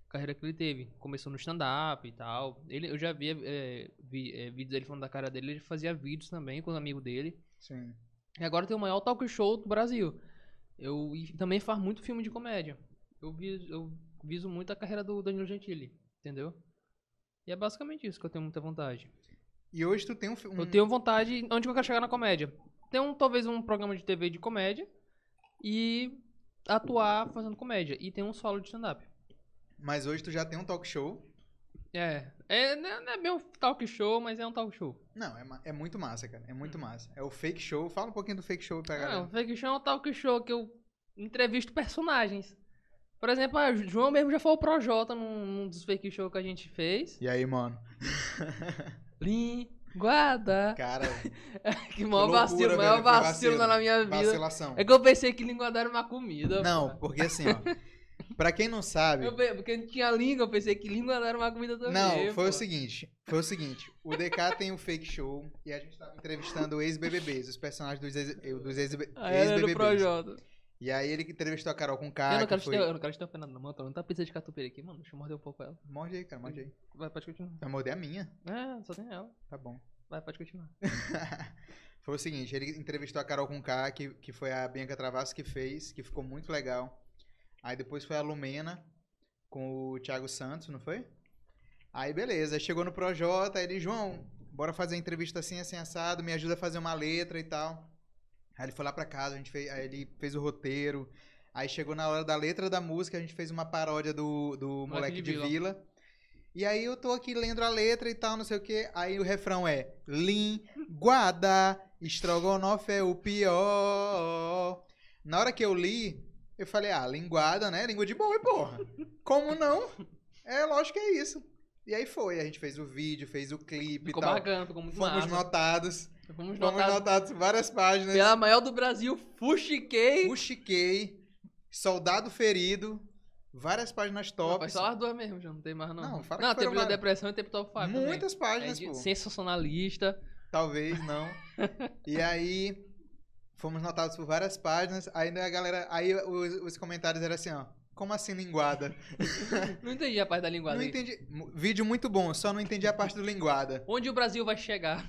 Speaker 2: Carreira que ele teve. Começou no stand-up e tal. Ele, eu já via, eh, vi, eh, vídeos dele falando da cara dele. Ele fazia vídeos também com um amigo dele.
Speaker 1: Sim.
Speaker 2: E agora tem o maior talk show do Brasil. Eu e também faz muito filme de comédia. Eu viso, eu viso muito a carreira do Danilo Gentili, entendeu? E é basicamente isso que eu tenho muita vontade.
Speaker 1: E hoje tu tem um, fi- um-
Speaker 2: Eu tenho vontade, onde que eu quero chegar na comédia? Ter um, talvez um programa de TV de comédia e atuar fazendo comédia. E ter um solo de stand-up.
Speaker 1: Mas hoje tu já tem um talk show.
Speaker 2: É, é, não é- não é bem um talk show, mas é um talk show.
Speaker 1: Não, é, ma- é muito massa, cara. É
Speaker 2: Hum.
Speaker 1: muito massa. É o fake show. Fala um pouquinho do fake show pra
Speaker 2: Ah, o
Speaker 1: galera.
Speaker 2: fake show é um talk show que eu entrevisto personagens. Por exemplo, ah, o João mesmo já foi o Projota num, num dos fake show que a gente fez.
Speaker 1: E aí, mano?
Speaker 2: Linguada.
Speaker 1: Cara,
Speaker 2: Que maior
Speaker 1: loucura,
Speaker 2: vacilo,
Speaker 1: velho,
Speaker 2: maior
Speaker 1: que
Speaker 2: vacilo,
Speaker 1: vacilo.
Speaker 2: na minha vida.
Speaker 1: vacilação.
Speaker 2: É que eu pensei que linguada era uma comida.
Speaker 1: Não,
Speaker 2: pô.
Speaker 1: porque assim, ó. Pra quem não sabe,
Speaker 2: Eu pe- porque não tinha língua, eu pensei que linguada era uma comida também.
Speaker 1: Não, foi
Speaker 2: pô.
Speaker 1: o seguinte. Foi o seguinte. O DK tem um fake show e a gente tava entrevistando ex-BBBs, os personagens dos ex- eh, dos ex-
Speaker 2: Aí Ah, era do
Speaker 1: ex-BBBs.
Speaker 2: Projota.
Speaker 1: e aí ele que entrevistou a Carol com
Speaker 2: eu,
Speaker 1: K,
Speaker 2: não
Speaker 1: Ah, que
Speaker 2: quero te
Speaker 1: foi...
Speaker 2: ter, eu não quero te ter ofendendo, não, mano. Não tá pizza de catupiry aqui, mano. Deixa eu morder um pouco ela.
Speaker 1: Morde aí, cara, morde aí.
Speaker 2: Vai, pode continuar.
Speaker 1: Vai morder a minha?
Speaker 2: É, só tem ela.
Speaker 1: Tá bom.
Speaker 2: Vai, pode continuar.
Speaker 1: foi o seguinte, ele entrevistou a Carol com K, que, que foi a Bianca Travasso que fez, que ficou muito legal. Aí depois foi a Lumena, com o Thiago Santos, não foi? Aí beleza, aí chegou no Projota, aí ele, João, bora fazer a entrevista assim, assim, assado, me ajuda a fazer uma letra e tal. Aí ele foi lá pra casa, a gente fez, aí ele fez o roteiro. Aí chegou na hora da letra da música, a gente fez uma paródia do, do Moleque de, vila. E aí eu tô aqui lendo a letra e tal, não sei o quê. Aí o refrão é Linguada, estrogonofe é o pior. Na hora que eu li, eu falei, ah, linguada, né? Língua de boi, porra. Como não? É, lógico que é isso. E aí foi, a gente fez o vídeo, fez o clipe
Speaker 2: Ficou
Speaker 1: e tal.
Speaker 2: bacana, ficou muito
Speaker 1: Fomos
Speaker 2: massa.
Speaker 1: notados,
Speaker 2: Fomos
Speaker 1: fomos
Speaker 2: notados
Speaker 1: notados várias páginas.
Speaker 2: pela maior do Brasil, fuxiquei.
Speaker 1: Fuxiquei, soldado ferido, várias páginas
Speaker 2: Não,
Speaker 1: top.
Speaker 2: Mas só as duas mesmo, já não tem mais não.
Speaker 1: Não, fala
Speaker 2: não
Speaker 1: que foram
Speaker 2: teve da
Speaker 1: várias.
Speaker 2: depressão e teve top 5
Speaker 1: Muitas
Speaker 2: também. É
Speaker 1: páginas,
Speaker 2: de-
Speaker 1: pô.
Speaker 2: sensacionalista.
Speaker 1: Talvez não. e aí, fomos notados por várias páginas. Aí né, a galera. Aí os, os comentários eram assim, ó. Como assim linguada?
Speaker 2: Não entendi a parte da linguagem.
Speaker 1: Não entendi. mu- Vídeo muito bom, só não entendi a parte do linguada.
Speaker 2: Onde o Brasil vai chegar?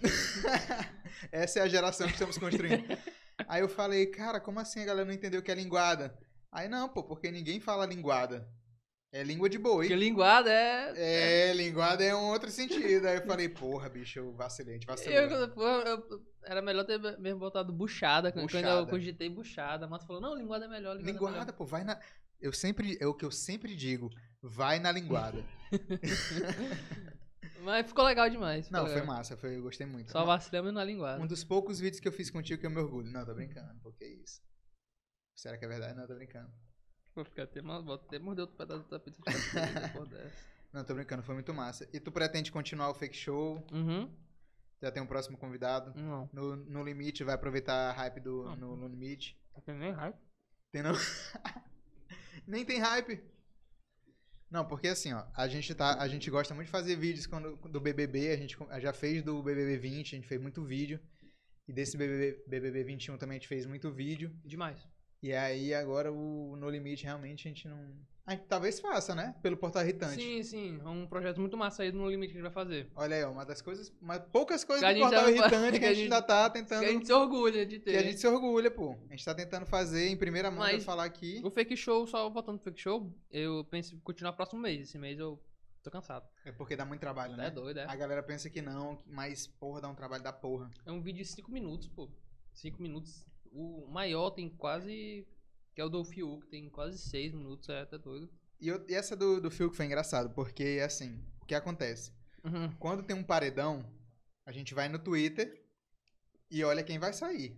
Speaker 1: Essa é a geração que estamos construindo. aí eu falei, cara, como assim a galera não entendeu o que é linguada? Aí não, pô, porque ninguém fala linguada. É língua de boi.
Speaker 2: Porque linguada é...
Speaker 1: É, linguada é um outro sentido. Aí eu falei, porra, bicho, eu vacilei, a gente
Speaker 2: Eu,
Speaker 1: vacilou.
Speaker 2: quando for, eu- era melhor ter mesmo botado buchada, quando
Speaker 1: Buchada.
Speaker 2: eu cogitei buchada. A Mata falou, não, linguada é melhor, linguada, é melhor.
Speaker 1: Linguada, pô, vai na. Eu sempre. É o que eu sempre digo. Vai na linguada.
Speaker 2: Mas ficou legal demais. ficou
Speaker 1: Não, foi
Speaker 2: legal.
Speaker 1: massa, foi, eu gostei muito.
Speaker 2: É. Só vacilamos na linguada.
Speaker 1: Um dos poucos vídeos que eu fiz contigo que eu me orgulho. Não, tô brincando, porque é isso. Será que é verdade? Não, tô brincando.
Speaker 2: Vou ficar até, mal- vou até morder outro pedaço do tapete. de cachorro depois dessa.
Speaker 1: Não, tô brincando, foi muito massa. E tu pretende continuar o fake show?
Speaker 2: Uhum.
Speaker 1: Já tem um próximo convidado?
Speaker 2: Não,
Speaker 1: No, no Limite, vai aproveitar a hype do
Speaker 2: Não.
Speaker 1: no, no Limite.
Speaker 2: tá tendo nem raiva.
Speaker 1: Tem não? Nem tem hype. Não, porque assim, ó, a gente tá, a gente gosta muito de fazer vídeos quando, do BBB, a gente com- já fez do BBB 20, a gente fez muito vídeo. E desse BBB, BBB 21 também a gente fez muito vídeo.
Speaker 2: Demais.
Speaker 1: E aí agora o No Limite realmente a gente não, a gente talvez faça, né? Pelo portal irritante.
Speaker 2: Sim, sim. É um projeto muito massa aí no limite que a gente vai fazer.
Speaker 1: Olha aí, ó, uma das coisas, uma poucas coisas
Speaker 2: Que a
Speaker 1: do
Speaker 2: gente
Speaker 1: portal
Speaker 2: já-
Speaker 1: irritante que a gente
Speaker 2: que a
Speaker 1: ainda tá
Speaker 2: Que
Speaker 1: tentando,
Speaker 2: a gente se orgulha de
Speaker 1: que a
Speaker 2: ter.
Speaker 1: gente se orgulha, pô. A gente tá tentando fazer em primeira mão pra
Speaker 2: Mas-
Speaker 1: falar aqui.
Speaker 2: O fake show, só voltando pro fake show, eu penso em continuar próximo mês. Esse mês eu tô cansado.
Speaker 1: É porque dá muito trabalho,
Speaker 2: Tá
Speaker 1: né?
Speaker 2: é doido, é.
Speaker 1: A galera pensa que não, que- mas porra, dá um trabalho da porra.
Speaker 2: É um vídeo de 5 minutos, pô. 5 minutos. O maior tem quase. Que é o do Fiuk, tem quase 6 minutos, é, tá doido.
Speaker 1: E, eu- e essa do, do Fiuk foi engraçado, porque assim, o que acontece?
Speaker 2: Uhum.
Speaker 1: Quando tem um paredão, a gente vai no Twitter e olha quem vai sair.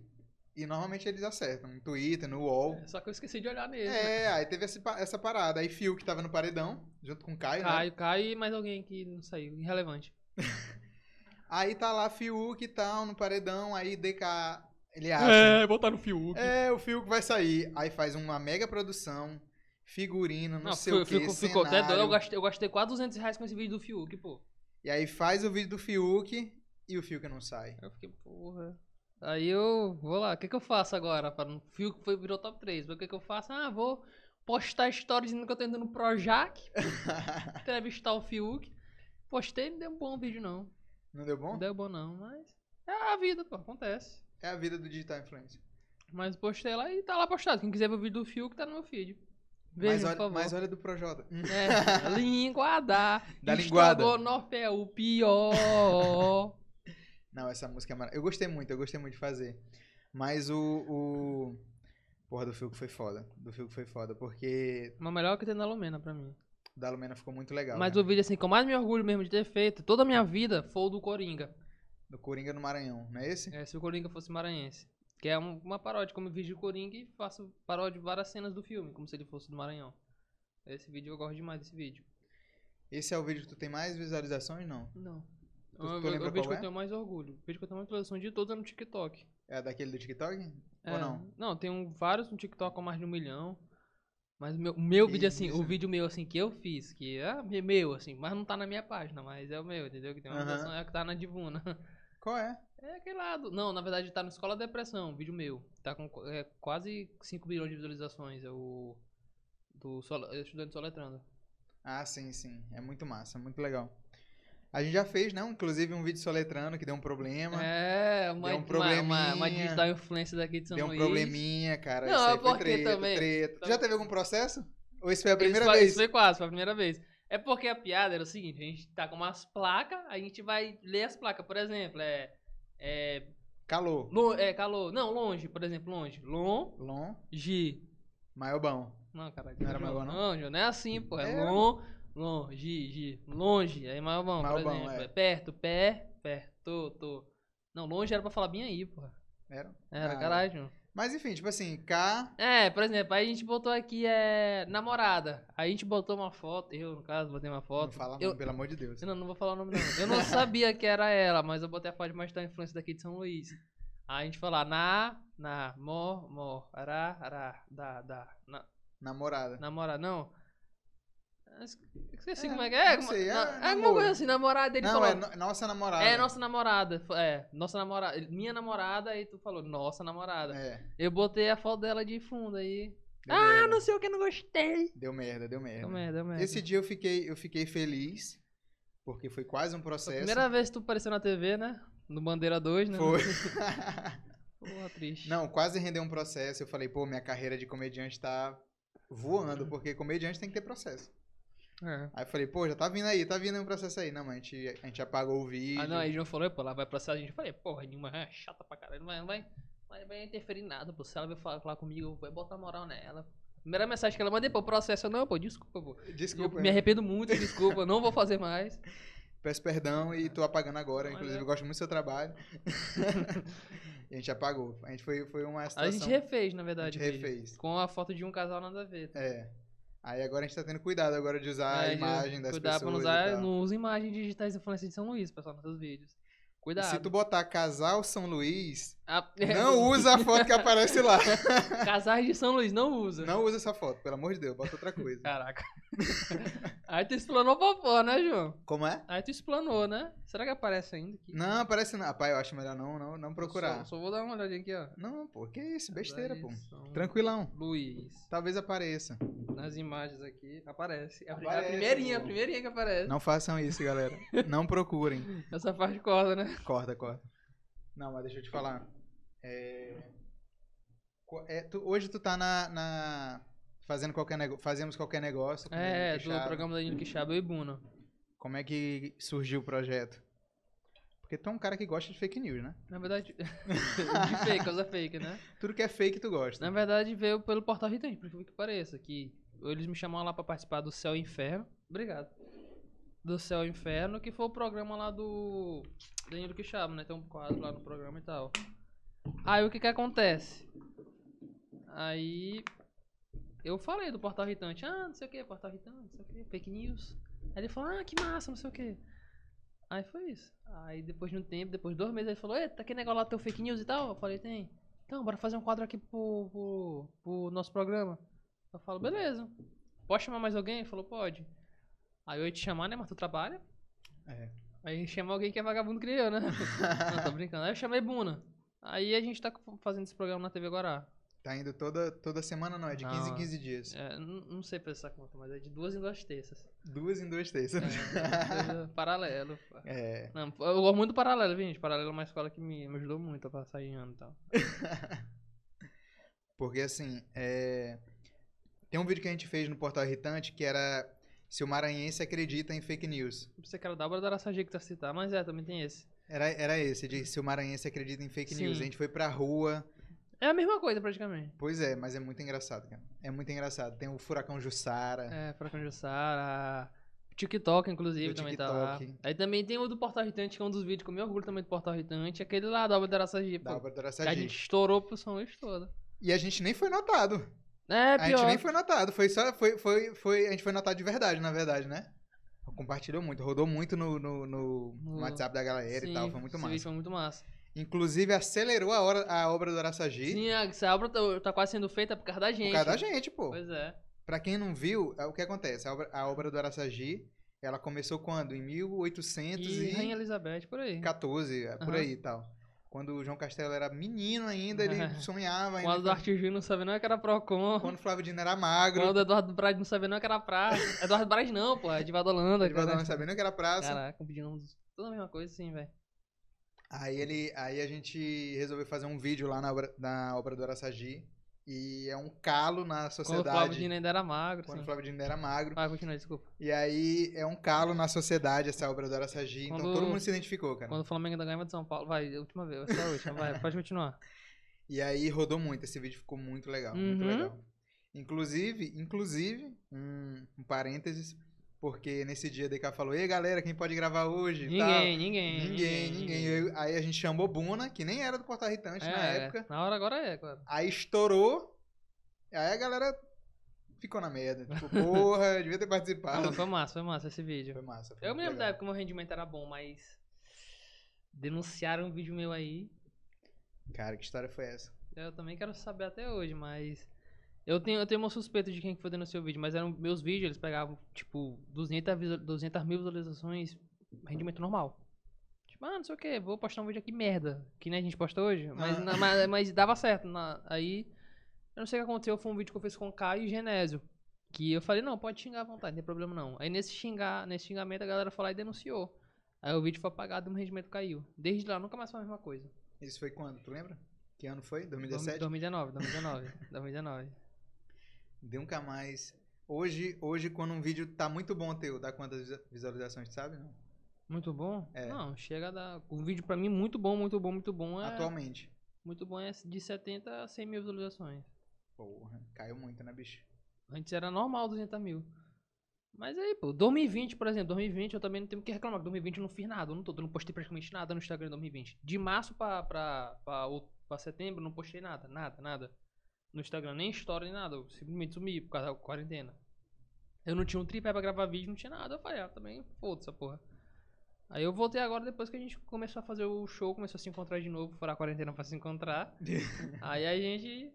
Speaker 1: E normalmente eles acertam, no Twitter, no UOL.
Speaker 2: É, Só que eu esqueci de olhar nele. né?
Speaker 1: É, aí teve esse pa- essa parada. Aí Fiuk tava no paredão, junto com o Caio, né?
Speaker 2: Caio, Caio e mais alguém que não saiu, irrelevante.
Speaker 1: Aí tá lá Fiuk e tal, no paredão, aí DK, ele acha.
Speaker 2: botar no Fiuk.
Speaker 1: É, o Fiuk vai sair. Aí faz uma mega produção, figurino, não,
Speaker 2: Não,
Speaker 1: sei
Speaker 2: fico,
Speaker 1: o que,
Speaker 2: fico, ficou até doido. Eu
Speaker 1: cenário.
Speaker 2: gastei, eu gastei quase 200 reais com esse vídeo do Fiuk, pô.
Speaker 1: E aí faz o vídeo do Fiuk e o Fiuk não sai.
Speaker 2: Aí Eu fiquei, porra. Aí eu vou lá, o que, que eu faço agora? Para um fio que foi virou top 3. O que, que eu faço? Ah, vou postar stories dizendo que eu tô indo no Projac, entrevistar o Fiuk. Postei, não deu um bom vídeo, não.
Speaker 1: Não deu
Speaker 2: Não
Speaker 1: bom?
Speaker 2: deu bom, não, mas. É a vida, pô, acontece.
Speaker 1: É a vida do digital influencer.
Speaker 2: Mas postei lá e tá lá postado. Quem quiser ver o vídeo do Fiuk, tá no meu feed. Veja,
Speaker 1: Mas
Speaker 2: por
Speaker 1: olha,
Speaker 2: favor.
Speaker 1: mas olha do Projota. Hum,
Speaker 2: É, linguada.
Speaker 1: Da linguada.
Speaker 2: Estrogonofe é o pior.
Speaker 1: Não, essa música é maravilhosa. Eu gostei muito, eu gostei muito de fazer. Mas o. o... Porra, do Fiuk foi foda. Do Fiuk foi foda, porque
Speaker 2: Mas melhor que tem na Lumena pra mim.
Speaker 1: o da Lumena ficou muito legal.
Speaker 2: Mas
Speaker 1: né?
Speaker 2: o vídeo assim que eu mais me orgulho mesmo de ter feito toda a minha vida foi o do Coringa.
Speaker 1: Do Coringa no Maranhão, não é esse?
Speaker 2: É, se o Coringa fosse maranhense. Que é um- uma paródia, como eu vídeo do Coringa e faço paródia de várias cenas do filme, como se ele fosse do Maranhão. Esse vídeo eu gosto demais desse vídeo.
Speaker 1: Esse é o vídeo que tu tem mais visualizações? Não.
Speaker 2: Não.
Speaker 1: Tu-
Speaker 2: é
Speaker 1: tu
Speaker 2: o-
Speaker 1: lembra
Speaker 2: é o vídeo
Speaker 1: qual
Speaker 2: que
Speaker 1: é?
Speaker 2: eu tenho mais orgulho. O vídeo que eu tenho mais visualização de todos é no TikTok.
Speaker 1: É daquele do TikTok?
Speaker 2: É,
Speaker 1: Ou não?
Speaker 2: Não, tem um- vários no TikTok com mais de um milhão. Mas o meu, o meu vídeo, assim,
Speaker 1: Isso.
Speaker 2: o vídeo meu, assim, que eu fiz, que é me- meu, assim, mas não tá na minha página, mas é o meu, entendeu? Que tem uma
Speaker 1: Aham.
Speaker 2: visualização, é o que tá na Divuna.
Speaker 1: Qual é?
Speaker 2: É aquele lado. Não, na verdade tá no Escola da Depressão, um vídeo meu. Tá com qu- é, quase 5 bilhões de visualizações. É o. Do Sol- é, Estudante Soletrando.
Speaker 1: Ah, sim, sim. É muito massa, muito legal. A gente já fez, não? Inclusive um vídeo soletrando que deu um problema.
Speaker 2: É, uma,
Speaker 1: Deu um
Speaker 2: uma, uma, uma
Speaker 1: probleminha.
Speaker 2: digital influencer daqui de São
Speaker 1: Deu um
Speaker 2: Luís.
Speaker 1: probleminha, cara.
Speaker 2: Não,
Speaker 1: isso aí foi
Speaker 2: porque
Speaker 1: treta,
Speaker 2: também- Tá
Speaker 1: treta. Já teve algum processo? Ou isso foi a primeira
Speaker 2: isso, foi-
Speaker 1: vez?
Speaker 2: Isso foi quase, foi a primeira vez. É porque a piada era o seguinte, a gente tá com umas placas, a gente vai ler as placas, por exemplo, é... É,
Speaker 1: Calor.
Speaker 2: lo- é calor, não, longe, por exemplo, longe.
Speaker 1: Long,
Speaker 2: Longe.
Speaker 1: Maiobão.
Speaker 2: Não, caralho.
Speaker 1: Não era
Speaker 2: João,
Speaker 1: Maiobão, não?
Speaker 2: Não, João, não é assim, pô. É,
Speaker 1: Era,
Speaker 2: lon, longe, gi, longe. Aí maiobão, por
Speaker 1: Maiobão,
Speaker 2: exemplo.
Speaker 1: é.
Speaker 2: É. Perto, pé, perto, tô, tô. Não, longe era pra falar bem aí, pô.
Speaker 1: Era.
Speaker 2: Era,
Speaker 1: Ah.
Speaker 2: caralho, João.
Speaker 1: Mas enfim, tipo assim, cá.
Speaker 2: É, por exemplo, aí a gente botou aqui, é, namorada. Aí a gente botou uma foto, eu, no caso, botei uma
Speaker 1: Não
Speaker 2: foto.
Speaker 1: fala, não,
Speaker 2: eu,
Speaker 1: pelo amor de Deus.
Speaker 2: não, não vou falar o nome, não. Eu não sabia que era ela, mas eu botei a foto mais da influência daqui de São Luís. Aí a gente falou, na, na, mo, mo, ará, ará, da, da, na,
Speaker 1: Namorada.
Speaker 2: Namora, não? Ah, es- Esqueci
Speaker 1: É,
Speaker 2: como é que é.
Speaker 1: não
Speaker 2: Não
Speaker 1: sei, é
Speaker 2: alguma
Speaker 1: namoro.
Speaker 2: coisa assim, namorada. Ele
Speaker 1: não,
Speaker 2: falou.
Speaker 1: é no- nossa namorada.
Speaker 2: É, nossa namorada. Fa- É, nossa namorada. Minha namorada, e tu falou, nossa namorada.
Speaker 1: É.
Speaker 2: Eu botei a foto dela de fundo aí.
Speaker 1: Deu
Speaker 2: ah,
Speaker 1: merda.
Speaker 2: não sei o que, não gostei.
Speaker 1: Deu merda, deu merda.
Speaker 2: Deu merda, deu merda.
Speaker 1: É, Esse dia eu fiquei, eu fiquei feliz, porque foi quase um
Speaker 2: Foi a
Speaker 1: processo.
Speaker 2: primeira vez que tu apareceu na TV, né? No Bandeira 2, né?
Speaker 1: Foi.
Speaker 2: Porra, triste.
Speaker 1: Não, quase rendeu um processo. Eu falei, pô, minha carreira de comediante tá
Speaker 2: Uhum.
Speaker 1: voando, porque comediante tem que ter processo.
Speaker 2: É.
Speaker 1: Aí eu falei, pô, já tá vindo aí, tá vindo um processo aí. Não, mas a gente, a gente apagou o vídeo.
Speaker 2: Ah, não, aí o João falou, pô, lá vai processar a gente. Eu falei, porra, nenhuma é chata pra caralho, não vai, não vai, não vai interferir em nada, pô. Se ela vai falar, falar comigo, vai botar moral nela. Primeira mensagem que ela mandei, pô, processo, eu, não, pô, desculpa, pô.
Speaker 1: Desculpa,
Speaker 2: eu me
Speaker 1: né?
Speaker 2: arrependo muito, desculpa, não vou fazer mais.
Speaker 1: peço perdão e tô apagando agora.
Speaker 2: Mas
Speaker 1: Inclusive,
Speaker 2: é.
Speaker 1: eu gosto muito do seu trabalho. e a gente apagou. A gente foi, foi uma
Speaker 2: A
Speaker 1: situação...
Speaker 2: gente refez, na verdade.
Speaker 1: A gente
Speaker 2: o vídeo.
Speaker 1: refez.
Speaker 2: Com a foto de um casal nada a ver. tá?
Speaker 1: É. Aí agora a gente tá tendo cuidado agora de usar
Speaker 2: Aí,
Speaker 1: a imagem das
Speaker 2: É, cuidar pra
Speaker 1: pessoas
Speaker 2: não
Speaker 1: e
Speaker 2: usar,
Speaker 1: tal.
Speaker 2: não usa imagens digitais da influência de São Luís, pessoal, nos seus vídeos. Cuidado.
Speaker 1: Se tu botar casal São Luís,
Speaker 2: Ah,
Speaker 1: não usa a foto que aparece lá.
Speaker 2: Casais de São Luís, não usa.
Speaker 1: Não usa essa foto, pelo amor de Deus, bota outra coisa.
Speaker 2: Caraca. Aí tu explanou pra porra, né, João?
Speaker 1: Como é?
Speaker 2: Aí tu explanou, né? Será que aparece ainda aqui?
Speaker 1: Não, aparece não. Rapaz, eu acho melhor não, não, não procurar.
Speaker 2: Só, só vou dar uma olhadinha aqui, ó.
Speaker 1: Não, pô, que isso, besteira, pô.
Speaker 2: Aparição
Speaker 1: Tranquilão.
Speaker 2: Luiz.
Speaker 1: Talvez apareça.
Speaker 2: Nas imagens aqui, aparece. É a pri-
Speaker 1: Aparece,
Speaker 2: a primeirinha, a
Speaker 1: pô.
Speaker 2: primeirinha que aparece.
Speaker 1: Não façam isso, galera. Não procurem.
Speaker 2: Essa parte corta, né?
Speaker 1: Corta, corta. Não, mas deixa eu te falar. É... co- é, tu- hoje tu tá na. na- Fazendo qualquer nego... Fazemos qualquer negócio. com o
Speaker 2: É, do
Speaker 1: Quixada.
Speaker 2: programa da Nilo Quixaba e Buna.
Speaker 1: Como é que surgiu o projeto? Porque tu é um cara que gosta de fake news, né?
Speaker 2: Na verdade, de fake, causa fake, né?
Speaker 1: Tudo que é fake tu gosta.
Speaker 2: Na verdade, veio pelo Portal Ritante, por incrível que pareça. Que eles me chamaram lá pra participar do Céu e Inferno. Obrigado. Do Céu e Inferno, que foi o programa lá do Danilo Quixaba, né? Tem um quadro lá no programa e tal. Aí o que que acontece? Aí eu falei do Portal Ritante. Ah, não sei o que, Portal Ritante, não sei o que, fake news. Aí ele falou, ah, que massa, não sei o que. Aí foi isso. Aí depois de um tempo, depois de dois meses, ele falou, eita, que negócio lá teu fake news e tal? Eu falei, tem. Então, bora fazer um quadro aqui pro, pro, pro nosso programa. Eu falo, beleza. Pode chamar mais alguém? Ele falou, pode. Aí eu ia te chamar, né? Mas tu trabalha.
Speaker 1: É.
Speaker 2: Aí chamar alguém que é vagabundo que nem eu, né? Não, tô brincando. Aí eu chamei Buna. Aí a gente tá fazendo esse programa na TV Guará.
Speaker 1: Tá indo toda, toda semana, não, é de 15 em
Speaker 2: Não,
Speaker 1: 15 dias.
Speaker 2: É, n- não sei precisar conta, mas é de duas em duas terças.
Speaker 1: Duas em duas terças.
Speaker 2: É, paralelo.
Speaker 1: É.
Speaker 2: Não, eu gosto muito do paralelo, viu, gente. Paralelo é uma escola que me, me ajudou muito a passar em ano e tal.
Speaker 1: Porque assim, é... tem um vídeo que a gente fez no Portal Irritante que era se o maranhense acredita em fake news.
Speaker 2: Não sei que era o Débora da Araçagi que tá citar, mas é, também tem esse.
Speaker 1: Era, era esse, de se o maranhense acredita em fake
Speaker 2: Sim.
Speaker 1: news. A gente foi pra rua.
Speaker 2: É a mesma coisa, praticamente.
Speaker 1: Pois é, mas é muito engraçado, cara. É muito engraçado. Tem o furacão Jussara.
Speaker 2: É, pra Conjussara. TikTok, inclusive,
Speaker 1: Do
Speaker 2: também tá lá.
Speaker 1: TikTok.
Speaker 2: Aí também tem o do Portal Irritante, que é um dos vídeos que eu me orgulho também do Portal Irritante. Aquele lá da obra da Araçagi,
Speaker 1: Da
Speaker 2: pô.
Speaker 1: Álvaro
Speaker 2: Que a
Speaker 1: Araçagi.
Speaker 2: gente estourou pro São Luís todo.
Speaker 1: E a gente nem foi notado.
Speaker 2: É,
Speaker 1: A gente
Speaker 2: pior.
Speaker 1: nem foi notado. Foi só, foi, foi, foi, a gente foi notado de verdade, na verdade, né? Compartilhou muito, rodou muito no, no, no
Speaker 2: No-
Speaker 1: WhatsApp da galera e
Speaker 2: Sim,
Speaker 1: tal. Foi muito
Speaker 2: esse
Speaker 1: massa.
Speaker 2: vídeo foi muito massa.
Speaker 1: Inclusive, acelerou a, hora, a obra do Araçagi
Speaker 2: Sim, a- essa obra tá, tá quase sendo feita por causa da gente.
Speaker 1: por causa da gente, pô.
Speaker 2: Pois é.
Speaker 1: Pra quem não viu, é o que acontece? A obra, a obra do Araçagi, ela começou quando? Em
Speaker 2: E Rainha
Speaker 1: 1814,
Speaker 2: Elizabeth, por aí.
Speaker 1: é, por
Speaker 2: Aham.
Speaker 1: aí e tal. Quando o João Castelo era menino ainda, ele sonhava
Speaker 2: Quando o
Speaker 1: ainda.
Speaker 2: Eduardo Gil não sabia não é que era Procon.
Speaker 1: Quando o Flávio Dino era magro,
Speaker 2: Quando o Eduardo Braz não sabia não é que era Praça. Eduardo Braz não, pô. É de Vadolanda.
Speaker 1: ele não sabia nem o que era praça.
Speaker 2: Caraca, pedindo tudo a mesma coisa, sim, velho.
Speaker 1: Aí ele, aí a gente resolveu fazer um vídeo lá na obra, na obra do Araçagi E é um calo na
Speaker 2: Quando o Flávio
Speaker 1: sociedade.
Speaker 2: Dino ainda era magro.
Speaker 1: Quando o
Speaker 2: Assim.
Speaker 1: Flávio Dino era magro.
Speaker 2: Ah, continua, desculpa.
Speaker 1: E aí é um calo na sociedade essa obra do Araçagi. Então
Speaker 2: Quando-
Speaker 1: todo mundo se identificou, cara.
Speaker 2: Quando o Flamengo ainda ganhava de São Paulo. Vai, última vez, essa é a última. Vai, pode continuar.
Speaker 1: Tá. E aí rodou muito, esse vídeo ficou muito legal, muito
Speaker 2: Uhum.
Speaker 1: legal. Inclusive, inclusive, um, um parênteses, porque nesse dia a DK falou, ei galera, quem pode gravar hoje? e tal.
Speaker 2: Ninguém, ninguém.
Speaker 1: Ninguém, ninguém. Eu- Aí a gente chamou Buna, que nem era do Portal Irritante na
Speaker 2: É,
Speaker 1: época.
Speaker 2: Na hora agora é, claro.
Speaker 1: Aí estourou, aí a galera ficou na merda. Tipo, porra, devia ter
Speaker 2: Ah,
Speaker 1: participado.
Speaker 2: mas foi massa, foi massa esse vídeo.
Speaker 1: Foi massa. foi
Speaker 2: Eu
Speaker 1: muito
Speaker 2: me lembro da
Speaker 1: legal.
Speaker 2: época que meu rendimento era bom, mas. Denunciaram um vídeo meu aí. né?
Speaker 1: Cara, que história foi essa?
Speaker 2: Eu também quero saber até hoje, mas. Eu tenho, eu tenho uma suspeita de quem que foi denunciar o vídeo, mas eram meus vídeos, eles pegavam, tipo, 200, visual- 200 mil visualizações, rendimento normal. Tipo, ah, não sei o que, vou postar um vídeo aqui merda, que nem a gente posta hoje, mas,
Speaker 1: Ah.
Speaker 2: na- mas, mas dava certo. na- aí, eu não sei o que aconteceu, foi um vídeo que eu fiz com o Caio e Genésio, que eu falei, não, pode xingar à vontade, não tem problema não. Aí nesse, xingar, nesse xingamento a galera foi lá e denunciou. Aí o vídeo foi apagado e o meu rendimento caiu. Desde lá, nunca mais foi a mesma coisa.
Speaker 1: Isso foi quando? Tu lembra? Que ano foi? 2017?
Speaker 2: 2019, 2019, 2019.
Speaker 1: Nunca mais. Hoje, hoje, quando um vídeo tá muito bom teu, dá quantas visa- visualizações, tu sabe? Não?
Speaker 2: Muito bom?
Speaker 1: É.
Speaker 2: Não, chega a dar. Um vídeo pra mim muito bom, muito bom, muito bom é.
Speaker 1: Atualmente.
Speaker 2: Muito bom é de 70 a 100 mil visualizações.
Speaker 1: Porra, caiu muito, né, bicho?
Speaker 2: Antes era normal 200 mil. Mas aí, pô, 2020, por exemplo, 2020 eu também não tenho o que reclamar. porque 2020 eu não fiz nada, eu não, tô, eu não postei praticamente nada no Instagram em 2020. De março pra, pra, pra, out- pra setembro eu não postei nada, nada, nada. No Instagram, nem história, nem nada. Eu simplesmente sumi por causa da quarentena. Eu não tinha um tripé pra gravar vídeo, não tinha nada. Eu falei, ah, também foda-se essa porra. Aí eu voltei agora depois que a gente começou a fazer o show, começou a se encontrar de novo, fora a quarentena pra se encontrar. aí a gente.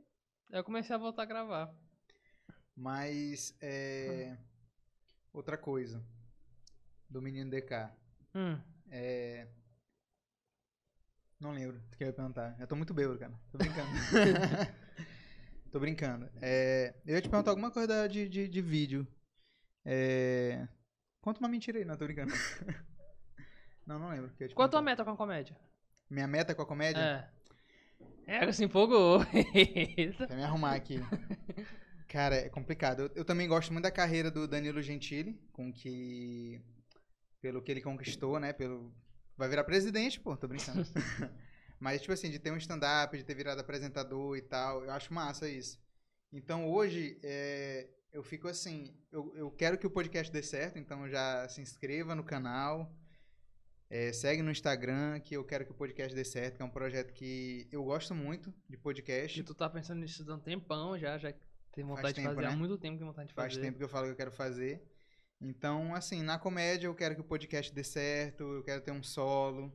Speaker 2: Eu comecei a voltar a gravar.
Speaker 1: Mas, é...
Speaker 2: Hum.
Speaker 1: Outra coisa. Do menino DK.
Speaker 2: Hum.
Speaker 1: É, Não lembro do que eu ia perguntar. Eu tô muito bêbado, cara. Tô brincando. tô brincando. É, eu ia te perguntar alguma coisa da- de, de, de vídeo. É, Conta uma mentira aí. Não, tô brincando. não, não lembro. o que eu ia te
Speaker 2: Qual a tua
Speaker 1: perguntar.
Speaker 2: meta com a comédia?
Speaker 1: Minha meta com a comédia?
Speaker 2: É. É, se empolgou. Eita.
Speaker 1: Até me arrumar aqui. Cara, é complicado. Eu, eu também gosto muito da carreira do Danilo Gentili, com que. Pelo que ele conquistou, né? Pelo. Vai virar presidente, pô, tô brincando. Mas, tipo assim, de ter um stand-up, de ter virado apresentador e tal, eu acho massa isso. Então hoje, é, eu fico assim, eu, eu quero que o podcast dê certo, então já se inscreva no canal, é, segue no Instagram, que eu quero que o podcast dê certo, que é um projeto que eu gosto muito de podcast.
Speaker 2: E tu tá pensando nisso há um tempão já, já tem vontade de
Speaker 1: tempo,
Speaker 2: fazer. Há
Speaker 1: né?
Speaker 2: muito tempo que tem vontade de
Speaker 1: Faz
Speaker 2: fazer.
Speaker 1: tempo que eu falo que eu quero fazer. Então, assim, na comédia eu quero que o podcast dê certo, eu quero ter um solo,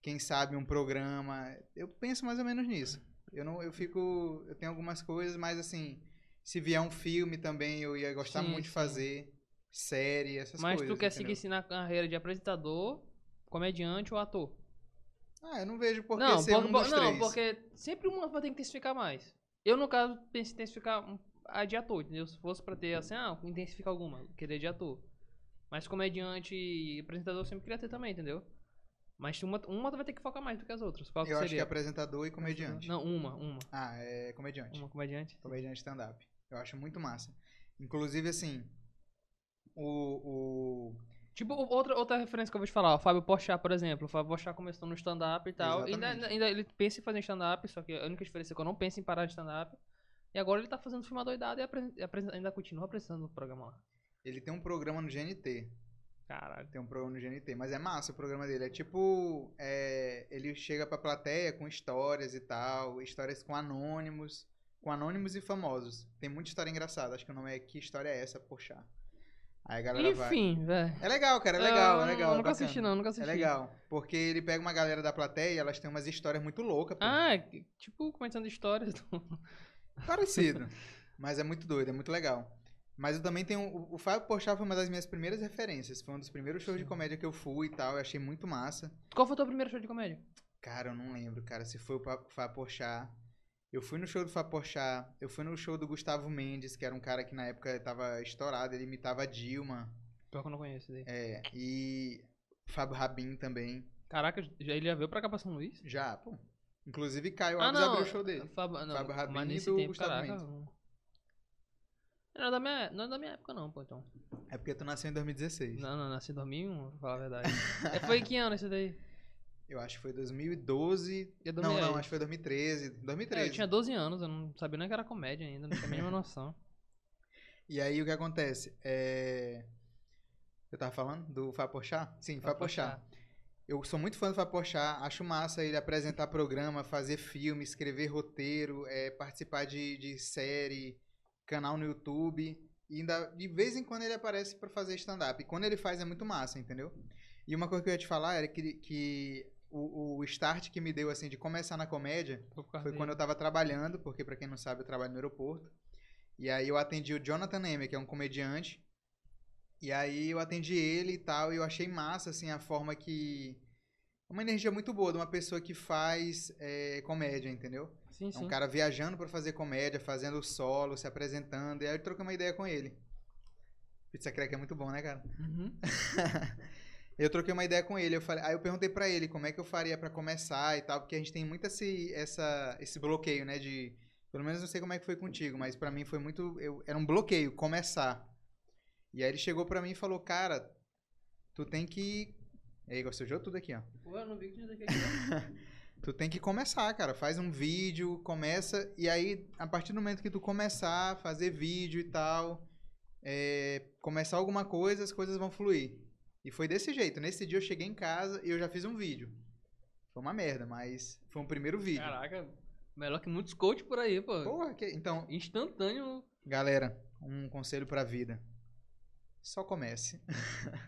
Speaker 1: quem sabe um programa. Eu penso mais ou menos nisso. Eu não, eu fico, eu tenho algumas coisas, mas assim, se vier um filme também eu ia gostar
Speaker 2: Sim,
Speaker 1: muito de
Speaker 2: sim.
Speaker 1: fazer, série, essas
Speaker 2: Mas
Speaker 1: coisas.
Speaker 2: tu quer
Speaker 1: entendeu?
Speaker 2: seguir assim, na carreira de apresentador, comediante ou ator?
Speaker 1: Ah, eu não vejo por que
Speaker 2: não,
Speaker 1: ser
Speaker 2: porque,
Speaker 1: um dos
Speaker 2: não
Speaker 1: três.
Speaker 2: porque sempre uma vai ter que intensificar mais. Eu, no caso, penso em intensificar um- a de ator, entendeu? Se fosse pra ter assim, ah, intensificar alguma, eu queria de ator. Mas comediante e apresentador eu sempre queria ter também, entendeu? Mas uma, uma tu vai ter que focar mais do que as outras. Qual que
Speaker 1: eu acho que é
Speaker 2: seria?
Speaker 1: apresentador e comediante.
Speaker 2: Não, uma, uma.
Speaker 1: Ah, é comediante.
Speaker 2: Uma comediante.
Speaker 1: comediante stand-up. Eu acho muito massa. Inclusive, assim, o- o
Speaker 2: Tipo, o- outra, outra referência que eu vou te falar, o Fábio Pochá, por exemplo. O Fábio Pochá começou no stand-up e tal. Ainda,
Speaker 1: Exatamente.
Speaker 2: ainda ele pensa em fazer stand-up, só que a única diferença é que eu não penso em parar de stand-up. E agora ele tá fazendo filme doidado e apresen- e apresen- ainda continua apresentando o programa lá.
Speaker 1: Ele tem um programa no GNT.
Speaker 2: Caralho.
Speaker 1: Tem um programa no GNT, mas é massa o programa dele. É tipo. é, ele chega pra plateia com histórias e tal. Histórias com anônimos. Com anônimos e famosos. Tem muita história engraçada. Acho que o nome é Que História é Essa, poxa. Aí a galera vai.
Speaker 2: Enfim, velho. Ah,
Speaker 1: É legal, cara. É legal, é legal. é
Speaker 2: Nunca
Speaker 1: bacana.
Speaker 2: assisti, não, nunca assisti.
Speaker 1: É legal. Porque ele pega uma galera da plateia e elas têm umas histórias muito loucas. pô.
Speaker 2: Ah, que- tipo, comentando histórias. do-
Speaker 1: Parecido. Mas é muito doido, é muito legal. Mas eu também tenho. O, o Fábio Porchat foi uma das minhas primeiras referências. Foi um dos primeiros shows de
Speaker 2: Sim.
Speaker 1: comédia que eu fui e tal. Eu achei muito massa.
Speaker 2: Qual foi o teu primeiro show de comédia?
Speaker 1: Cara, eu não lembro, cara, se foi o Pa- Fábio Porchat. Eu fui no show do Fábio Porchat. Eu fui no show do Gustavo Mendes, que era um cara que na época tava estourado. Ele imitava a Dilma.
Speaker 2: Pior que eu não conheço esse daí.
Speaker 1: É, e Fábio Rabin também.
Speaker 2: Caraca, já ele já veio pra cá pra São Luís?
Speaker 1: Já, pô. Inclusive, Caio
Speaker 2: Ah,
Speaker 1: Alves
Speaker 2: não.
Speaker 1: Então, abriu o show dele.
Speaker 2: Fábio, não,
Speaker 1: Fábio Rabin
Speaker 2: mas
Speaker 1: e
Speaker 2: nesse
Speaker 1: do
Speaker 2: tempo,
Speaker 1: Gustavo
Speaker 2: caraca,
Speaker 1: Mendes.
Speaker 2: não. Não é, da minha, não é da minha época, não, pô, então.
Speaker 1: É porque tu nasceu em 2016.
Speaker 2: Não, não, nasci em 2001, pra falar a verdade. É, foi que ano isso daí?
Speaker 1: Eu acho que foi 2012.
Speaker 2: Eu
Speaker 1: Não, não,
Speaker 2: dominei.
Speaker 1: acho que foi 2013.
Speaker 2: É,
Speaker 1: 2013.
Speaker 2: eu tinha 12 anos, eu não sabia nem que era comédia ainda, não tinha a mínima noção.
Speaker 1: E aí o que acontece? É... Eu tava falando do Fapochá? Sim, Fapochá. Eu sou muito fã do Fapochá, acho massa ele apresentar programa, fazer filme, escrever roteiro, é, participar de, de série, canal no YouTube. E ainda, de vez em quando ele aparece pra fazer stand-up. E quando ele faz é muito massa, entendeu? E uma coisa que eu ia te falar era que, que o, o start que me deu assim de começar na comédia
Speaker 2: Foi, por causa
Speaker 1: foi
Speaker 2: dele.
Speaker 1: quando eu tava trabalhando, porque pra quem não sabe, eu trabalho no aeroporto. E aí eu atendi o Jonathan Emer, que é um comediante. E aí eu atendi ele e tal, e eu achei massa, assim, a forma que... Uma energia muito boa de uma pessoa que faz eh, comédia, entendeu?
Speaker 2: Sim,
Speaker 1: É um
Speaker 2: sim.
Speaker 1: cara viajando pra fazer comédia, fazendo solo, se apresentando. E aí eu troquei uma ideia com ele. Pizza Crack é muito bom, né, cara?
Speaker 2: Uhum.
Speaker 1: Eu troquei uma ideia com ele, eu falei, aí eu perguntei pra ele como é que eu faria pra começar e tal, porque a gente tem muito esse, essa, esse bloqueio, né, de, pelo menos eu não sei como é que foi contigo, mas pra mim foi muito, eu- era um bloqueio, começar. E aí ele chegou pra mim e falou, cara, tu tem que, aí gostejou tudo aqui, ó.
Speaker 2: Pô, eu não vi que tinha daqui.
Speaker 1: Tu tem que começar, cara, faz um vídeo, começa, e aí a partir do momento que tu começar a fazer vídeo e tal, é, começar alguma coisa, as coisas vão fluir. E foi desse jeito. Nesse dia eu cheguei em casa e eu já fiz um vídeo. Foi uma merda, mas foi um primeiro vídeo.
Speaker 2: Caraca, melhor que muitos coaches por aí, pô.
Speaker 1: Porra, que- então,
Speaker 2: Instantâneo.
Speaker 1: galera, um conselho pra vida. Só comece.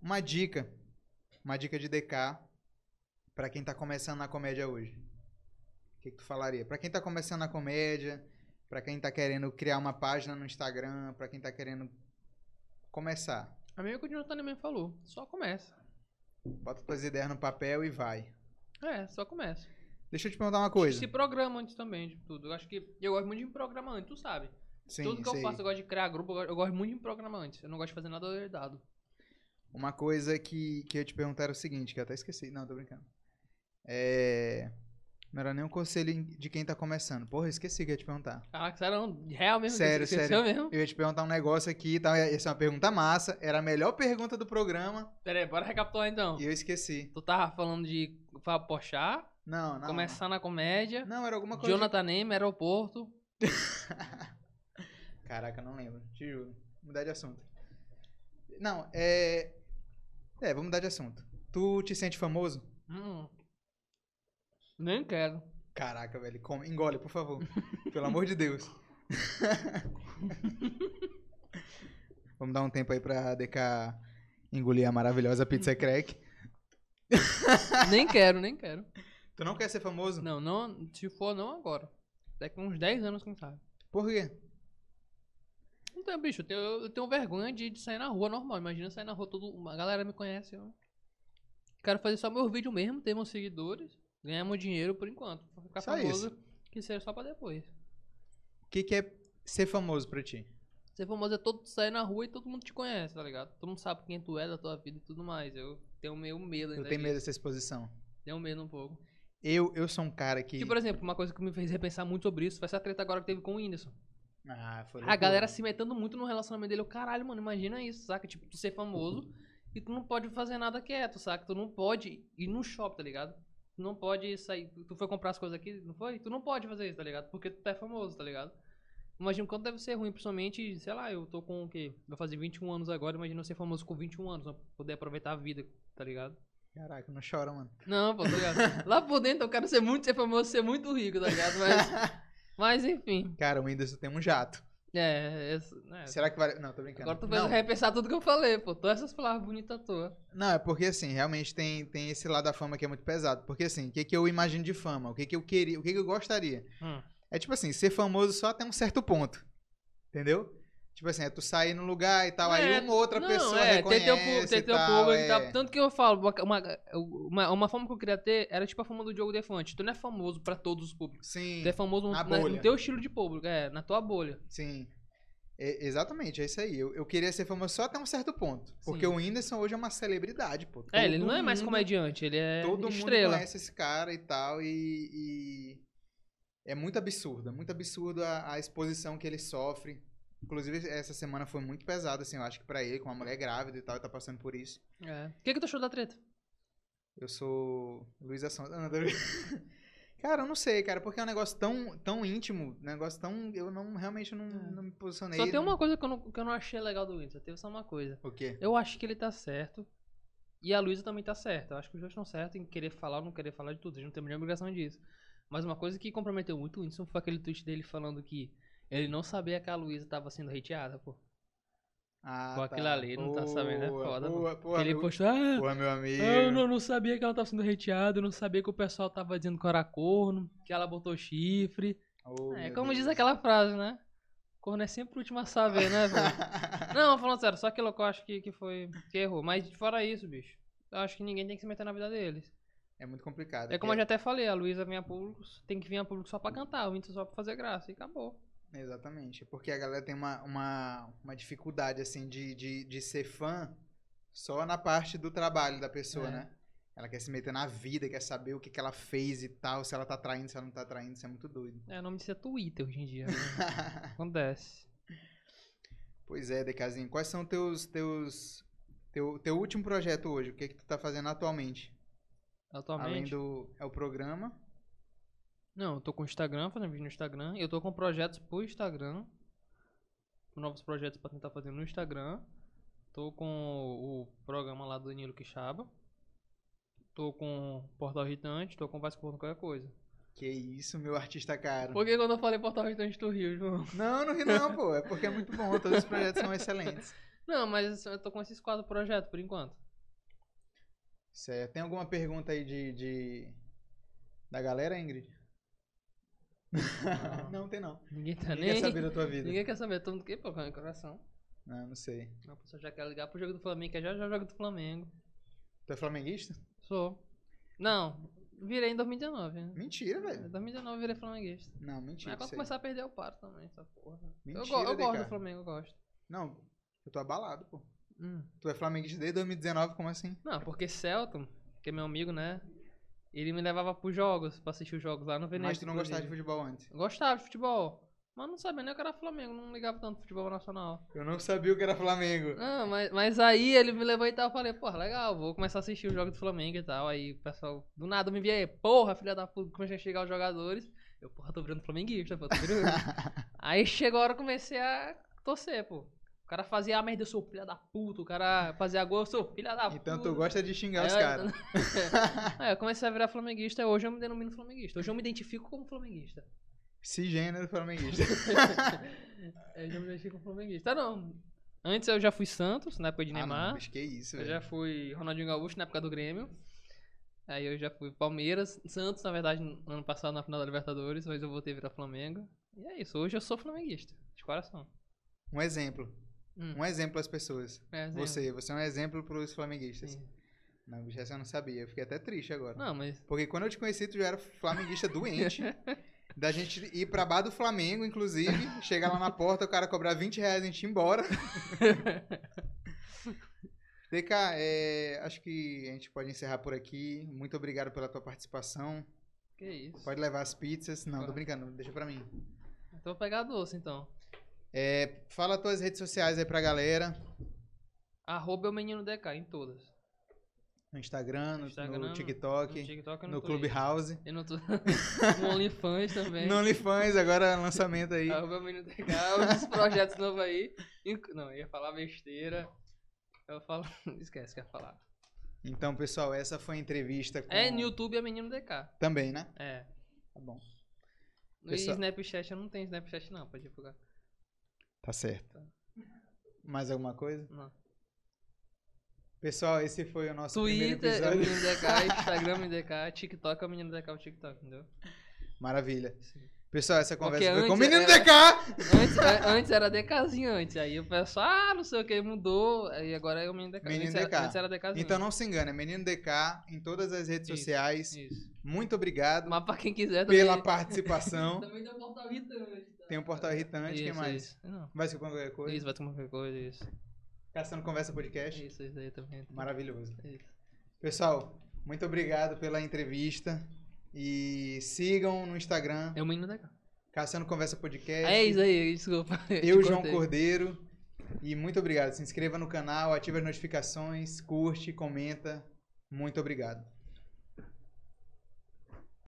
Speaker 1: uma dica, uma dica de DK pra quem tá começando na comédia hoje. O que, que tu falaria? Pra quem tá começando na comédia, pra quem tá querendo criar uma página no Instagram, pra quem tá querendo começar.
Speaker 2: A minha que o Jonathan mesmo falou. Só começa.
Speaker 1: Bota tuas ideias no papel e vai.
Speaker 2: É, só começa.
Speaker 1: Deixa eu te perguntar uma coisa.
Speaker 2: Se programa antes também de tudo. Eu acho que eu gosto muito de me programar antes, tu sabe.
Speaker 1: Sim,
Speaker 2: tudo que eu
Speaker 1: sei.
Speaker 2: faço, eu gosto de criar grupo, eu gosto- eu gosto muito de me programar antes. Eu não gosto de fazer nada herdado.
Speaker 1: Uma coisa que, que eu ia te perguntar era o seguinte, que eu até esqueci. Não, tô brincando. É... Não era nem um conselho em- de quem tá começando. Porra, eu esqueci que eu ia te perguntar.
Speaker 2: Caraca, sério, não, real mesmo.
Speaker 1: Sério,
Speaker 2: esqueceu
Speaker 1: sério.
Speaker 2: mesmo.
Speaker 1: Eu ia te perguntar um negócio aqui, tá? essa é uma pergunta massa. Era a melhor pergunta do programa
Speaker 2: Pera aí, bora recapitular então.
Speaker 1: e eu esqueci.
Speaker 2: Tu tava falando de Fábio Pochá,
Speaker 1: Não, não.
Speaker 2: começar na comédia,
Speaker 1: Não, era alguma Ah. coisa...
Speaker 2: Jonathan Neme, aeroporto.
Speaker 1: Caraca, não lembro. Te juro. Mudar de assunto. Não, é... É, vamos mudar de assunto. Tu te sente famoso?
Speaker 2: Hum. Nem quero.
Speaker 1: Caraca, velho. Come, engole, por favor. Pelo amor de Deus. Vamos dar um tempo aí pra DK engolir a maravilhosa pizza crack.
Speaker 2: nem quero, nem quero.
Speaker 1: Tu não quer ser famoso?
Speaker 2: Não, não, se for, não agora. Daqui uns 10 anos, quem sabe.
Speaker 1: Por quê?
Speaker 2: Então, bicho, eu tenho, eu tenho vergonha de, de sair na rua normal. Imagina sair na rua, todo, uma galera me conhece. Eu quero fazer só meu vídeo mesmo, ter meus seguidores, ganhar meu dinheiro por enquanto. Ficar
Speaker 1: Só
Speaker 2: famoso, que seja só pra depois.
Speaker 1: O que, que é ser famoso pra ti?
Speaker 2: Ser famoso é todo sair na rua e todo mundo te conhece, tá ligado? Todo mundo sabe quem tu é da tua vida e tudo mais. Eu tenho meio medo
Speaker 1: Eu
Speaker 2: ainda.
Speaker 1: tenho medo
Speaker 2: disso.
Speaker 1: dessa exposição.
Speaker 2: Tenho medo um pouco.
Speaker 1: Eu, eu sou um cara que.
Speaker 2: E, por exemplo, uma coisa que me fez repensar muito sobre isso foi essa treta agora que teve com o Whindersson.
Speaker 1: Ah, foi
Speaker 2: A
Speaker 1: loucura.
Speaker 2: galera se metendo muito no relacionamento dele. Eu, caralho, mano, imagina isso, saca? Tipo, tu ser famoso e tu não pode fazer nada quieto, saca? Tu não pode ir no shopping, tá ligado? Tu não pode sair. Tu foi comprar as coisas aqui, não foi? Tu não pode fazer isso, tá ligado? Porque tu é famoso, tá ligado? Imagina o quanto deve ser ruim, principalmente, sei lá, eu tô com o quê? Vou fazer 21 anos agora, imagina eu ser famoso com 21 anos, não poder aproveitar a vida, tá ligado?
Speaker 1: Caraca, não chora, mano.
Speaker 2: Não, pô, tá ligado? Lá por dentro eu quero ser muito ser famoso, ser muito rico, tá ligado? Mas, mas enfim.
Speaker 1: Cara, o Whindersson tem um jato.
Speaker 2: É, essa- né,
Speaker 1: Será que vale. Não, tô brincando.
Speaker 2: Agora tu fez
Speaker 1: não,
Speaker 2: eu repensar tudo que eu falei, pô. Todas essas palavras bonitas à toa.
Speaker 1: Não, é porque assim, realmente tem, tem esse lado da fama que é muito pesado. Porque assim, o que, que eu imagino de fama? O que, que eu queria? O que, que eu gostaria?
Speaker 2: Hum.
Speaker 1: É tipo assim, ser famoso só até um certo ponto. Entendeu? Tipo assim, é tu sair num lugar e tal,
Speaker 2: É,
Speaker 1: aí uma outra
Speaker 2: não,
Speaker 1: pessoa
Speaker 2: é,
Speaker 1: reconhece
Speaker 2: tem teu público, tem
Speaker 1: e
Speaker 2: teu
Speaker 1: tal,
Speaker 2: público tá
Speaker 1: é.
Speaker 2: e tal. Tanto que eu falo, uma, uma, uma, uma fama que eu queria ter era tipo a fama do Diogo Defante. Tu não é famoso pra todos os públicos.
Speaker 1: Sim,
Speaker 2: Tu é famoso
Speaker 1: Na
Speaker 2: no- na-
Speaker 1: bolha.
Speaker 2: no teu estilo de público, é, na tua bolha.
Speaker 1: sim. É, exatamente, é isso aí. Eu, eu queria ser famoso só até um certo ponto. Porque
Speaker 2: Sim.
Speaker 1: o Whindersson hoje é uma celebridade, pô.
Speaker 2: É, ele
Speaker 1: Todo
Speaker 2: não é mais
Speaker 1: mundo-
Speaker 2: comediante, ele é
Speaker 1: Todo mundo
Speaker 2: estrela.
Speaker 1: conhece esse cara e tal, e, e é muito absurdo, é muito absurdo a, a exposição que ele sofre. Inclusive, essa semana foi muito pesada, assim, eu acho que pra ele, com uma mulher grávida e tal, e tá passando por isso.
Speaker 2: É. O que, que tu achou da treta?
Speaker 1: Eu sou Luiz Assunção. Ah, não, tô brincando. Cara, eu não sei, cara, porque é um negócio tão, tão íntimo, um negócio tão. Eu não realmente não,
Speaker 2: É.
Speaker 1: não me posicionei.
Speaker 2: Só tem
Speaker 1: não-
Speaker 2: uma coisa que eu não, que eu não achei legal do Whindersson, teve só uma coisa.
Speaker 1: O quê?
Speaker 2: Eu acho que ele tá certo. E a Luísa também tá certa. Eu acho que os dois estão certos em querer falar ou não querer falar de tudo. A gente não tem nenhuma obrigação disso. Mas uma coisa que comprometeu muito o Whindersson foi aquele tweet dele falando que ele não sabia que a Luísa tava sendo hateada, pô.
Speaker 1: Ah,
Speaker 2: Com aquilo ali, não tá sabendo, é
Speaker 1: Boa,
Speaker 2: foda, pô.
Speaker 1: boa,
Speaker 2: Que
Speaker 1: boa,
Speaker 2: ele
Speaker 1: meu-
Speaker 2: postou, ah,
Speaker 1: boa, meu amigo.
Speaker 2: eu não, não sabia que ela tava sendo hateada, eu não sabia que o pessoal tava dizendo que eu era corno, que ela botou chifre.
Speaker 1: Oh,
Speaker 2: é,
Speaker 1: meu
Speaker 2: como diz
Speaker 1: Deus.
Speaker 2: aquela frase, né? Corno é sempre o último a saber, né, velho? Não, falando sério, só aquilo que eu acho que, que foi. que errou. Mas fora isso, bicho. Eu acho que ninguém tem que se meter na vida deles.
Speaker 1: É muito complicado.
Speaker 2: É como
Speaker 1: porque-
Speaker 2: eu já até falei, a Luísa vem a público, tem que vir a público só pra cantar, o Whindersson só pra fazer graça, e acabou.
Speaker 1: Exatamente. Porque a galera tem uma, uma, uma dificuldade, assim, de, de, de ser fã só na parte do trabalho da pessoa,
Speaker 2: É.
Speaker 1: né? Ela quer se meter na vida, quer saber o que, que ela fez e tal, se ela tá traindo, se ela não tá traindo, isso é muito doido.
Speaker 2: É, o nome disso é Twitter hoje em dia. né? Acontece.
Speaker 1: pois é, Decazinho. Quais são teus teus teu, teu último projeto hoje? O que que tu tá fazendo atualmente? Além
Speaker 2: Atualmente.
Speaker 1: do é o programa?
Speaker 2: Não, eu tô com o Instagram, fazendo vídeo no Instagram. Eu tô com projetos pro Instagram. Novos projetos pra tentar fazer no Instagram. Tô com o programa lá do Danilo Quixaba. Tô com o Portal Irritante, tô com o Vasco Porno Qualquer Coisa.
Speaker 1: Que é isso, meu artista caro.
Speaker 2: Por que quando eu falei Portal Irritante tu riu, João?
Speaker 1: Não, não ri não, pô. É porque é muito bom. Todos os projetos são excelentes.
Speaker 2: Não, mas eu tô com esses quatro projetos por enquanto.
Speaker 1: Certo. Tem alguma pergunta aí de, de- da galera, Ingrid? Não, tem não.
Speaker 2: Ninguém tá
Speaker 1: Ninguém quer
Speaker 2: nem.
Speaker 1: saber da tua vida. Ah,
Speaker 2: Ninguém quer saber, todo mundo que pô, cara, coração.
Speaker 1: Não, não sei.
Speaker 2: A pessoa já quer ligar pro jogo do Flamengo, que é já já jogo do Flamengo.
Speaker 1: Tu é flamenguista?
Speaker 2: Sou. Não, virei em 2019, né?
Speaker 1: Mentira, velho.
Speaker 2: Em 2019 eu virei flamenguista.
Speaker 1: Não, mentira.
Speaker 2: Mas quando
Speaker 1: isso aí.
Speaker 2: começar a perder, eu paro também, essa porra. eu
Speaker 1: Mentira,
Speaker 2: go- eu gosto
Speaker 1: DK.
Speaker 2: do Flamengo, eu gosto.
Speaker 1: Não, eu tô abalado, pô.
Speaker 2: Hum.
Speaker 1: Tu é flamenguista desde 2019, como assim?
Speaker 2: Não, porque Celton, que é meu amigo, né? Ele me levava pros jogos, pra assistir os jogos lá no Veneza.
Speaker 1: Mas tu não gostava de futebol antes.
Speaker 2: futebol? Gostava de futebol. Mas não sabia nem o que era Flamengo, não ligava tanto pro futebol nacional.
Speaker 1: Eu não sabia o que era Flamengo.
Speaker 2: Não, mas, mas aí ele me levou e tal, eu falei, porra, legal, vou começar a assistir o jogo do Flamengo e tal. Aí o pessoal, do nada, me via aí, porra, filha da puta, comecei a chegar os jogadores. Eu, porra, tô virando flamenguista, pô, tô virando. aí chegou a hora, eu comecei a torcer, pô. O cara fazia a merda, eu sou filha da puta, o cara fazia gol, eu sou filha da puta.
Speaker 1: Então tu gosta de xingar os
Speaker 2: Aí Ah, É, eu-
Speaker 1: caras.
Speaker 2: Aí eu comecei a virar flamenguista, hoje eu me denomino flamenguista. Hoje eu me identifico como flamenguista.
Speaker 1: Cisgênero flamenguista.
Speaker 2: É, Hoje eu me identifico como flamenguista. Tá, não. Antes eu já fui Santos, na época de
Speaker 1: ah,
Speaker 2: Neymar.
Speaker 1: não, bicho, que isso,
Speaker 2: Eu
Speaker 1: velho.
Speaker 2: já fui Ronaldinho Gaúcho na época do Grêmio. Aí eu já fui Palmeiras, Santos, na verdade, no ano passado na final da Libertadores, mas eu voltei a virar Flamengo. E é isso, hoje eu sou flamenguista, de coração.
Speaker 1: Um exemplo.
Speaker 2: Hum.
Speaker 1: Um exemplo às pessoas.
Speaker 2: É, assim,
Speaker 1: Você, você é um exemplo pros flamenguistas.
Speaker 2: sim.
Speaker 1: Não, bicho, essa eu não sabia. Eu fiquei até triste agora.
Speaker 2: Não, mas.
Speaker 1: Porque quando eu te conheci, tu já era flamenguista doente. da gente ir pra bar do Flamengo, inclusive. chegar lá na porta, o cara cobrar 20 reais e a gente ir embora. DK, é, acho que a gente pode encerrar por aqui. Muito obrigado pela tua participação.
Speaker 2: Que isso.
Speaker 1: Pode levar as pizzas. Não, tô brincando, deixa pra mim.
Speaker 2: Então eu vou pegar doce, então.
Speaker 1: É, fala tuas redes sociais aí pra galera.
Speaker 2: Arroba é o menino DK em todas.
Speaker 1: No Instagram, no,
Speaker 2: Instagram,
Speaker 1: no
Speaker 2: no-
Speaker 1: TikTok,
Speaker 2: no TikTok eu
Speaker 1: no,
Speaker 2: não tô aí.
Speaker 1: Clubhouse.
Speaker 2: Eu não tô. no OnlyFans também.
Speaker 1: No OnlyFans, agora lançamento aí.
Speaker 2: Arroba é o menino DK, os projetos novos aí. Inc- Não, eu ia falar besteira. Eu falo. Esquece o que eu ia falar.
Speaker 1: Então, pessoal, essa foi a entrevista com...
Speaker 2: É, no YouTube é menino DK.
Speaker 1: Também, né?
Speaker 2: É.
Speaker 1: Tá bom.
Speaker 2: No
Speaker 1: Pessoal-
Speaker 2: Snapchat eu não tenho Snapchat não, pra divulgar.
Speaker 1: Tá certo. Mais alguma coisa?
Speaker 2: Não.
Speaker 1: Pessoal, esse foi o nosso
Speaker 2: Twitter é o
Speaker 1: primeiro episódio.
Speaker 2: menino DK, Instagram é o menino DK, TikTok é o menino DK, o TikTok, entendeu?
Speaker 1: Maravilha.
Speaker 2: Sim.
Speaker 1: Pessoal, essa conversa
Speaker 2: Porque
Speaker 1: foi com o
Speaker 2: antes é
Speaker 1: Menino
Speaker 2: era-
Speaker 1: DK!
Speaker 2: Antes, a- antes era DKzinho antes, aí o pessoal, ah, não sei o que, mudou, aí agora é o menino DK.
Speaker 1: Menino
Speaker 2: antes,
Speaker 1: DK.
Speaker 2: Era, antes era DKzinho.
Speaker 1: Então não se engana, é Menino DK em todas as redes
Speaker 2: Isso,
Speaker 1: sociais.
Speaker 2: Isso.
Speaker 1: Muito obrigado
Speaker 2: Mas pra quem quiser também...
Speaker 1: pela participação.
Speaker 2: Também tem o portal Ritante, tá?
Speaker 1: Tem um portal irritante,
Speaker 2: isso,
Speaker 1: quem mais?
Speaker 2: Isso. Não.
Speaker 1: Vai se ocupando qualquer coisa.
Speaker 2: Isso, vai tomar qualquer coisa, isso.
Speaker 1: Caçando Conversa Podcast.
Speaker 2: Isso, isso aí também.
Speaker 1: Maravilhoso.
Speaker 2: Isso.
Speaker 1: Pessoal, muito obrigado pela entrevista. E sigam no Instagram,
Speaker 2: É o menino da casa.
Speaker 1: Caçando Conversa Podcast.
Speaker 2: É isso aí, desculpa. te
Speaker 1: Eu, João
Speaker 2: cortei.
Speaker 1: Cordeiro. E muito obrigado. Se inscreva no canal, ative as notificações, curte, comenta. Muito obrigado.